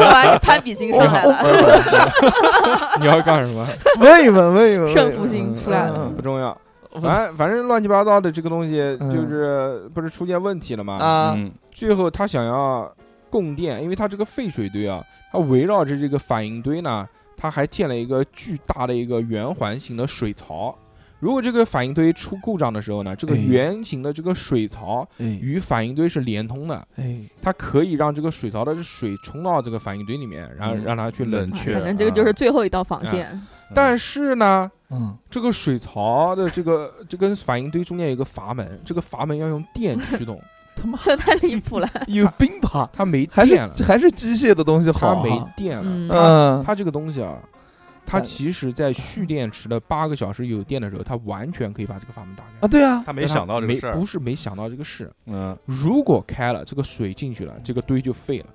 S4: 哇，你攀比心上来了。
S3: 了，
S2: 你要干什么
S3: 问一问，问一问，
S4: 胜负心出来
S3: 了
S2: 不重要，
S3: 不
S2: 反正反正乱七八糟的这个东西
S3: 嗯
S2: 就是不是出现问题了嘛？
S3: 啊
S5: 嗯
S2: 最后他想要供电，因为他这个废水堆啊，它围绕着这个反应堆呢，它还建了一个巨大的一个圆环形的水槽。如果这个反应堆出故障的时候呢，这个
S3: 哎
S2: 圆形的这个水槽
S3: 哎
S2: 与反应堆是连通的，
S3: 哎，
S2: 它可以让这个水槽的水冲到这个反应堆里面，然后
S5: 嗯
S2: 让它去冷
S5: 冷
S2: 却。
S5: 却
S4: 反正这个就是最后一道防线，
S2: 但是呢，
S3: 嗯，
S2: 这个水槽的这个这跟反应堆中间有一个阀门，这个阀门要用电驱动，
S3: 他妈
S4: 这太离谱了。
S3: 有病吧？
S2: 它没
S3: 还是
S2: 电了，
S3: 还是机械的东西好
S2: 它
S3: 啊，
S2: 没电了。
S4: 嗯
S3: 嗯，
S2: 它这个东西啊，它
S3: 它
S2: 其实在蓄电池的八个小时有电的时候，它完全可以把这个阀门打开
S3: 啊，。对啊，
S5: 他没
S2: 但它
S5: 想到这个
S2: 没
S5: 事儿
S2: 呃不，是没想到这个事。
S5: 嗯，
S2: 如果开了，这个水进去了，这个堆就废了。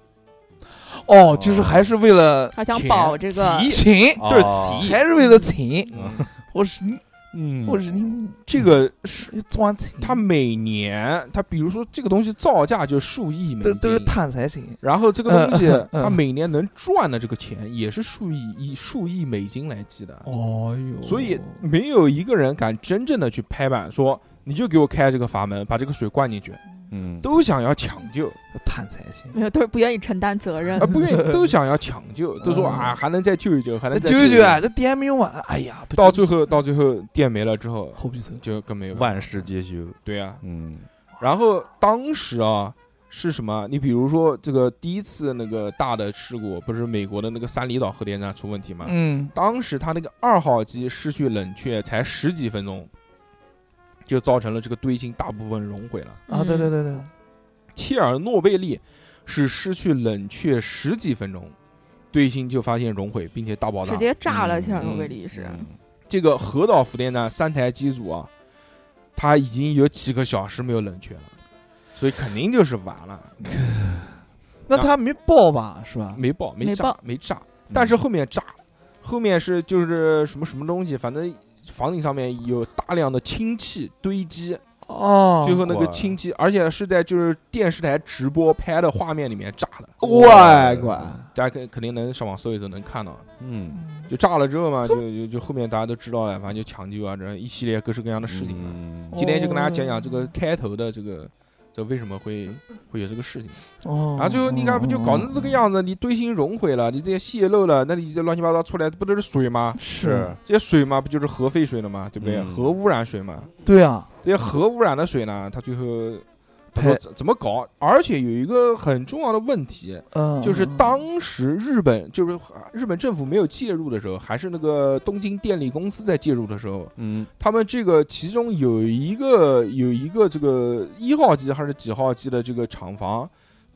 S3: 哦，就是还是为了
S4: 他想
S2: 钱
S4: 保这个
S2: 急
S3: 钱，
S5: 哦
S2: 这是起义
S3: 还是为了钱，
S5: 嗯
S3: 我是你
S2: 嗯
S3: 我是你
S2: 这个是
S3: 赚钱，
S2: 它每年，它比如说这个东西造价就数亿美
S3: 都
S2: 金，
S3: 都是贪财心，
S2: 然后这个东西
S3: 嗯，嗯
S2: 它每年能赚的这个钱也是数亿以数亿美金来计的，
S3: 哦哟，
S2: 所以没有一个人敢真正的去拍板说，你就给我开这个阀门，把这个水灌进去，
S5: 嗯，
S2: 都想要抢救，
S3: 贪财心，
S4: 没有都是不愿意承担责任
S2: 啊，。不愿意，都想要抢救，都说
S3: 嗯
S2: 啊还能再救一救，还能再
S3: 舅
S2: 一
S3: 舅啊，，这电没用完，哎呀，不
S2: 到
S3: 行
S2: 最后到最后电没了之后，
S3: 后鼻头
S2: 就更没有办法
S5: 万事皆休，
S2: 对啊，
S5: 嗯
S2: 然后当时啊是什么？你比如说这个第一次那个大的事故，不是美国的那个三里岛核电站出问题吗？
S3: 嗯，
S2: 当时他那个二号机失去冷却才十几分钟，就造成了这个堆芯大部分熔毁了。
S3: 啊，对对对
S2: 嗯
S3: 对，
S2: 切尔诺贝利是失去冷却十几分钟，堆芯就发现熔毁，并且大爆
S4: 嗯，
S2: 炸
S4: 直。接炸了
S5: 嗯
S4: 切尔诺贝利是。
S5: 嗯
S2: 这个核岛核电站三台机组啊，它已经有几个小时没有冷却了，所以肯定就是完了，
S3: 那他没爆吧，是吧？
S2: 没爆，
S4: 没
S2: 炸，
S4: 爆嗯
S2: 没炸。但是后面炸，后面是就是什么什么东西，反正房顶上面有大量的氢气堆积，
S3: 哦，
S2: 最后那
S5: 哇
S2: 个氢气，而且是在就是电视台直播拍的画面里面炸的，
S4: 哦
S3: 乖乖，
S2: 大家肯肯定能上网搜一搜能看到。
S5: 嗯，
S2: 就炸了之后嘛，就就就后面大家都知道了，反正就抢救啊，这一系列各式各样的事情嘛。
S5: 嗯
S2: 今天就跟大家讲讲这个开头的这个。这为什么会会有这个事情？
S3: 哦，
S2: 然后最后你看不就搞成这个样子？你堆芯熔毁了，你这些泄漏了，那你这乱七八糟出来不都是水吗？
S3: 是，
S2: 这些水嘛，不就是核废水了吗？对不对？
S5: 嗯
S2: 核污染水嘛，
S3: 对啊，
S2: 这些核污染的水呢，它最后他说
S3: 哎
S2: 怎怎么搞？而且有一个很重要的问题，
S3: 嗯，
S2: 就是当时日本就是日本政府没有介入的时候，还是那个东京电力公司在介入的时候，
S5: 嗯
S2: 他们这个其中有一个有一个这个一号机还是几号机的这个厂房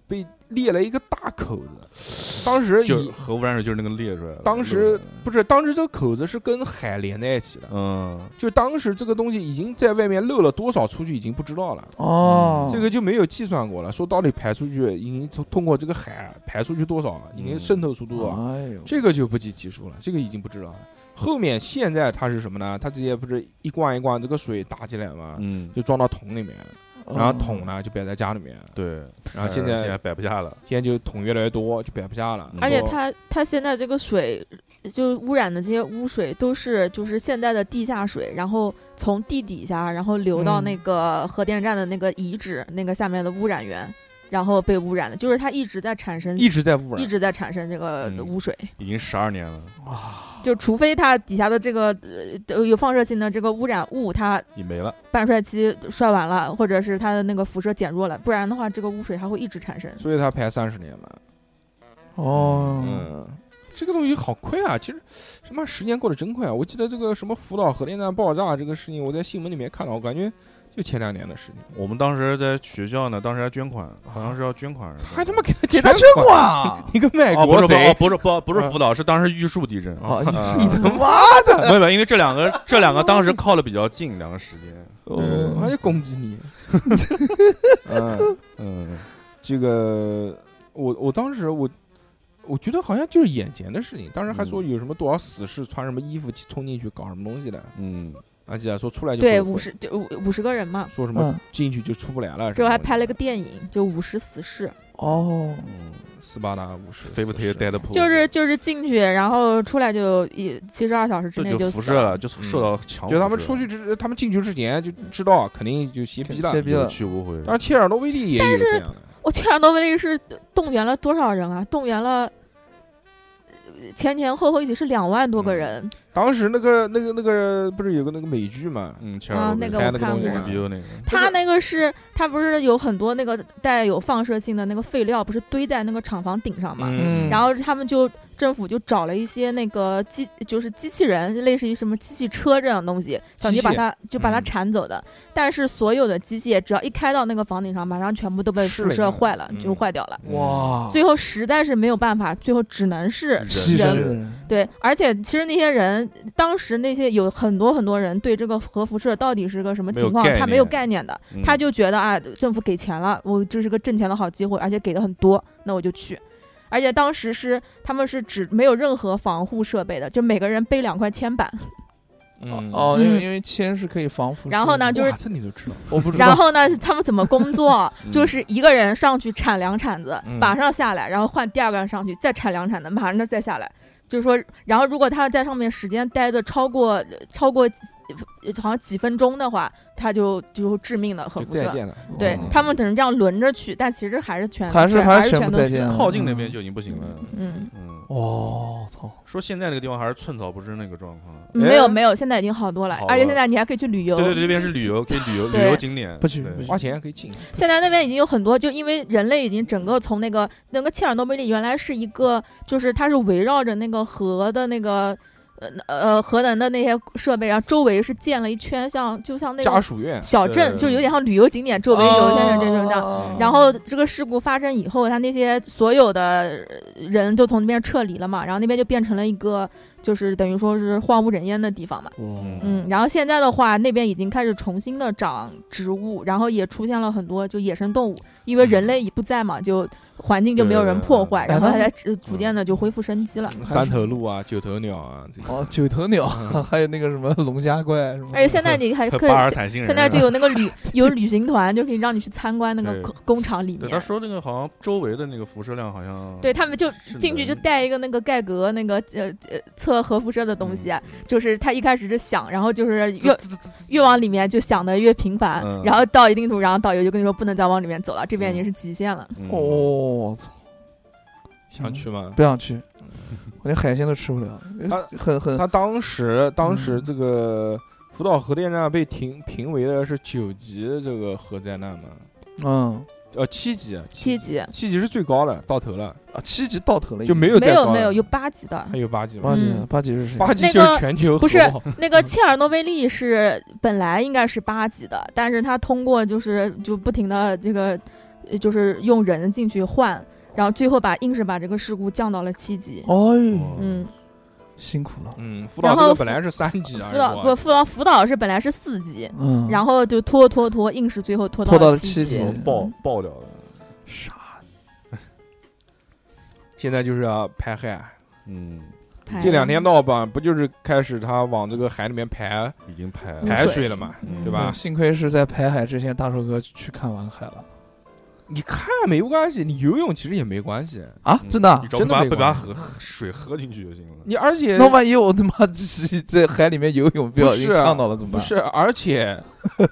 S2: 被裂了一个大口子。当时
S5: 就
S2: 以
S5: 核污染水就是那个裂出来的。
S2: 当时不是，当时这个口子是跟海连在一起的，
S5: 嗯，
S2: 就当时这个东西已经在外面漏了多少出去已经不知道了。
S3: 哦，
S2: 这个就没有计算过了，说到底排出去已经从通过这个海排出去多少，已经
S5: 嗯
S2: 渗透出多少，
S3: 哎呦，
S2: 啊这个就不计其数了，这个已经不知道了。后面现在它是什么呢？它直接不是一罐一罐这个水打起来嘛，
S5: 嗯，
S2: 就装到桶里面，
S3: 嗯
S2: 然后桶？呢就摆在家里面，
S5: 对。
S2: 然后现在
S5: 呃现在摆不下嗯了，
S2: 现在就桶越来越多，就摆不下了。
S4: 而且
S2: 说
S4: 它它现在这个水，就污染的这些污水都是就是现在的地下水，然后从地底下然后流到
S3: 嗯
S4: 那个核电站的那个遗址那个下面的污染源，然后被污染的，就是它一直在产生。
S2: 一直在污
S4: 一
S2: 染，
S4: 直在产生这个
S5: 嗯
S4: 污水，
S5: 已经十二年了，
S4: 就除非它底下的这个呃有放射性的这个污染物，它
S5: 也没了。
S4: 半衰期衰完了，或者是它的那个辐射减弱了，不然的话，这个污水还会一直产生。
S2: 所以它排三十年嘛。
S3: 哦，
S2: 嗯，这个东西好快啊！其实，什么时间过得真快啊！我记得这个什么福岛核电站爆炸这个事情，我在新闻里面看到，我感觉就前两年的事情。
S5: 我们当时在学校呢，当时还捐款，好像是要捐款，
S2: 还他妈给他
S3: 给他
S2: 捐
S3: 捐 款啊！
S2: 一个卖
S5: 哦，不
S2: 国
S5: 是不是
S2: 贼哦
S5: 哦，不是不不是
S2: 嗯
S5: 辅导，是当时玉树地震。
S3: 啊，
S5: 啊
S3: 你你他妈的！
S5: 没有没有，因为这两个这两个当时靠的比较近，两个时间。
S2: 哦他就攻击你。 嗯，
S5: 嗯，
S2: 这个我我当时我我觉得好像就是眼前的事情，当时还说
S4: 嗯
S2: 有什么多少死士穿什么衣服去冲进去搞什么东西的，
S5: 嗯，
S2: 而且说出来就
S4: 对，
S2: 后悔
S4: 五十就五五十个人嘛，
S2: 说什么
S3: 嗯
S2: 进去就出不来了，
S4: 之后还
S2: 什么东西
S4: 拍了个电影，就五十死士，
S3: 哦，
S2: 斯巴达五十，
S5: 飞不贴
S2: 40
S5: 待的破，
S4: 就是就是进去，然后出来就一七十二小时之
S5: 这
S4: 内
S5: 就
S4: 死
S5: 辐射了，就受到
S2: 嗯
S5: 强辐射，
S2: 就他们出去之，他们进去之前就知道肯定就斜逼了。
S3: 切逼
S5: 有
S3: 了，
S5: 去无回。
S2: 当然，切尔诺贝利也有这样的，
S4: 我切尔诺贝利是动员了多少人啊？动员了呃前前后后一起是两万多
S2: 嗯
S4: 个人，
S2: 当时那个那个那个不是有个那个美剧嘛？
S5: 嗯，切
S4: 啊
S5: 尔诺贝
S4: 那个
S5: 利
S2: 拍
S4: 我
S2: 那个东
S4: 看
S2: 西
S4: 过
S5: 日
S2: 是
S5: 比欧那个，
S4: 他那个是他不是有很多那个带有放射性的那个废料，不是堆在那个厂房顶上嘛？
S3: 嗯
S4: 然后他们就政府就找了一些那个机，就是机器人，类似于什么机器车这种东西，想去
S2: 机械
S4: 把它就把它
S5: 嗯
S4: 铲走的。但是所有的机械只要一开到那个房顶上，马上全部都被
S2: 失
S4: 辐
S2: 灵
S4: 射
S2: 了
S4: 坏了，就
S2: 嗯
S4: 坏掉了。
S3: 哇，
S4: 最后实在是没有办法，最后只能是
S3: 牺
S4: 人
S3: 牲
S5: 人
S3: 人
S4: 对，而且其实那些人当时那些有很多很多人对这个核辐射到底是个什么
S5: 没有
S4: 情况，
S5: 概
S4: 他没有
S5: 念
S4: 概念的，
S5: 嗯
S4: 他就觉得啊，政府给钱了，我这是个挣钱的好机会，而且给的很多，那我就去。而且当时是他们是只没有任何防护设备的，就每个人背两块铅板，
S2: 嗯
S3: 哦，因
S4: 嗯
S3: 为因为铅是可以防辐射的。
S4: 然后呢就是
S2: 哇这你都知道，
S3: 我不知
S4: 然
S3: 道，
S4: 后呢，他们怎么 工作
S5: 嗯？
S4: 就是一个人上去铲两铲子
S2: 嗯，
S4: 马上下来，然后换第二个人上去，再铲两铲子，马上再下来。就是说，然后如果他要在上面时间待的超过超过几好像几分钟的话，他就就致命的核
S2: 就
S4: 辐
S2: 再
S4: 射。
S2: 见了。
S4: 对
S2: 嗯
S4: 他们等于这样轮着去，但其实还是全
S3: 还是
S4: 还
S3: 是全
S4: 全
S3: 部
S4: 都
S3: 再
S4: 死
S3: 见
S4: 了。
S3: 了。
S5: 靠近那边就已经不行了。
S4: 嗯，
S5: 嗯，
S3: 哦，操，
S5: 说现在这个地方还是寸草不生那个状况。
S4: 没
S3: 哎
S4: 有没有，现在已经好多了
S5: 好，
S4: 而且
S5: 了
S4: 现在你还可以去旅游。
S5: 对对对，这边是旅游，可以旅游旅
S4: 对哎
S5: 游景点，
S3: 不去
S5: 对
S3: 不去
S2: 花钱可以进，
S4: 现在那边已经有很多，就因为人类已经整个从那个那个切尔诺贝利原来是一个，就是它是围绕着那个核的那个呃呃核能的那些设备，然后啊周围是建了一圈像就像那
S2: 家
S4: 个
S2: 属院
S4: 小镇，
S5: 对
S4: 就有点像旅游景点，周围有一圈像这种的。
S3: 啊
S4: 然后这个事故发生以后，他那些所有的呃人就从那边撤离了嘛，然后那边就变成了一个就是等于说是荒无人烟的地方嘛。
S3: 哦
S4: 嗯，然后现在的话，那边已经开始重新的长植物，然后也出现了很多就野生动物，因为人类已不在嘛，就环境就没有人破坏，
S3: 对
S4: 然后它才逐逐渐的就恢复生机了。
S2: 三头鹿啊，九头鸟啊，这些
S3: 哦，九头鸟，
S2: 嗯
S3: 还有那个什么龙虾怪什么的，
S4: 而且现在你 还可以
S5: 巴，尔坦星人。
S4: 现在就有那个旅有旅行团，就可以让你去参观那个
S5: 对
S4: 工工厂里
S5: 对
S4: 面
S5: 他。说那个好像周围的那个辐射量好像
S4: 对他们就是进去就
S5: 能
S4: 带一个那个盖格那个呃呃测核辐射的东
S2: 嗯
S4: 西啊，就是他一开始是想，然后就是越越往里面就想的越频繁，
S5: 嗯
S4: 然后到一定度，然后导游就跟你说不能再往里面走了，这边已经是极限了。
S5: 嗯
S3: 哦，操，
S2: 想去吗
S3: 不？想 去，我连海鲜都吃不了，
S2: 他
S3: 很很
S2: 啊他当时当时
S3: 嗯
S2: 这个福岛核电站被评评为的是九级这个核灾难嘛，
S3: 嗯
S2: 呃七级，
S4: 七
S2: 级，
S4: 级
S2: 七级是最高的，到头了
S3: 啊，七级到头了已
S2: 就
S3: 经，
S2: 没有
S4: 没
S2: 再高
S4: 有
S2: 了嗯哎
S4: 没有有八级的
S2: 还，有八级吗？
S3: 八级
S4: 嗯，
S3: 八级是谁？
S2: 八级
S4: 那
S2: 就
S4: 个
S2: 是全球
S4: 不是
S2: 核 爆
S4: 那个切尔诺贝利是本来应该是八级的，但是他通过就是就不停的这个，呃就是用人进去换，然后最后把硬是把这个事故降到了七
S2: 哦
S4: 级。
S5: 哦
S3: 哎，
S4: 嗯，
S3: 辛苦了，
S2: 嗯，辅
S4: 然
S2: 导这
S4: 后
S2: 个
S4: 辅
S2: 本来是三级啊，
S4: 辅导不辅导辅导是本来是四级，
S3: 嗯，
S4: 然后就拖拖拖，硬是最后拖
S3: 拖到了
S4: 七
S3: 七级
S4: 级。
S5: 爆爆掉了。
S3: 傻，
S2: 现在就是要排海。
S5: 嗯，
S4: 排
S2: 这两天到晚不就是开始他往这个海里面排
S5: 已经排
S4: 污
S2: 排
S4: 水
S2: 水了嘛，
S4: 嗯
S2: 对吧？
S3: 幸亏是在排海之前，大寿哥去看完海了
S2: 你看没关系，你游泳其实也没关系。
S3: 啊，真的啊
S5: 嗯你。只要
S2: 真的
S5: 不把
S2: 没
S5: 不
S2: 关
S5: 把
S2: 系
S5: 河河水喝进去就行了。
S2: 你而且
S3: 那万一我他妈就是在海里面游泳，不小心
S2: 不是啊
S3: 呛到了怎么
S2: 不
S3: 办？
S2: 是，而 且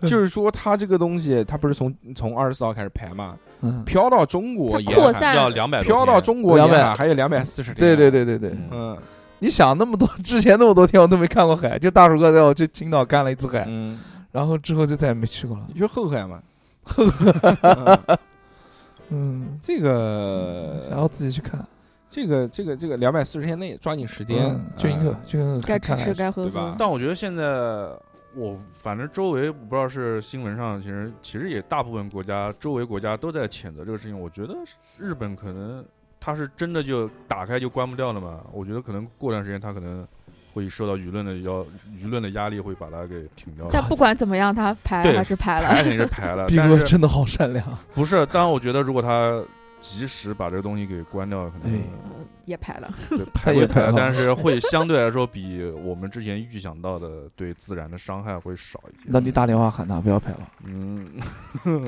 S2: 就是说它这个东西，它不是从从二十四号开始排嘛，
S3: 嗯，
S2: 飘到中
S4: 它
S2: 国沿
S4: 扩
S2: 海，
S4: 散
S5: 要
S4: 了
S5: 两百
S2: 飘到中国沿海还有两百四十天。
S3: 对对，对对对，
S2: 嗯
S3: 你想那么多，之前那么多天我都没看过海，就大叔哥带我去青岛干了一次海，
S2: 嗯，
S3: 然后之后就再也没去过了
S2: 你。去后海 嘛，嗯
S3: 嗯，
S2: 这
S3: 然
S2: 个
S3: 后自己去看，
S2: 这个这个这个两百四十天内抓紧时间
S3: 嗯，就一个
S2: 嗯
S3: 就一个
S4: 该吃
S3: 看海
S4: 吃该喝
S2: 对吧
S4: 喝，
S5: 但我觉得现在我反正周围我不知道是新闻上，其实其实也大部分国家周围国家都在谴责这个事情。我觉得是日本可能它是真的就打开就关不掉了嘛。我觉得可能过段时间它可能会受到舆论的要舆论的压力，会把它给停掉。
S4: 但不管怎么样，他排
S5: 对
S4: 还是排了。
S5: 排肯定是 排了，
S3: 逼
S5: 但
S3: 哥
S5: 是
S3: 真的好善良，
S5: 不是？当然，我觉得如果它及时把这个东西给关掉，可能
S3: 哎
S4: 嗯也排了，
S5: 对排
S3: 也
S5: 会
S3: 排
S5: 排，
S3: 了
S5: 但是会相对来说比我们之前预想到的对自然的伤害会少一些。
S3: 那你打电话喊他不要拍了。
S5: 嗯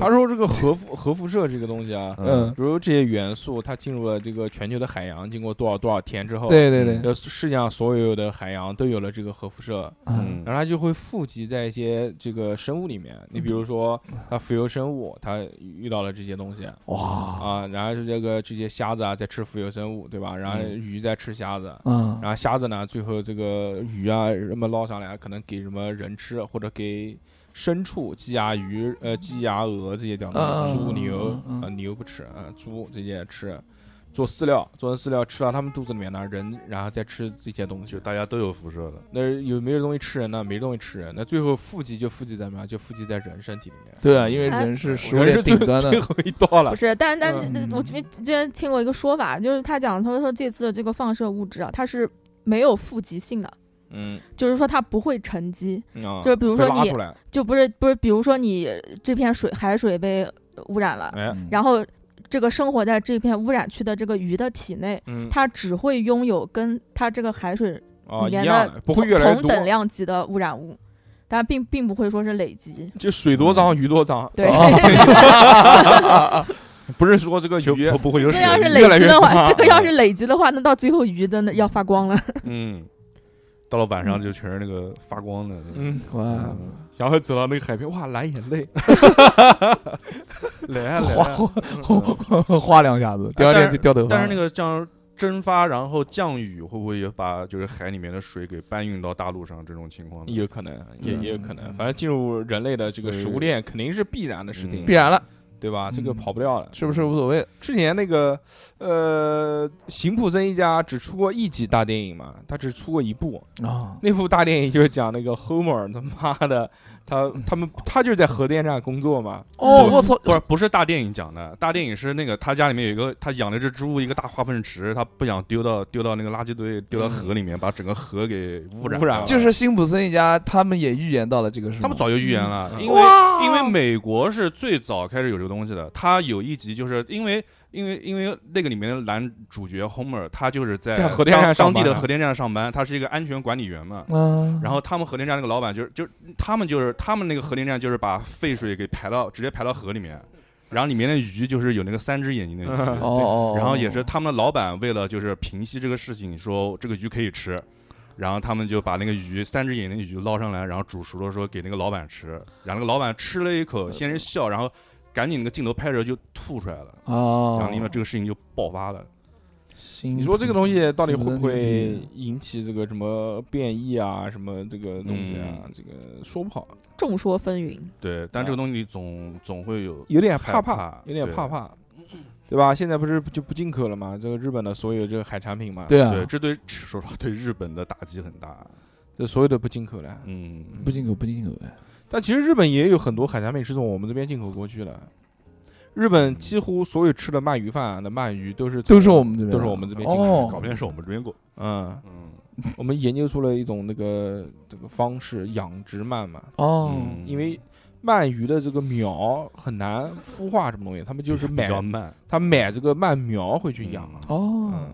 S2: 他说这个核辐核辐射这个东西啊，
S5: 嗯
S2: 比如这些元素，它进入了这个全球的海洋，经过多少多少天之后，
S3: 对对对，
S2: 呃，世界上所有的海洋都有了这个核辐射，
S3: 嗯，
S2: 然后它就会富集在一些这个生物里面。你比如说，
S3: 嗯
S2: 它浮游生物，它遇到了这些东西
S3: 哇，
S2: 啊，然后是这个这些虾子啊在吃浮游生物，对吧？然后
S5: 嗯
S2: 鱼在吃虾子，
S3: 嗯，
S2: 然后虾子呢，最后这个鱼啊什么捞上来，可能给什么人吃，或者给牲畜，鸡鸭鱼、呃鸡鸭鹅这些钓
S3: 嗯
S2: 鱼，猪
S3: 嗯
S2: 牛
S3: 嗯嗯
S2: 呃牛不吃啊、呃猪这些吃。做饲料，做成饲料吃到他们肚子里面呢，人然后再吃这些东西，
S5: 就大家都有辐射的，
S2: 那有没有东西吃人呢？没东西吃人，那最后腹肌就腹肌在哪？就腹肌在人身体里面。
S3: 对啊，因为
S4: 哎
S3: 人是食物
S2: 人
S3: 链
S2: 是
S3: 顶
S2: 最
S3: 端的
S2: 最，后一道了
S4: 不。是，但但
S2: 嗯
S4: 这这我这边之前听过一个说法，就是他讲，他说这次的这个放射物质啊，它是没有富集性的，
S2: 嗯，
S4: 就是说它不会沉积，
S2: 啊
S4: 就是比如说
S2: 被拉
S4: 你
S2: 出来，
S4: 就不是不是，比如说你这片水海水被污染了，
S2: 哎，
S4: 然后这个生活在这片污染区的这个鱼的体内，
S2: 嗯，
S4: 它只会拥有跟它这个海水
S2: 啊一
S4: 里面
S2: 样
S4: 的
S2: 的，不会
S4: 同
S2: 越来越
S4: 同等
S2: 多。
S4: 量级的污染物，但并并不会说是累积。
S2: 就水多脏鱼多脏，啊
S4: 对，
S2: 不是说这个鱼
S5: 不会有
S4: 这要是
S2: 越来
S4: 累积
S2: 越
S4: 的话，
S2: 大
S4: 这个要是累积的话，那到最后鱼真的要发光了。
S5: 嗯，到了晚上就全是那个发光的，嗯，
S2: 嗯，
S3: 哇，
S2: 然后走到那个海边，哇，蓝眼泪。
S5: 来啊 来
S3: 哗
S5: 啊！
S3: 哗哗两下子，第二天就掉头发了。
S5: 但是那个像蒸发，然后降雨，会不会也把就是海里面的水给搬运到大陆上？这种情况呢
S2: 有可能，也
S3: 嗯
S2: 也有可能，反正进入人类的这个食物链肯定是必然的事情
S5: 嗯
S3: 必，然了，
S2: 对吧？这个
S3: 嗯
S2: 跑不掉了。
S3: 是不是无所谓？
S2: 之前那个呃，辛普森一家只出过一集大电影嘛，他只出过一部，
S3: 啊，
S2: 那部大电影就是讲那个 Homer 他妈的，他他们他就是在核电站工作嘛，
S3: 哦，我操，
S5: 不是不是大电影讲的，大电影是那个他家里面有一个他养了一只猪，一个大化粪池，他不想丢到丢到那个垃圾堆，丢到河里面，把整个河给污
S2: 嗯
S5: 染
S2: 污染嗯
S5: 了
S3: 就是辛普森一家，他们也预言到了这个事。
S5: 他们早就预言了，
S2: 嗯
S5: 因为因为美国是最早开始有这个东西的。他有一集就是因为因为因为那个里面的男主角 Homer，他就是在
S2: 在核电站
S5: 当
S2: 上班
S5: 当地的
S2: 啊
S5: 核电站上班，他是一个安全管理员嘛。
S3: 嗯，
S5: 然后他们核电站那个老板就是就是他们就是他们那个核电站就是把废水给排到直接排到河里面，然后里面的鱼就是有那个三只眼睛的鱼。
S3: 哦哦，
S5: 然后也是他们的老板为了就是平息这个事情，说这个鱼可以吃，然后他们就把那个鱼三只眼睛的鱼捞上来，然后煮熟了说给那个老板吃，然后那个老板吃了一口，先是笑，然后赶紧那个镜头拍着就吐出来了，然
S3: 哦
S5: 后，因为这个事情就爆发了。
S3: 辛
S2: 你
S3: 普
S2: 说这个东西到底会不
S3: 辛
S2: 会
S3: 普森
S2: 引起这个什么变异啊，什么这个东西啊，这个说不好，
S4: 众说纷�云，
S5: 对，但这个东西总总会有
S2: 有点
S5: 害
S2: 怕
S5: 怕
S2: 有点
S5: 对
S2: 怕怕，对吧？现在不是就不进口了嘛，这个日本的所有这个海产品嘛，
S3: 对啊，
S5: 对，这对说实话对日本的打击很大。
S2: 这所有的不进口了。
S5: 嗯，
S3: 不进口不进口呗。哎
S2: 但其实日本也有很多海产品是从我们这边进口过去的。日本几乎所有吃的鳗鱼饭的鳗鱼都是
S3: 都
S2: 从
S3: 是我们这边的，
S2: 都是我们这边进口的
S3: 哦
S5: 搞不定是我们这边过，
S2: 嗯，
S5: 嗯，
S2: 我们研究出了一种那个这个方式养殖鳗嘛，
S3: 哦
S5: 嗯，
S2: 因为鳗鱼的这个苗很难孵化什么东西，他们就是
S5: 比
S2: 买
S5: 较慢，
S2: 他买这个鳗苗回去养啊。
S3: 哦
S2: 嗯，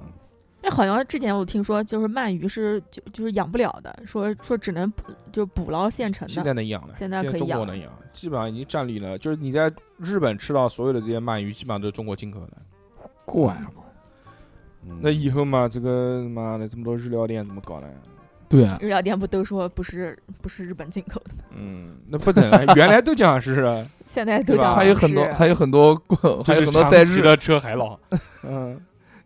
S4: 那哎好像之前我听说，就是鳗鱼是就就是养不了的，说说只能捕就捕捞现成
S2: 现在
S4: 的。
S2: 能养了，
S4: 现在可以
S2: 中国
S4: 养
S2: 能养，基本上已经占领了。就是你在日本吃到所有的这些鳗鱼，基本上都是中国进口的。
S3: 怪啊
S5: 嗯
S2: 那以后嘛，这个妈的这么多日料店怎么搞呢？
S3: 对啊，
S4: 日料店不都说不是不是日本进口的，
S2: 嗯，那不能，
S5: 啊
S2: 原来都讲是，
S4: 现在都
S2: 对吧
S4: 讲
S3: 还有很多
S4: 是
S3: 还有很多还有很多
S2: 这是长
S3: 在
S2: 崎
S3: 日
S2: 的车还老，嗯，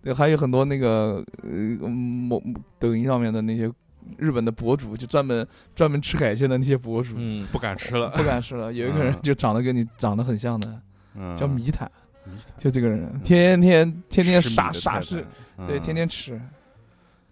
S3: 对，还有很多那个呃某某抖音上面的那些日本的博主，就专门专门吃海鲜的那些博主，
S2: 嗯，
S5: 不敢吃了，
S3: 不敢吃了。有一个人
S5: 嗯
S3: 就长得跟你长得很像的，
S5: 嗯
S3: 叫米坦，
S5: 米塔
S3: 就这个人，天天天天
S5: 嗯吃米
S3: 傻
S5: 的
S3: 傻
S5: 太
S3: 吃
S5: 淡，，
S3: 对，
S5: 嗯
S3: 天天吃。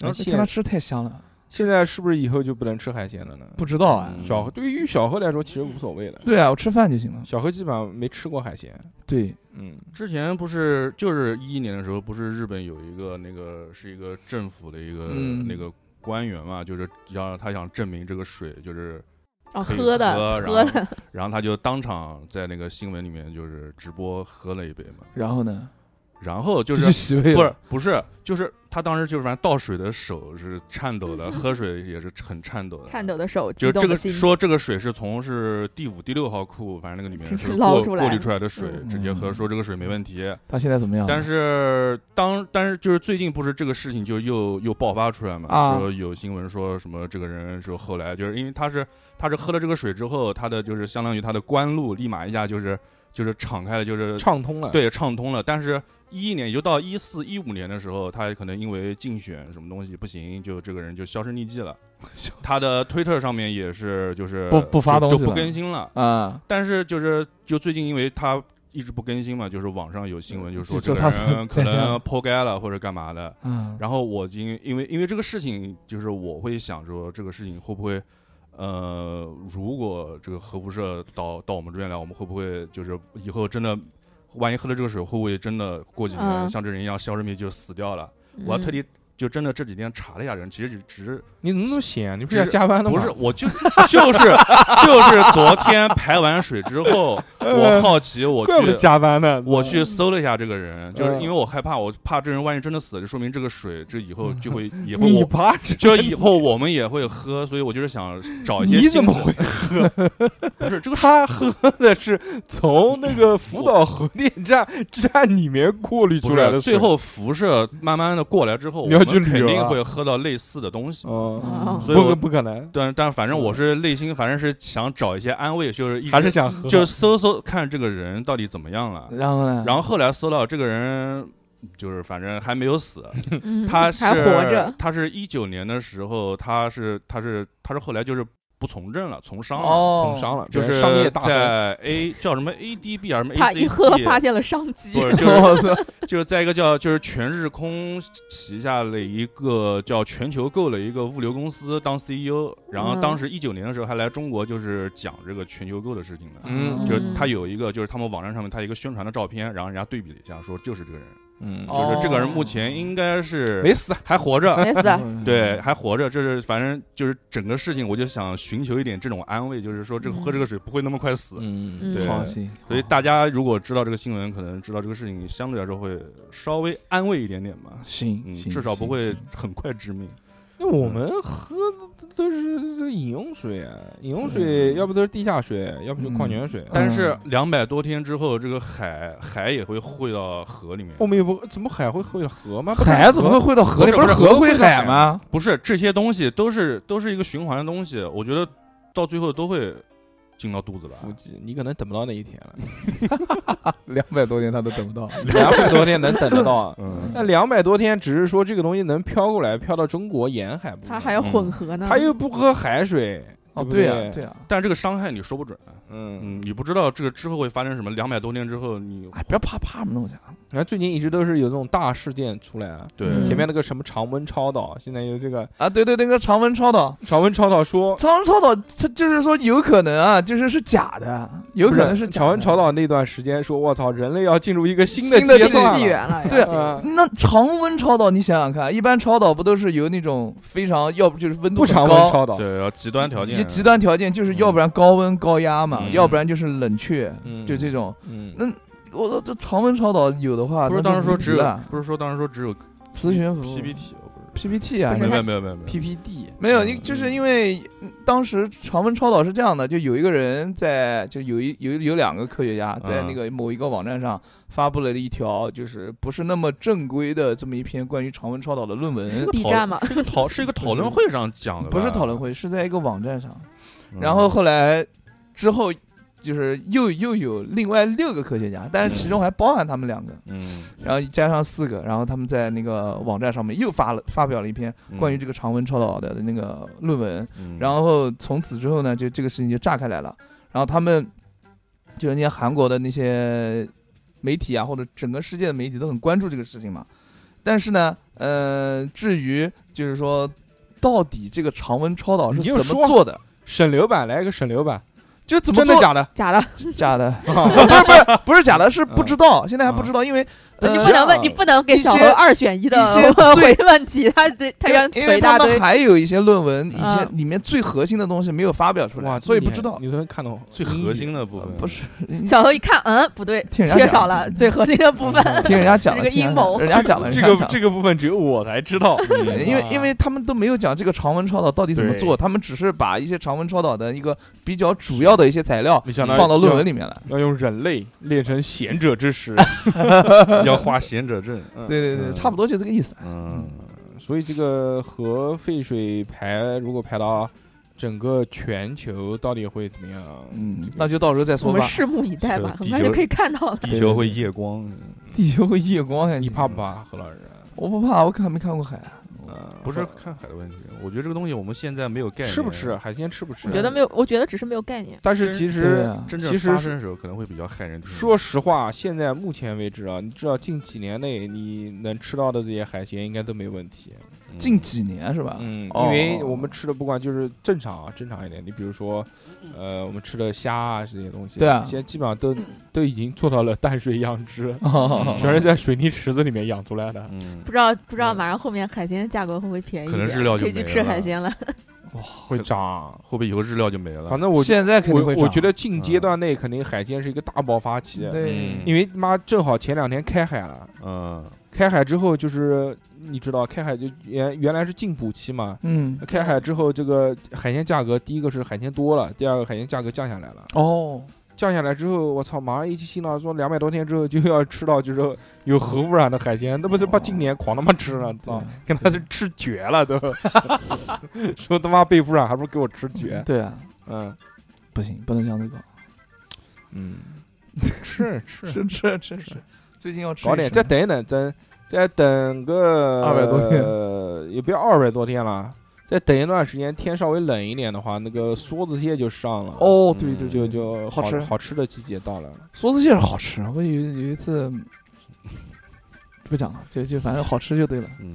S2: 而
S3: 哎看他
S2: 且
S3: 吃太香了，
S2: 现在是不是以后就不能吃海鲜了呢？
S3: 不知道啊。
S5: 嗯
S2: 小对于小何来说，其实无所谓了。
S3: 对啊，我吃饭就行了。
S2: 小何基本上没吃过海鲜，
S3: 对，
S2: 嗯，
S5: 之前不是就是一一年的时候，不是日本有一个那个是一个政府的一个、
S3: 嗯
S5: 那个官员嘛，就是要他想证明这个水就是，
S4: 哦
S5: 可以
S4: 喝的喝
S5: 喝然后
S4: 的，
S5: 然后他就当场在那个新闻里面就是直播喝了一杯嘛，
S3: 然后呢，
S5: 然后就
S3: 就是洗胃了
S5: 不是不是就是他当时就是反正倒水的手是颤抖的，喝水也是很颤抖的，
S4: 嗯颤抖的手，
S5: 就
S4: 激
S5: 是这
S4: 动
S5: 个
S4: 的心，
S5: 说这个水是从是第五、第六号库，反正那个里 面
S4: 直接
S5: 是
S4: 捞
S5: 过
S4: 出
S5: 过
S4: 来
S5: 滤出来的水，
S4: 嗯
S5: 直接喝，说这个水没问题。
S3: 他现在怎么样了？
S5: 但是当但是就是最近不是这个事情就又又爆发出来嘛，
S3: 啊
S5: 说有新闻说什么这个人是后来就是因为他是他是喝了这个水之后，他的就是相当于他的官路立马一下就是就是敞开了，就是
S2: 畅通
S3: 哎
S2: 了。，
S5: 对畅通了，但是。一一年也就到一四一五年的时候，他可能因为竞选什么东西不行，就这个人就销声匿 迹了。他的推特上面也是就是
S3: 不不发
S5: 就
S3: 东西
S5: 就不
S3: 了
S5: 更新了。
S3: 啊，
S5: 但是就是就最近因为他一直不更新嘛，就是网上有新闻就说这
S3: 就
S5: 个
S3: 他是
S5: 人可
S3: 在家
S5: 能剖开了或者干嘛的。
S3: 嗯，
S5: 然后我已经因为因为这个事情，就是我会想说这个事情会不会。呃，如果这个核辐射到到我们这边来，我们会不会就是以后真的，万一喝了这个水，会不会真的过几年
S4: 嗯
S5: 像这人一样消失灭迹就死掉了？
S4: 嗯
S5: 我还特地就真的这几天查了一下人，其实只只
S2: 你怎么那么闲啊？你不是
S5: 只
S2: 要
S5: 是
S2: 加班的吗？
S5: 不是，我就就是就是昨天排完水 之后，我好奇我
S2: 怪不得
S5: 去。
S2: 加班呢。
S5: 我去搜了一下这个人，就是
S2: 嗯
S5: 因为我害怕，我怕这人万一真的死了，就说明这个水这以后 就会也会
S2: 嗯你
S5: 我，
S2: 怕这？
S5: 就是以后我们也会喝，所以我就是想找一些
S2: 你怎
S5: 新
S2: 么
S5: 的
S2: 会
S5: 不是这个水
S2: 他喝的是从那 个福岛核电站站里面过滤
S5: 不
S2: 出来
S5: 是
S2: 的水，
S5: 最后辐射慢慢的过来之后，
S2: 你要
S5: 我们
S2: 去旅
S5: 肯
S2: 游
S5: 定
S2: 啊
S5: 会喝到类似的东西。
S2: 嗯，
S4: 哦
S5: 所以我
S2: 不不可能，
S5: 但但反正我是内心反正是想找一些安慰，就是一直
S2: 嗯还是想喝，
S5: 就是搜搜看这个人到底怎么样
S4: 嗯
S5: 了。
S3: 嗯然后呢？
S5: 然后后来搜到这个人，就是反正还没有死，
S4: 嗯
S5: 他是
S4: 还活着，
S5: 他是一九年的时候，他是他是他是后来就是不从政了，从商了，
S3: 哦，
S2: 从商了，
S5: 就
S2: 变成
S5: 是
S2: 商业大亨。
S5: 在 A 叫什么 ADB 还是什么 ACD，
S4: 他一喝发现了商机
S5: 不，是就是
S3: 我操，
S5: 就是在一个叫就是全日空旗下的一个叫全球购的一个物流公司当 CEO，然后
S4: 嗯
S5: 当时一九年的时候还来中国就是讲这个全球购的事情的。
S2: 嗯
S5: 就是
S4: 嗯
S5: 他有一个，就是他们网站上面他一个宣传的照片，然后人家对比了一下，说就是这个人，
S2: 嗯，
S3: 哦
S5: 就是这个人目前应该是
S2: 没死，啊
S5: 还活着，
S4: 没啊死，
S3: 嗯
S5: 对，还活着。这是反正就是整个事情，我就想寻求一点这种安慰，就是说这个
S4: 嗯
S5: 喝这个水不会那么快死。
S2: 嗯，
S4: 嗯
S5: 对
S3: 放心。
S5: 所以大家如果知道这个新闻，可能知道这个事情，相对来说会稍微安慰一点点吧。
S3: 行，
S5: 嗯，
S3: 行
S5: 至少不
S3: 行
S5: 会
S3: 行
S5: 很快致命。
S2: 那我们喝的都是这饮用水啊，饮用水
S5: 嗯
S2: 要不都是地下水，要不就矿泉水。啊
S3: 嗯
S5: 但是两百多天之后，这个海海也会汇到河里面。
S3: 哦
S2: 我们也不怎么海会会河吗？
S3: 海怎么会汇到河里？
S5: 不是
S3: 是
S5: 不是
S3: 河
S5: 河
S3: 归
S5: 汇到海
S3: 吗？
S5: 不是这些东西都是都是一个循环的东西，我觉得到最后都会进到肚子吧。
S2: 腹肌？你可能等不到那一天了，
S3: 两百多年他都等不到。
S2: 两百多天能等得到啊？
S5: 嗯，
S2: 那两百多天只是说这个东西能飘过来，飘到中国沿海部分
S4: 他还要混合呢。
S2: 他又不喝海水，
S3: 哦，
S2: 不
S3: 对
S2: 对
S3: 啊，对啊，
S5: 但这个伤害你说不准，
S2: 嗯，
S5: 嗯，你不知道这个之后会发生什么。两百多年之后，你
S3: 哎，不要怕怕什么东西啊？
S2: 然后最近一直都是有这种大事件出来啊，
S5: 对，
S4: 嗯
S2: 前面那个什么长温超导，现在有这个
S3: 啊，对对，那个长文超导，
S2: 长温超导说，
S3: 长文超导，他就是说有可能啊，就是是假的，有可能
S2: 不是
S3: 假
S2: 长
S3: 的。
S2: 温超导那段时间说，我操，人类要进入一个新的
S3: 新的
S2: 阶
S3: 这个
S2: 段
S4: 纪
S2: 了，
S4: 元了，
S3: 对
S4: 要进
S2: 啊，
S3: 那常温超导，你想想看，一般超导不都是由那种非常，要不就是温
S2: 不
S3: 度很
S2: 常温
S3: 高
S2: 超导，
S5: 对，然后极端条
S3: 有
S5: 件，啊
S3: 极端条件，就是要不然高温高压嘛，
S5: 嗯
S3: 要不然就是冷却，
S2: 嗯
S3: 就这，种。
S2: 嗯，
S3: 那我操，这常温超导有的话，
S5: 不是
S3: 那就
S5: 当时说
S3: 无敌
S5: 只有
S3: 了，
S5: 不是说当时说只有
S3: 咨询服务
S5: PPT，哦不
S3: PPT 啊
S4: 不，
S5: 是
S4: 是
S5: 没
S4: 他
S5: 有没有没有没有
S2: PPD
S3: 没有，
S5: 嗯
S3: 你就是因为当时常温超导是这样的，就有一个人在，就有一有有两个科学家在
S5: 嗯
S3: 那个某一个网站上发布了一条，就是不是那么正规的这么一篇关于常温超导的论文，
S4: B 站嘛，
S5: 这个讨是一个讨论会上讲的吧，
S3: 不是讨论会，是在一个网站上。
S5: 嗯，
S3: 然后后来之后就是又又有另外六个科学家，但是其中还包含他们两个，
S5: 嗯，
S3: 然后加上四个，然后他们在那个网站上面又发了发表了一篇
S5: 嗯
S3: 关于这个常温超导的那个论文。
S5: 嗯
S3: 然后从此之后呢，就这个事情就炸开来了。然后他们就是那些韩国的那些媒体啊，或者整个世界的媒体都很关注这个事情嘛。但是呢，呃，至于就是说，到底这个常温超导是
S2: 你
S3: 怎
S2: 就
S3: 么
S2: 说
S3: 做的，
S2: 省流版来一个省流版，
S3: 就怎么
S2: 真的
S3: 做
S2: 假的？
S4: 假的。
S3: 假的，
S2: 啊
S3: 不是不是不是假的，是不知道，现在还不知道，因为
S4: 嗯你
S3: 呃
S4: 不能问，你不能给
S3: 一
S4: 小
S3: 些
S4: 何二选一的
S3: 一些最
S4: 回问题，他对他
S3: 因为
S4: 让
S3: 因
S4: 腿
S3: 为
S4: 一
S3: 他
S4: 大堆
S3: 们。还有一些论文，以前
S4: 嗯
S3: 里面最核心的东西没有发表出来，
S2: 哇，
S3: 所以
S2: 这么
S3: 不
S2: 厉
S3: 知
S2: 害
S3: 道。
S2: 你都能看懂
S5: 最
S2: 英
S5: 核
S2: 语
S5: 心的部
S3: 呃
S5: 分
S3: 不是，
S4: 小何一看，嗯，不对，
S3: 听人家
S4: 缺
S3: 讲
S4: 少了最核心的部分。
S3: 听人家讲了，
S4: 这是个
S3: 听人
S4: 阴
S3: 家
S4: 谋
S3: 人家讲了，
S2: 这
S3: 人家
S2: 个
S3: 讲了
S2: 这个部分只有我才知道，
S5: 嗯
S3: 因为
S2: 啊
S3: 因为他们都没有讲这个常温超导到底怎么做，他们只是把一些常温超导的一个比较主要的一些材料
S2: 没想到
S3: 放到论文里面来。
S2: 要用人类练成贤者之 石，
S5: 要画贤者证，嗯
S3: 对对对，差不多就这个意思。
S5: 嗯，
S2: 所以这个核废水排如果排到整个全球，到底会怎么样？
S3: 嗯，那就到时候再
S4: 我
S3: 说
S4: 们
S3: 吧。
S4: 拭目以待吧
S5: 是，
S4: 很
S5: 的地
S4: 快就
S5: 球
S4: 可以看到了。
S5: 地球会夜光，
S3: 地球会夜光呀，
S2: 你怕不怕，何老师？
S3: 我不怕，我还没看过海啊。
S2: 啊，
S5: 嗯不是看海的问题，我觉得这个东西我们现在没有概念，
S2: 吃不吃？海鲜吃不吃？
S4: 我觉得没有，我觉得只是没有概念。
S2: 但是其
S3: 对
S2: 实
S3: 啊，
S5: 真正
S2: 其实
S5: 发
S2: 是
S5: 生的时候可能会比较骇
S3: 嗯
S5: 人听闻。
S2: 说实话，现在目前为止啊，你知道近几年内你能吃到的这些海鲜应该都没问题。
S5: 嗯
S3: 近几年是吧？
S2: 嗯，
S3: 哦
S2: 因为我们吃的不管就是正常啊，正常一点，你比如说，呃，我们吃的虾啊这些东西，
S3: 对啊
S2: 现在基本上都都已经做到了淡水养殖，
S3: 哦
S2: 全是在水泥池子里面养出来的。
S5: 嗯
S4: 不，知道不知道，
S2: 嗯
S4: 马上后面海鲜的价格会不会便宜一
S5: 可
S4: 点？
S5: 能日料就
S4: 可以去
S5: 没
S4: 吃
S5: 了
S4: 海鲜了。
S2: 会涨。
S5: 会不会以后日料就没了？
S2: 反正我
S3: 现在肯定
S2: 我
S3: 会
S2: 我觉
S3: 得
S2: 得近阶段内肯定海鲜是一个大爆发期，
S3: 对
S5: 嗯
S2: 因为妈正好前两天开海了，
S5: 嗯，
S2: 开海之后就是你知道开海就原原来是禁捕期嘛，
S3: 嗯
S2: 开海之后这个海鲜价格，第一个是海鲜多了，第二个海鲜价格降下来了。
S3: 哦，
S2: 降下来之后，我操，马上一起新浪说两百多天之后就要吃到就是有核污染的海鲜，那不是把啊今年狂他妈吃了，操， 跟他是吃绝了都，说他妈被污染还不如给我吃绝，
S3: 对啊，
S2: 嗯
S3: 不行，不能这样子搞，
S2: 嗯，是是
S3: 吃吃吃吃，最近要吃
S2: 搞点，再等一等，等再等个
S3: 200多天
S2: 呃，也不要二百多天了，再等一段时间，天稍微冷一点的话，那个梭子蟹就上了，，
S3: 哦，对对，
S2: 就就
S3: 好吃
S2: 好吃的季节到了，
S3: 梭子蟹是好吃，我有有一次。不讲了，就就反正好吃就对了。
S5: 嗯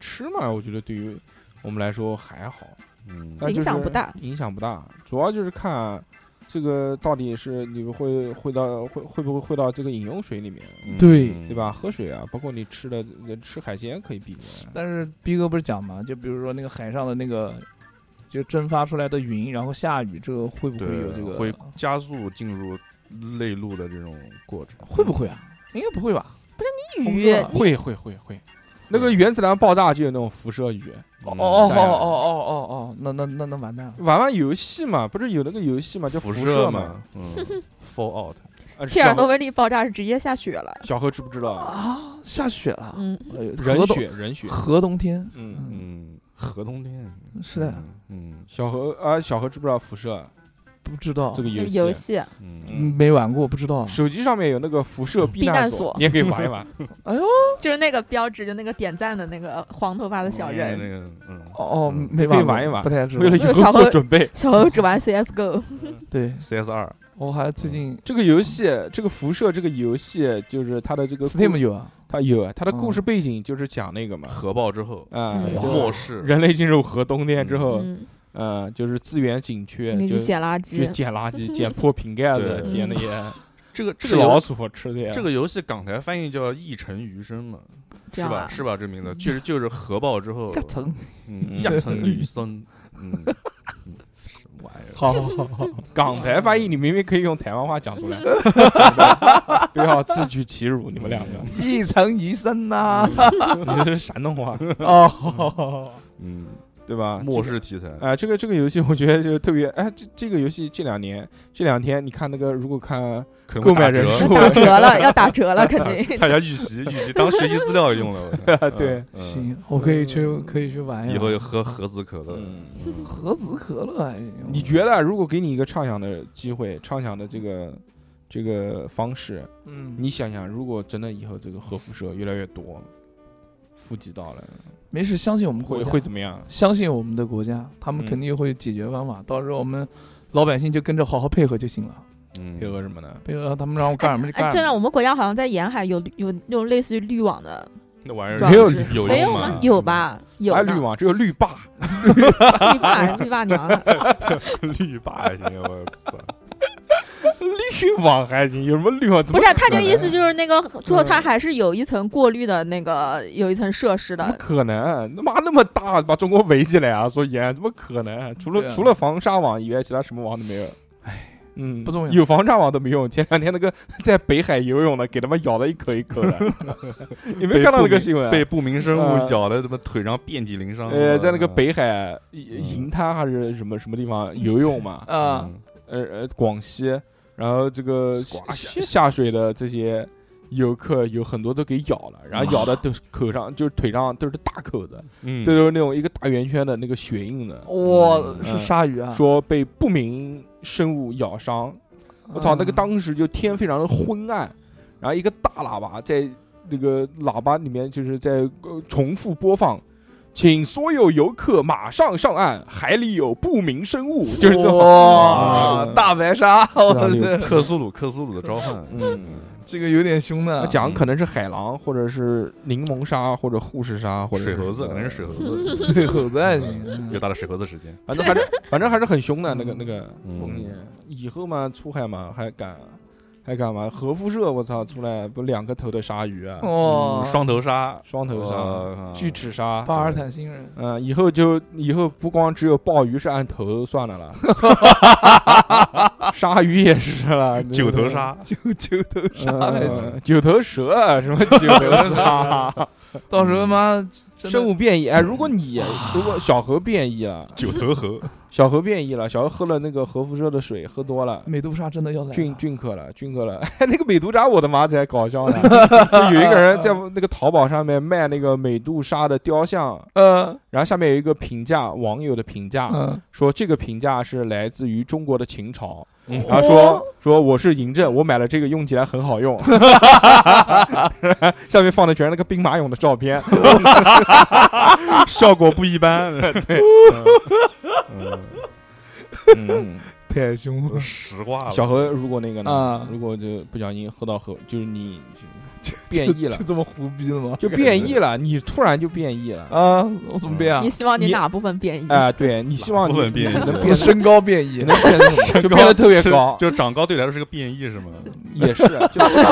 S2: 吃嘛，我觉得对于我们来说还好，
S5: 嗯
S2: 但
S4: 影
S2: 就是
S4: 响不大
S2: 影响不大，主要就是看。这个到底是你们会会到会会不会会到这个饮用水里面，
S3: 对
S5: 嗯
S2: 对？吧？喝水啊，包括你吃的吃海鲜可以避免。啊
S3: 但是逼哥不是讲嘛，就比如说那个海上的那个，就蒸发出来的云，然后下雨，这个会不会有
S5: 对，
S3: 这个？
S5: 会加速进入内陆的这种过程，
S3: 会不会啊？应该不会吧？
S4: 鱼
S3: 我不知道
S2: 会会会会，那个原子弹爆炸就有那种辐射雨。
S3: 哦
S5: 嗯
S3: 哦哦
S2: 下
S3: 哦
S2: 雨
S3: 哦哦哦哦，那那那那完蛋了。
S2: 玩玩游戏嘛，不是有那个游戏嘛，叫
S5: 辐
S2: 射嘛
S5: 嘛。，嗯，Fallout，
S2: 啊
S4: 切尔
S2: 小
S4: 诺
S2: 何
S4: 贝利爆炸是直接下雪了。
S2: 小何知不知道？
S3: 啊，下雪了！
S4: 嗯，
S3: 哎呦，
S2: 人
S3: 河冬
S2: 血人血，
S3: 河冬天，
S2: 嗯，
S5: 嗯，河东天，
S3: 是的，
S5: 嗯
S2: 小何啊，小何知不知道辐射啊
S3: 不知道
S2: 这，个游
S4: 游戏
S5: 哦嗯
S2: 嗯
S3: 嗯没玩过，不知道。
S2: 手机上面有那个辐射避
S4: 嗯避
S2: 难
S4: 难所
S2: 你也可以玩一 玩。
S4: 就是那个标志，就那个点赞的那个黄头发的小
S5: 哦那
S4: 人。
S5: 个，嗯
S3: 哦哦，
S5: 嗯
S3: 没
S2: 可以
S3: 过
S2: 玩一玩
S3: 不太知
S2: 为了
S3: 道。
S2: 以后做准备，
S4: 小何只玩 CSGO，
S3: 对，
S5: ，CS 二，
S3: 我还最近
S2: 这个游戏，这个辐射，这个游戏就是它的这个故
S3: Steam 有啊，
S2: 它有啊它的故
S3: 嗯
S2: 事背景就是讲那个嘛，
S5: 核爆之后
S2: 啊、
S4: 嗯
S2: 就
S5: 末世，
S2: 人类进入核冬天之后，
S4: 嗯，
S2: 呃，就是资源紧缺，
S4: 你啊
S2: 就
S4: 去捡垃
S2: 去
S4: 圾，
S2: 捡垃圾、捡破瓶盖子、
S5: 对
S2: 捡那
S4: 嗯
S2: 些
S5: 这个这
S2: 吃
S5: 个游
S2: 老鼠吃的呀。
S5: 这个游戏港台翻译叫《一城余生》嘛，
S4: 这
S5: 是
S4: 样
S5: 吧？
S4: 啊
S5: 是吧？这名字确实就是核爆之后
S3: 嘎，层，
S5: 嗯，
S2: 嗯
S5: 一城余生， 嗯，嗯什么玩意儿？
S3: 好好好，
S2: 港台翻译，你明明可以用台湾话讲 出来， 不要自取其辱，你们两个，
S3: 一层余生呐，
S2: 你这是山东话，
S3: 哦好，好好
S5: 嗯，
S2: 对吧？
S5: 末世题材，
S2: 啊、这个这个游戏我觉得就特别，哎，这这个游戏这两年这两天，你看那个，如果看
S5: 可能
S2: 购
S5: 会
S2: 买
S5: 打折
S2: 人数
S4: 打折了，要打折了，肯定。
S5: 大家预习预习，当学习资料 用了。我操
S2: 对，
S5: 嗯，
S3: 行，我可以去可以去玩一
S5: 嗯
S3: 下。
S5: 以后就喝核子可乐。
S2: 嗯
S5: 嗯
S3: 何子可乐还行，
S2: 你觉得如果给你一个畅想的机会，畅想的这个这个方式，
S3: 嗯
S2: 你想想，如果真的以后这个核辐射越来越多，富集到了，
S3: 没事，相信嗯我们国
S2: 会
S3: 家
S2: 会怎么样？
S3: 相信我们的国家，他们
S2: 嗯
S3: 肯定会有解决方法。到时候我们老百姓就跟着好好配合就行了，
S5: 嗯，
S2: 配合什么呢？
S3: 配合他们让我干什么就
S4: 哎，
S3: 干
S4: 真的，
S3: 什
S4: 我
S3: 么。
S4: 们国家好像在沿海有有那种类似于滤网的
S5: 那玩意儿
S4: 装置，
S2: 没
S5: 有
S4: 没
S5: 用
S4: 有
S5: 吗
S4: 吗？有吧？啊有
S2: 还
S4: 的
S2: 哎绿网，只有绿霸，
S4: 绿霸绿霸娘了，
S5: 绿霸行，我操！
S2: 绿网还行，有什么绿网？怎
S4: 不
S2: 么
S4: 是啊他这个意思就是那个，说它还是有一层过滤的那个有一层设施
S2: 怎么
S4: 的，
S2: 可能？他妈那么大，把中国围起来啊！说严，怎么可能？除了、
S3: 对啊
S2: 除了防沙网以外，其他什么网都没有。唉，嗯，
S3: 不重要
S2: 有防沙网都没用。前两天那个 在北海游泳的，给他们咬的一口一口的，你没看到那个新闻啊？
S5: 被不明生物
S2: 嗯
S5: 咬的，他妈腿上遍体鳞伤。
S2: 呃，在那个
S5: 嗯
S2: 北海银滩还是什么什么地方游泳嘛？
S5: 嗯
S3: 啊，，
S2: 呃呃，广西，然后这个下
S5: 广西
S2: 下下水的这些游客有很多都给咬了，然后咬的都是口上就是腿上都是大口子，
S5: 嗯，
S2: 这都是那种一个大圆圈的那个血印
S3: 哦
S2: 的，
S3: 哇，是鲨鱼啊！
S2: 嗯说被不明生物咬伤。我
S3: 嗯
S2: 操，那个当时就天非常的昏暗，然后一个大喇叭在那个喇叭里面就是在、呃重复播放。请所有游客马上上岸，海里有不明生物，就是这嗯种。
S3: 哦哇，大白鲨，我
S2: 非常
S3: 是
S5: 克苏鲁，克苏鲁的 召唤，
S2: 嗯，
S3: 这个有点凶
S2: 那
S3: 的。
S2: 讲可能是海狼，或者是柠檬鲨，或者护士鲨，或者
S5: 水
S2: 是呃
S5: 猴子，
S2: 什么
S5: 可能是水 猴子，
S3: 最后再行，
S5: 又到了水猴子时间。
S2: 反正还是嗯反正还是很凶的那个那个
S5: 嗯
S2: 东西。以后嘛，出海嘛还敢还敢嘛？核辐射，我操，出来不两个头的鲨鱼啊，
S4: 哦
S3: 哇，
S5: 双头鲨，
S2: 双头鲨、
S5: 鲨
S2: 锯齿
S5: 啊
S2: 鲨。
S3: 巴尔坦 星人，
S2: 嗯，以后就以后不光只有鲍鱼是按头算的 了，鲨鱼也是 了，
S5: 九头鲨，
S3: 九九头鲨还行，
S2: 嗯，九头蛇什么九头鲨，
S3: 到时候妈 真的
S2: 生物变异。哎，如果你如果小何变异了，
S5: 九头 猴，
S2: 小何变异了，小何喝了那个核辐射的水，喝多了。
S3: 美杜莎真的要来了
S2: 俊俊克了，俊克了， 那个美杜莎，我的妈才搞笑 呢！就有一个人在那个淘宝上面卖那个美杜莎的雕像，
S3: 呃
S2: 然后下面有一个评价，网友的评价
S3: 嗯，
S2: 说这个评价是来自于中国的秦朝，
S5: 嗯
S2: 然后
S3: 哦
S2: 说说我是嬴政，我买了这个用起来很好 用，下面放的全是那个兵马俑的照 片，
S5: 效果不一般。 对，
S2: 嗯，
S3: 太凶了
S5: 嗯，实话了。
S2: 小何如果那个呢
S3: 啊，
S2: 如果就不小心喝到核，就是你就 变异了
S3: 就，这么胡逼了吗？
S2: 就变异了，你突然就变异了。
S3: 啊，我怎么变啊
S4: 你？希望你
S2: 你
S4: 哪部分变异？
S2: 哎、对你希望
S5: 部
S2: 你
S5: 分变异
S2: 能
S3: 我
S2: 变
S3: 身高嗯变异
S2: 你，能变成就变得特别高，
S5: 就长高对你来说是个变异是吗？
S2: 也是，啊就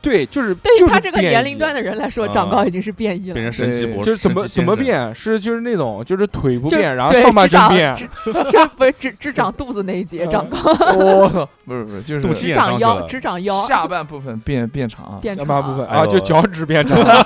S2: 对，就是
S4: 对
S2: 就
S4: 于
S2: 是
S4: 他这个
S2: 变
S4: 年
S2: 异
S4: 龄段的人来说，
S5: 啊
S4: 长高已经是变异了
S5: 变。成神奇
S3: 对
S5: 博士，
S2: 就是怎么
S5: 神奇
S2: 怎么
S5: 先生？
S2: 变，是就是那种就是腿不
S4: 就
S2: 变，然后
S4: 对
S2: 上半
S4: 只
S2: 身
S4: 长
S2: 变，
S4: 只这不是只只长肚子那一节长高，
S3: 我 靠，哦不是不是，就
S5: 肚
S3: 是
S5: 脐
S4: 只
S5: 眼上
S4: 长
S5: 去
S4: 腰，
S5: 了，
S4: 只长 腰，
S3: 下半部分变变长，
S4: 变
S2: 下
S4: 长
S2: 半部分
S5: 哎
S2: 啊，
S5: 呦
S2: 就脚趾变长了，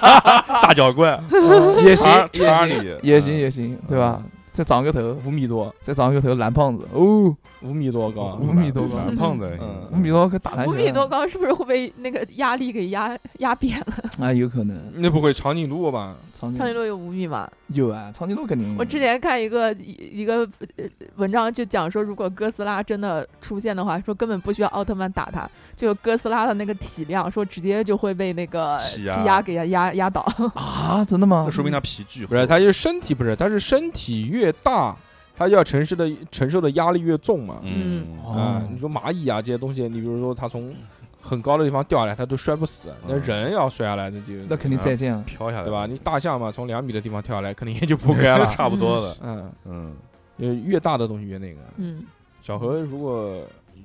S5: 大 脚怪，
S3: 嗯 也行嗯
S5: 叉
S3: 也
S5: 叉
S3: 行
S5: 里嗯
S3: 也行也行，对吧？再长个头，
S2: 五米多，
S3: 再长个头，蓝胖子哦，
S2: 五米多高，
S3: 五米多高
S5: 蛮胖的，
S2: 嗯
S3: 五米多可打篮球，
S4: 五米多高，是不是会被那个压力给压压扁了？
S3: 啊，有可能
S2: 那不会长颈鹿吧？
S3: 长
S4: 长颈
S3: 颈
S4: 鹿有五米吗？
S3: 有啊，长颈鹿肯定有。
S4: 我之前看一个一一个呃文章，就讲说，如果哥斯拉真的出现的话，说根本不需要奥特曼打他，就哥斯拉的那个体量，说直接就会被那个
S5: 气
S4: 气
S5: 压
S4: 压给他压压倒。
S3: 啊，真的吗
S5: 那？说明他皮巨厚，
S2: 不是，它就是身体，不是，它是身体越大，它要城市的承受的压力越重嘛。
S4: 嗯
S5: 嗯，
S2: 啊、你说蚂蚁啊这些东西，你比如说它从很高的地方掉下来，它都摔不死，那
S5: 嗯
S2: 人要摔下来那就
S3: 那肯定再见了。
S5: 飘下来
S2: 对吧？？你大象嘛，从两米的地方跳下来，肯定也就不该 了。
S5: 差不多了。
S2: 嗯，
S5: 嗯，
S2: 呃越大的东西越那个。
S4: 嗯，
S2: 小何如果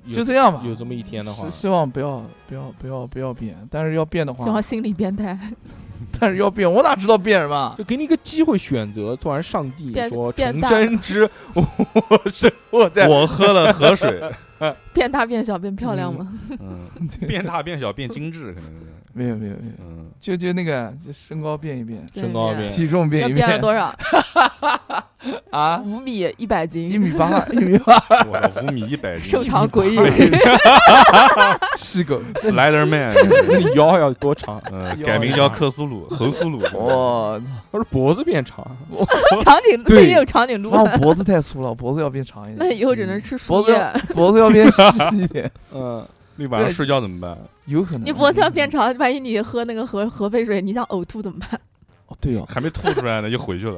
S2: 有
S3: 就这样吧
S2: 有这么一天的话
S3: 希，希望不要不要不要不要变，但是要变的
S4: 喜欢
S3: 话，
S4: 心理变态，
S3: 但是要变，我哪知道变什 么？
S2: 就给你一个机会选择，做完上帝
S4: 变
S2: 说
S4: 变
S2: 重
S4: 大
S2: 生之我生 活在
S5: 我喝了河水，
S4: 变大变小变漂亮吗？
S5: 嗯，变大变小变精致，可能是，
S3: 没有没有没有，
S5: 嗯，
S3: 就就那个，就身高变一变，
S4: 对
S2: 身高
S4: 变
S2: 变
S3: 体重变
S4: 要
S3: 一
S4: 变了
S3: 变
S4: 多少？
S3: 啊，
S4: 五米一百
S3: 一
S4: 斤，
S3: 米八一米八，
S5: 我的五米一百 斤
S4: 瘦长诡异，
S3: 细 狗，
S5: ，Slider Man，
S2: 那你腰要多长？啊
S5: 嗯，改名叫克苏鲁，猴苏鲁，
S2: 哦
S3: 哇，
S2: 他说脖子变长， 啊
S4: 长颈鹿
S3: 对
S4: 也有长颈鹿
S3: 哇，
S4: 的，
S3: 脖子太粗了，脖子要变长一
S4: 那
S3: 点，
S4: 以后只能吃树
S3: 脖子
S4: 叶
S3: 要。脖子要变细一点，
S2: 嗯，
S5: 你晚上睡觉怎么办？
S3: 有可能啊
S4: 你脖子要变长，万一你喝那个核核废水，你想呕吐怎么办？
S3: 哦，对哦，
S5: 还没吐出来呢，就回去了。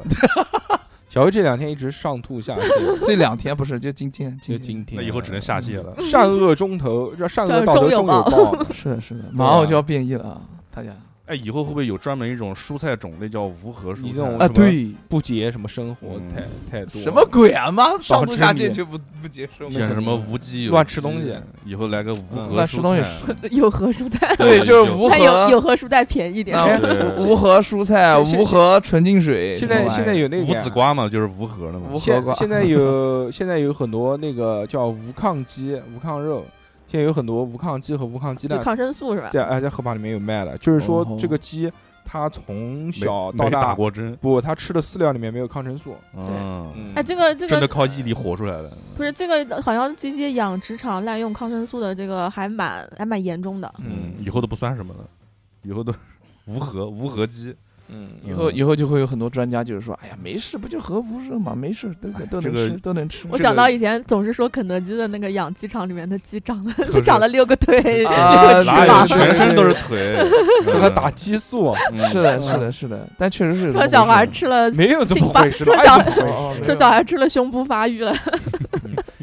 S2: 小何这两天一直上吐下 泻，
S3: 这两天不是就今天，
S2: 就
S3: 今天
S2: 今天嗯
S5: 那以后只能下泻了。
S2: 善恶中头，这善恶
S4: 对
S2: 到头
S4: 终有
S2: 终有
S4: 报
S2: 报。
S3: 是的，是的，
S2: 啊
S3: 马上我就要变异了啊，大家
S5: 哎，以后会不会有专门一种蔬菜种类叫无核蔬
S2: 你这种
S5: 菜？
S3: 啊，
S2: 什么
S3: 对，
S2: 不结什么生活
S5: 嗯
S2: 太太多
S3: 什么鬼啊，妈上
S2: 导
S3: 吐
S2: 致
S3: 下泻
S2: 你
S3: 就不不接受
S5: 像什么无机有
S2: 乱
S5: 机
S2: 吃东西，
S5: 以后来个无
S2: 嗯
S5: 核
S3: 乱吃东
S5: 蔬
S3: 西
S5: 菜，
S4: 有核蔬菜，
S3: 对，就是啊
S5: 有
S3: 无
S4: 它有 有
S3: 核，
S4: 核蔬菜便宜点。
S3: 那
S5: 对
S3: 无无核蔬菜，啊
S2: 现现
S3: 无核纯净水。
S2: 现在
S3: 什
S2: 现
S3: 么
S2: 在
S3: 玩意
S2: 有那个
S5: 无籽瓜嘛，就是无核的嘛
S3: 无。
S2: 现
S3: 核瓜
S2: 现在有现在有很多那个叫无抗鸡、无抗肉，现在有很多无抗鸡和无抗鸡
S4: 就
S2: 蛋
S4: 抗生素是吧？
S2: 在哎在河马里面有卖的，就是说
S3: 哦
S2: 这个鸡它从
S5: 没
S2: 小到
S5: 没打
S2: 大
S5: 过针，
S2: 不，它吃的饲料里面没有抗生素，
S5: 嗯，
S4: 哎，这个这
S5: 真的
S4: 个
S5: 靠毅力活出来的。
S4: 不是这个，好像这些养殖场滥用抗生素的这个还蛮还蛮严重的。
S5: 嗯，
S2: 嗯
S5: 以后都不算什么了，以后都是 无核无核鸡。
S2: 嗯
S3: 以后以后就会有很多专家就是说，哎呀，没事，不就核辐射嘛，没事，都都
S5: 这
S3: 能
S5: 个
S3: 吃，都能吃。
S4: 我想到以前总是说肯德基的那个养鸡场里面的鸡长得
S5: 是
S4: 都长了六个腿，
S3: 啊，
S4: 有
S5: 哪
S4: 翅
S5: 有
S4: 膀
S3: 对
S5: 全身都是。 腿，
S2: 这个打激素啊
S5: 嗯
S3: 是的，是的，是的，但确实是有这么
S4: 说
S3: 回
S4: 小孩
S3: 事
S4: 吃了，
S2: 没有这么
S4: 请把
S2: 回事，哎
S4: 这
S2: 哪有
S4: 小
S2: 这么回事
S3: 哦哦没有
S4: 说小孩吃了胸部发育了，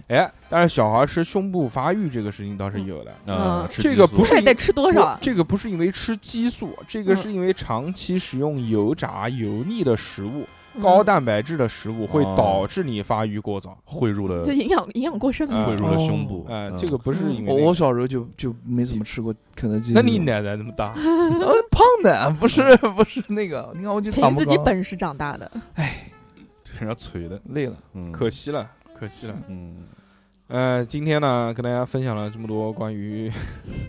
S2: 哎，但是小孩吃胸部发育这个事情倒是有的，
S5: 啊
S4: 嗯，
S5: 吃
S2: 这个
S5: 激素
S2: 不是
S4: 这 得吃多少啊？
S2: 这个不是因为吃激素，这个
S4: 嗯
S2: 是因为长期食用油炸、油腻的食物、
S4: 嗯
S2: 高蛋白质的食物会
S5: 哦
S2: 导致你发育过早。
S5: 汇入了
S4: 嗯就营养营养过剩嘛。
S5: 汇入了胸部。
S2: 哎，
S5: 嗯
S2: 这个不是因为
S3: 我
S2: 那
S3: 我
S2: 个。
S3: 小时候就就没怎么吃过肯德基这
S2: 那
S3: 种。
S5: 嗯
S2: 你奶奶那么大，
S3: 呃胖的不是不是那个，你看我就长
S4: 凭
S3: 不
S4: 自己
S3: 高
S4: 本事长大的，
S5: 人家锤的，
S3: 累了。
S5: 嗯
S2: 可惜了，可惜了。
S5: 嗯，
S2: 呃，今天呢，跟大家分享了这么多关于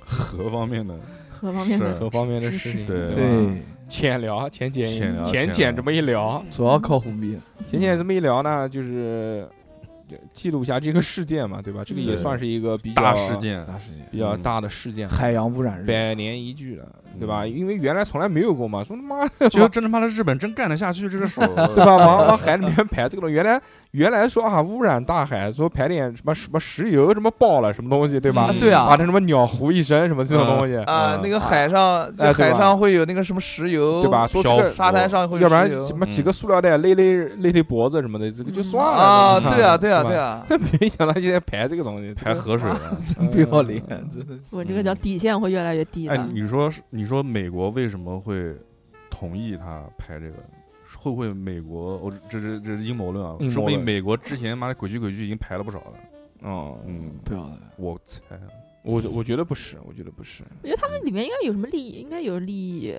S5: 核方面的
S4: 各方面
S5: 是
S4: 的
S2: 各方面的
S4: 知
S2: 事
S4: 识
S2: 情，
S5: 嗯对
S2: 吧？，浅聊，浅简
S5: 浅聊
S2: 浅
S5: 浅
S2: 简
S5: 聊
S2: 这么一
S4: 嗯
S2: 聊，
S3: 主要靠红逼。
S2: 浅简这么一聊呢，就是就记录一下这个事件嘛，对吧？这个
S4: 嗯
S2: 也
S5: 对
S2: 算是一个比较
S5: 大事、件，
S2: 哎
S3: 大事情，
S2: 比较
S5: 嗯
S2: 大的事件，
S3: 海洋污染日，
S2: 百年一遇了，对吧？
S5: 嗯
S2: 因为原来从来没有过嘛，说他妈的，
S5: 就真他妈的日本真干得下去这个 手，
S2: 对吧？往往海里面排这个东西，原来原来说啊污染大海，说排点什么什么石油什么爆了什么东西，对吧？
S3: 啊对啊
S2: 把那什么鸟糊一身什么这种东西，
S3: 啊，那个海上
S2: 哎
S3: 就
S2: 对
S3: 海
S2: 吧
S3: 上会有那个什么石油，
S2: 对吧？？说这
S5: 漂
S2: 个
S5: 浮，
S3: 沙滩上会有
S2: 要不然
S3: 石油
S2: 什么几个塑料袋勒勒勒勒脖子什么的，这个就算了
S3: 啊，
S2: 嘛
S3: 对啊，对啊，对。
S2: 吧
S3: 啊，
S2: 那没想到现在排这个东西，
S5: 排河水了。啊
S2: 嗯
S3: 不要脸，真的。
S4: 我这个叫底线会越来越低
S5: 哎
S4: 的，。
S5: 你说是你说美国为什么会同意他拍这个？会不会美国？我这是这是阴谋论啊！
S2: 阴谋论
S5: 说不定美国之前妈的鬼去鬼去已经排了不少了。
S2: 哦，
S5: 嗯，
S3: 不要了，
S5: 我猜
S2: 我我觉得不是，我觉得不是，
S4: 我觉得他们里面应该有什么利益，应该有利益。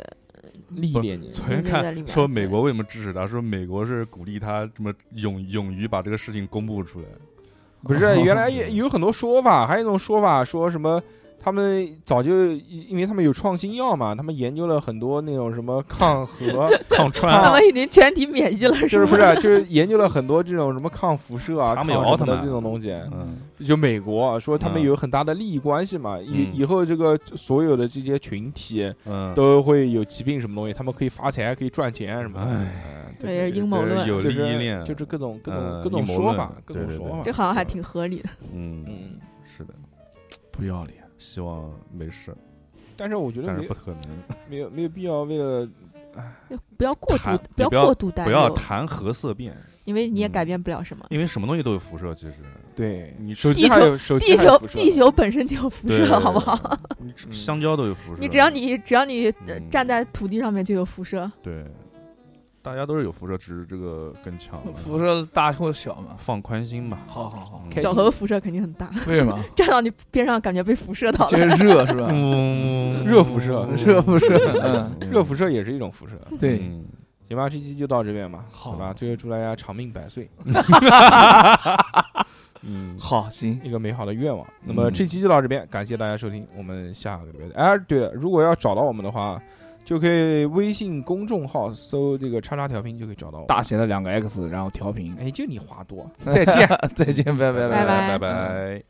S2: 历
S5: 不
S2: 练你
S5: 昨天
S4: 在里面
S5: 看说美
S4: 对
S5: 国为什么支持他？说美国是鼓励他这么勇勇于把这个事情公布出 来。
S2: 不是，原来也有很多说法，还有一种说法说什么，他们早就因为他们有创新药嘛，他们研究了很多那种什么抗 核，
S5: 抗川
S4: 他
S2: 啊
S5: 啊，
S4: 们已经全体免疫了，
S2: 就是啊不
S4: 吗？
S2: 是就是研究了很多这种什么抗辐射啊、
S5: 他
S2: 抗
S5: 们有
S2: 什么
S5: 奥特
S2: 的
S5: 曼
S2: 这种东西。
S5: 嗯，
S2: 就美国啊说他们
S5: 嗯
S2: 有很大的利益关系嘛，以
S5: 嗯
S2: 以后这个所有的这些群体
S5: 嗯，
S2: 都会有疾病什么东西，他们可以发财，可以赚钱什么的。
S5: 哎，
S2: 对
S4: 也是
S2: 对
S4: 阴谋
S5: 对
S4: 论，
S5: 有
S2: 就
S5: 利益
S2: 是
S5: 链，
S2: 就是各种各种
S5: 呃
S2: 各种
S5: 阴谋
S2: 说
S5: 论
S2: 法，各种
S5: 对对
S2: 说
S5: 对
S2: 法，
S4: 这好像还挺合理的。
S5: 嗯，
S2: 嗯。
S5: 是的，
S3: 不要脸，
S5: 希望没事，
S2: 但是我觉得
S5: 但
S2: 没
S5: 是不
S2: 有
S5: 可能。
S2: 没有没有必要为了
S4: 不要过度
S5: 谈，
S4: 不要
S5: 也不要
S4: 过度担
S5: 不要
S4: 忧。
S5: 谈核色变，
S4: 因为你也
S5: 嗯
S4: 改变不了什么。
S5: 因为什么东西都有辐射，其实
S2: 对
S5: 你
S2: 手机
S4: 地
S2: 还
S4: 球
S2: 有手机
S4: 地
S2: 还有
S4: 球
S2: 辐射
S4: 地球本身就有辐
S5: 对
S4: 射，好不好？？
S5: 你
S2: 嗯
S5: 吃香蕉都有辐射，
S4: 你只要你只要你呃
S5: 嗯
S4: 站在土地上面就有辐射，
S5: 对，大家都是有辐射，只是这个更强了。
S3: 辐射大或小嘛。
S5: 放宽心吧。
S3: 好好好，
S5: 嗯
S2: 开
S4: 小何辐射肯定很大，
S3: 为什么？
S4: 站到你边上感觉被辐射到
S3: 就
S4: 了。
S3: 是热是吧？
S5: 嗯
S2: 热辐射
S3: 热辐射，嗯，
S5: 嗯
S2: 热辐射也是一种辐射。
S3: 对，
S5: 嗯
S2: 行吧，这期就到这边吧，
S3: 好
S2: 吧？最后祝大家长命百 岁，
S5: 嗯，
S3: 好行，
S2: 一个美好的愿望。那么
S5: 嗯
S2: 这期就到这边，感谢大家收听，我们下个礼拜再。哎，对了，如果要找到我们的话，就可以微信公众号搜这个“叉叉调频”就可以找到我。
S3: 大写的两个 X，然后调频。
S2: 哎，就你话多，再见。
S3: 再见，拜拜
S4: 拜拜
S5: 拜拜。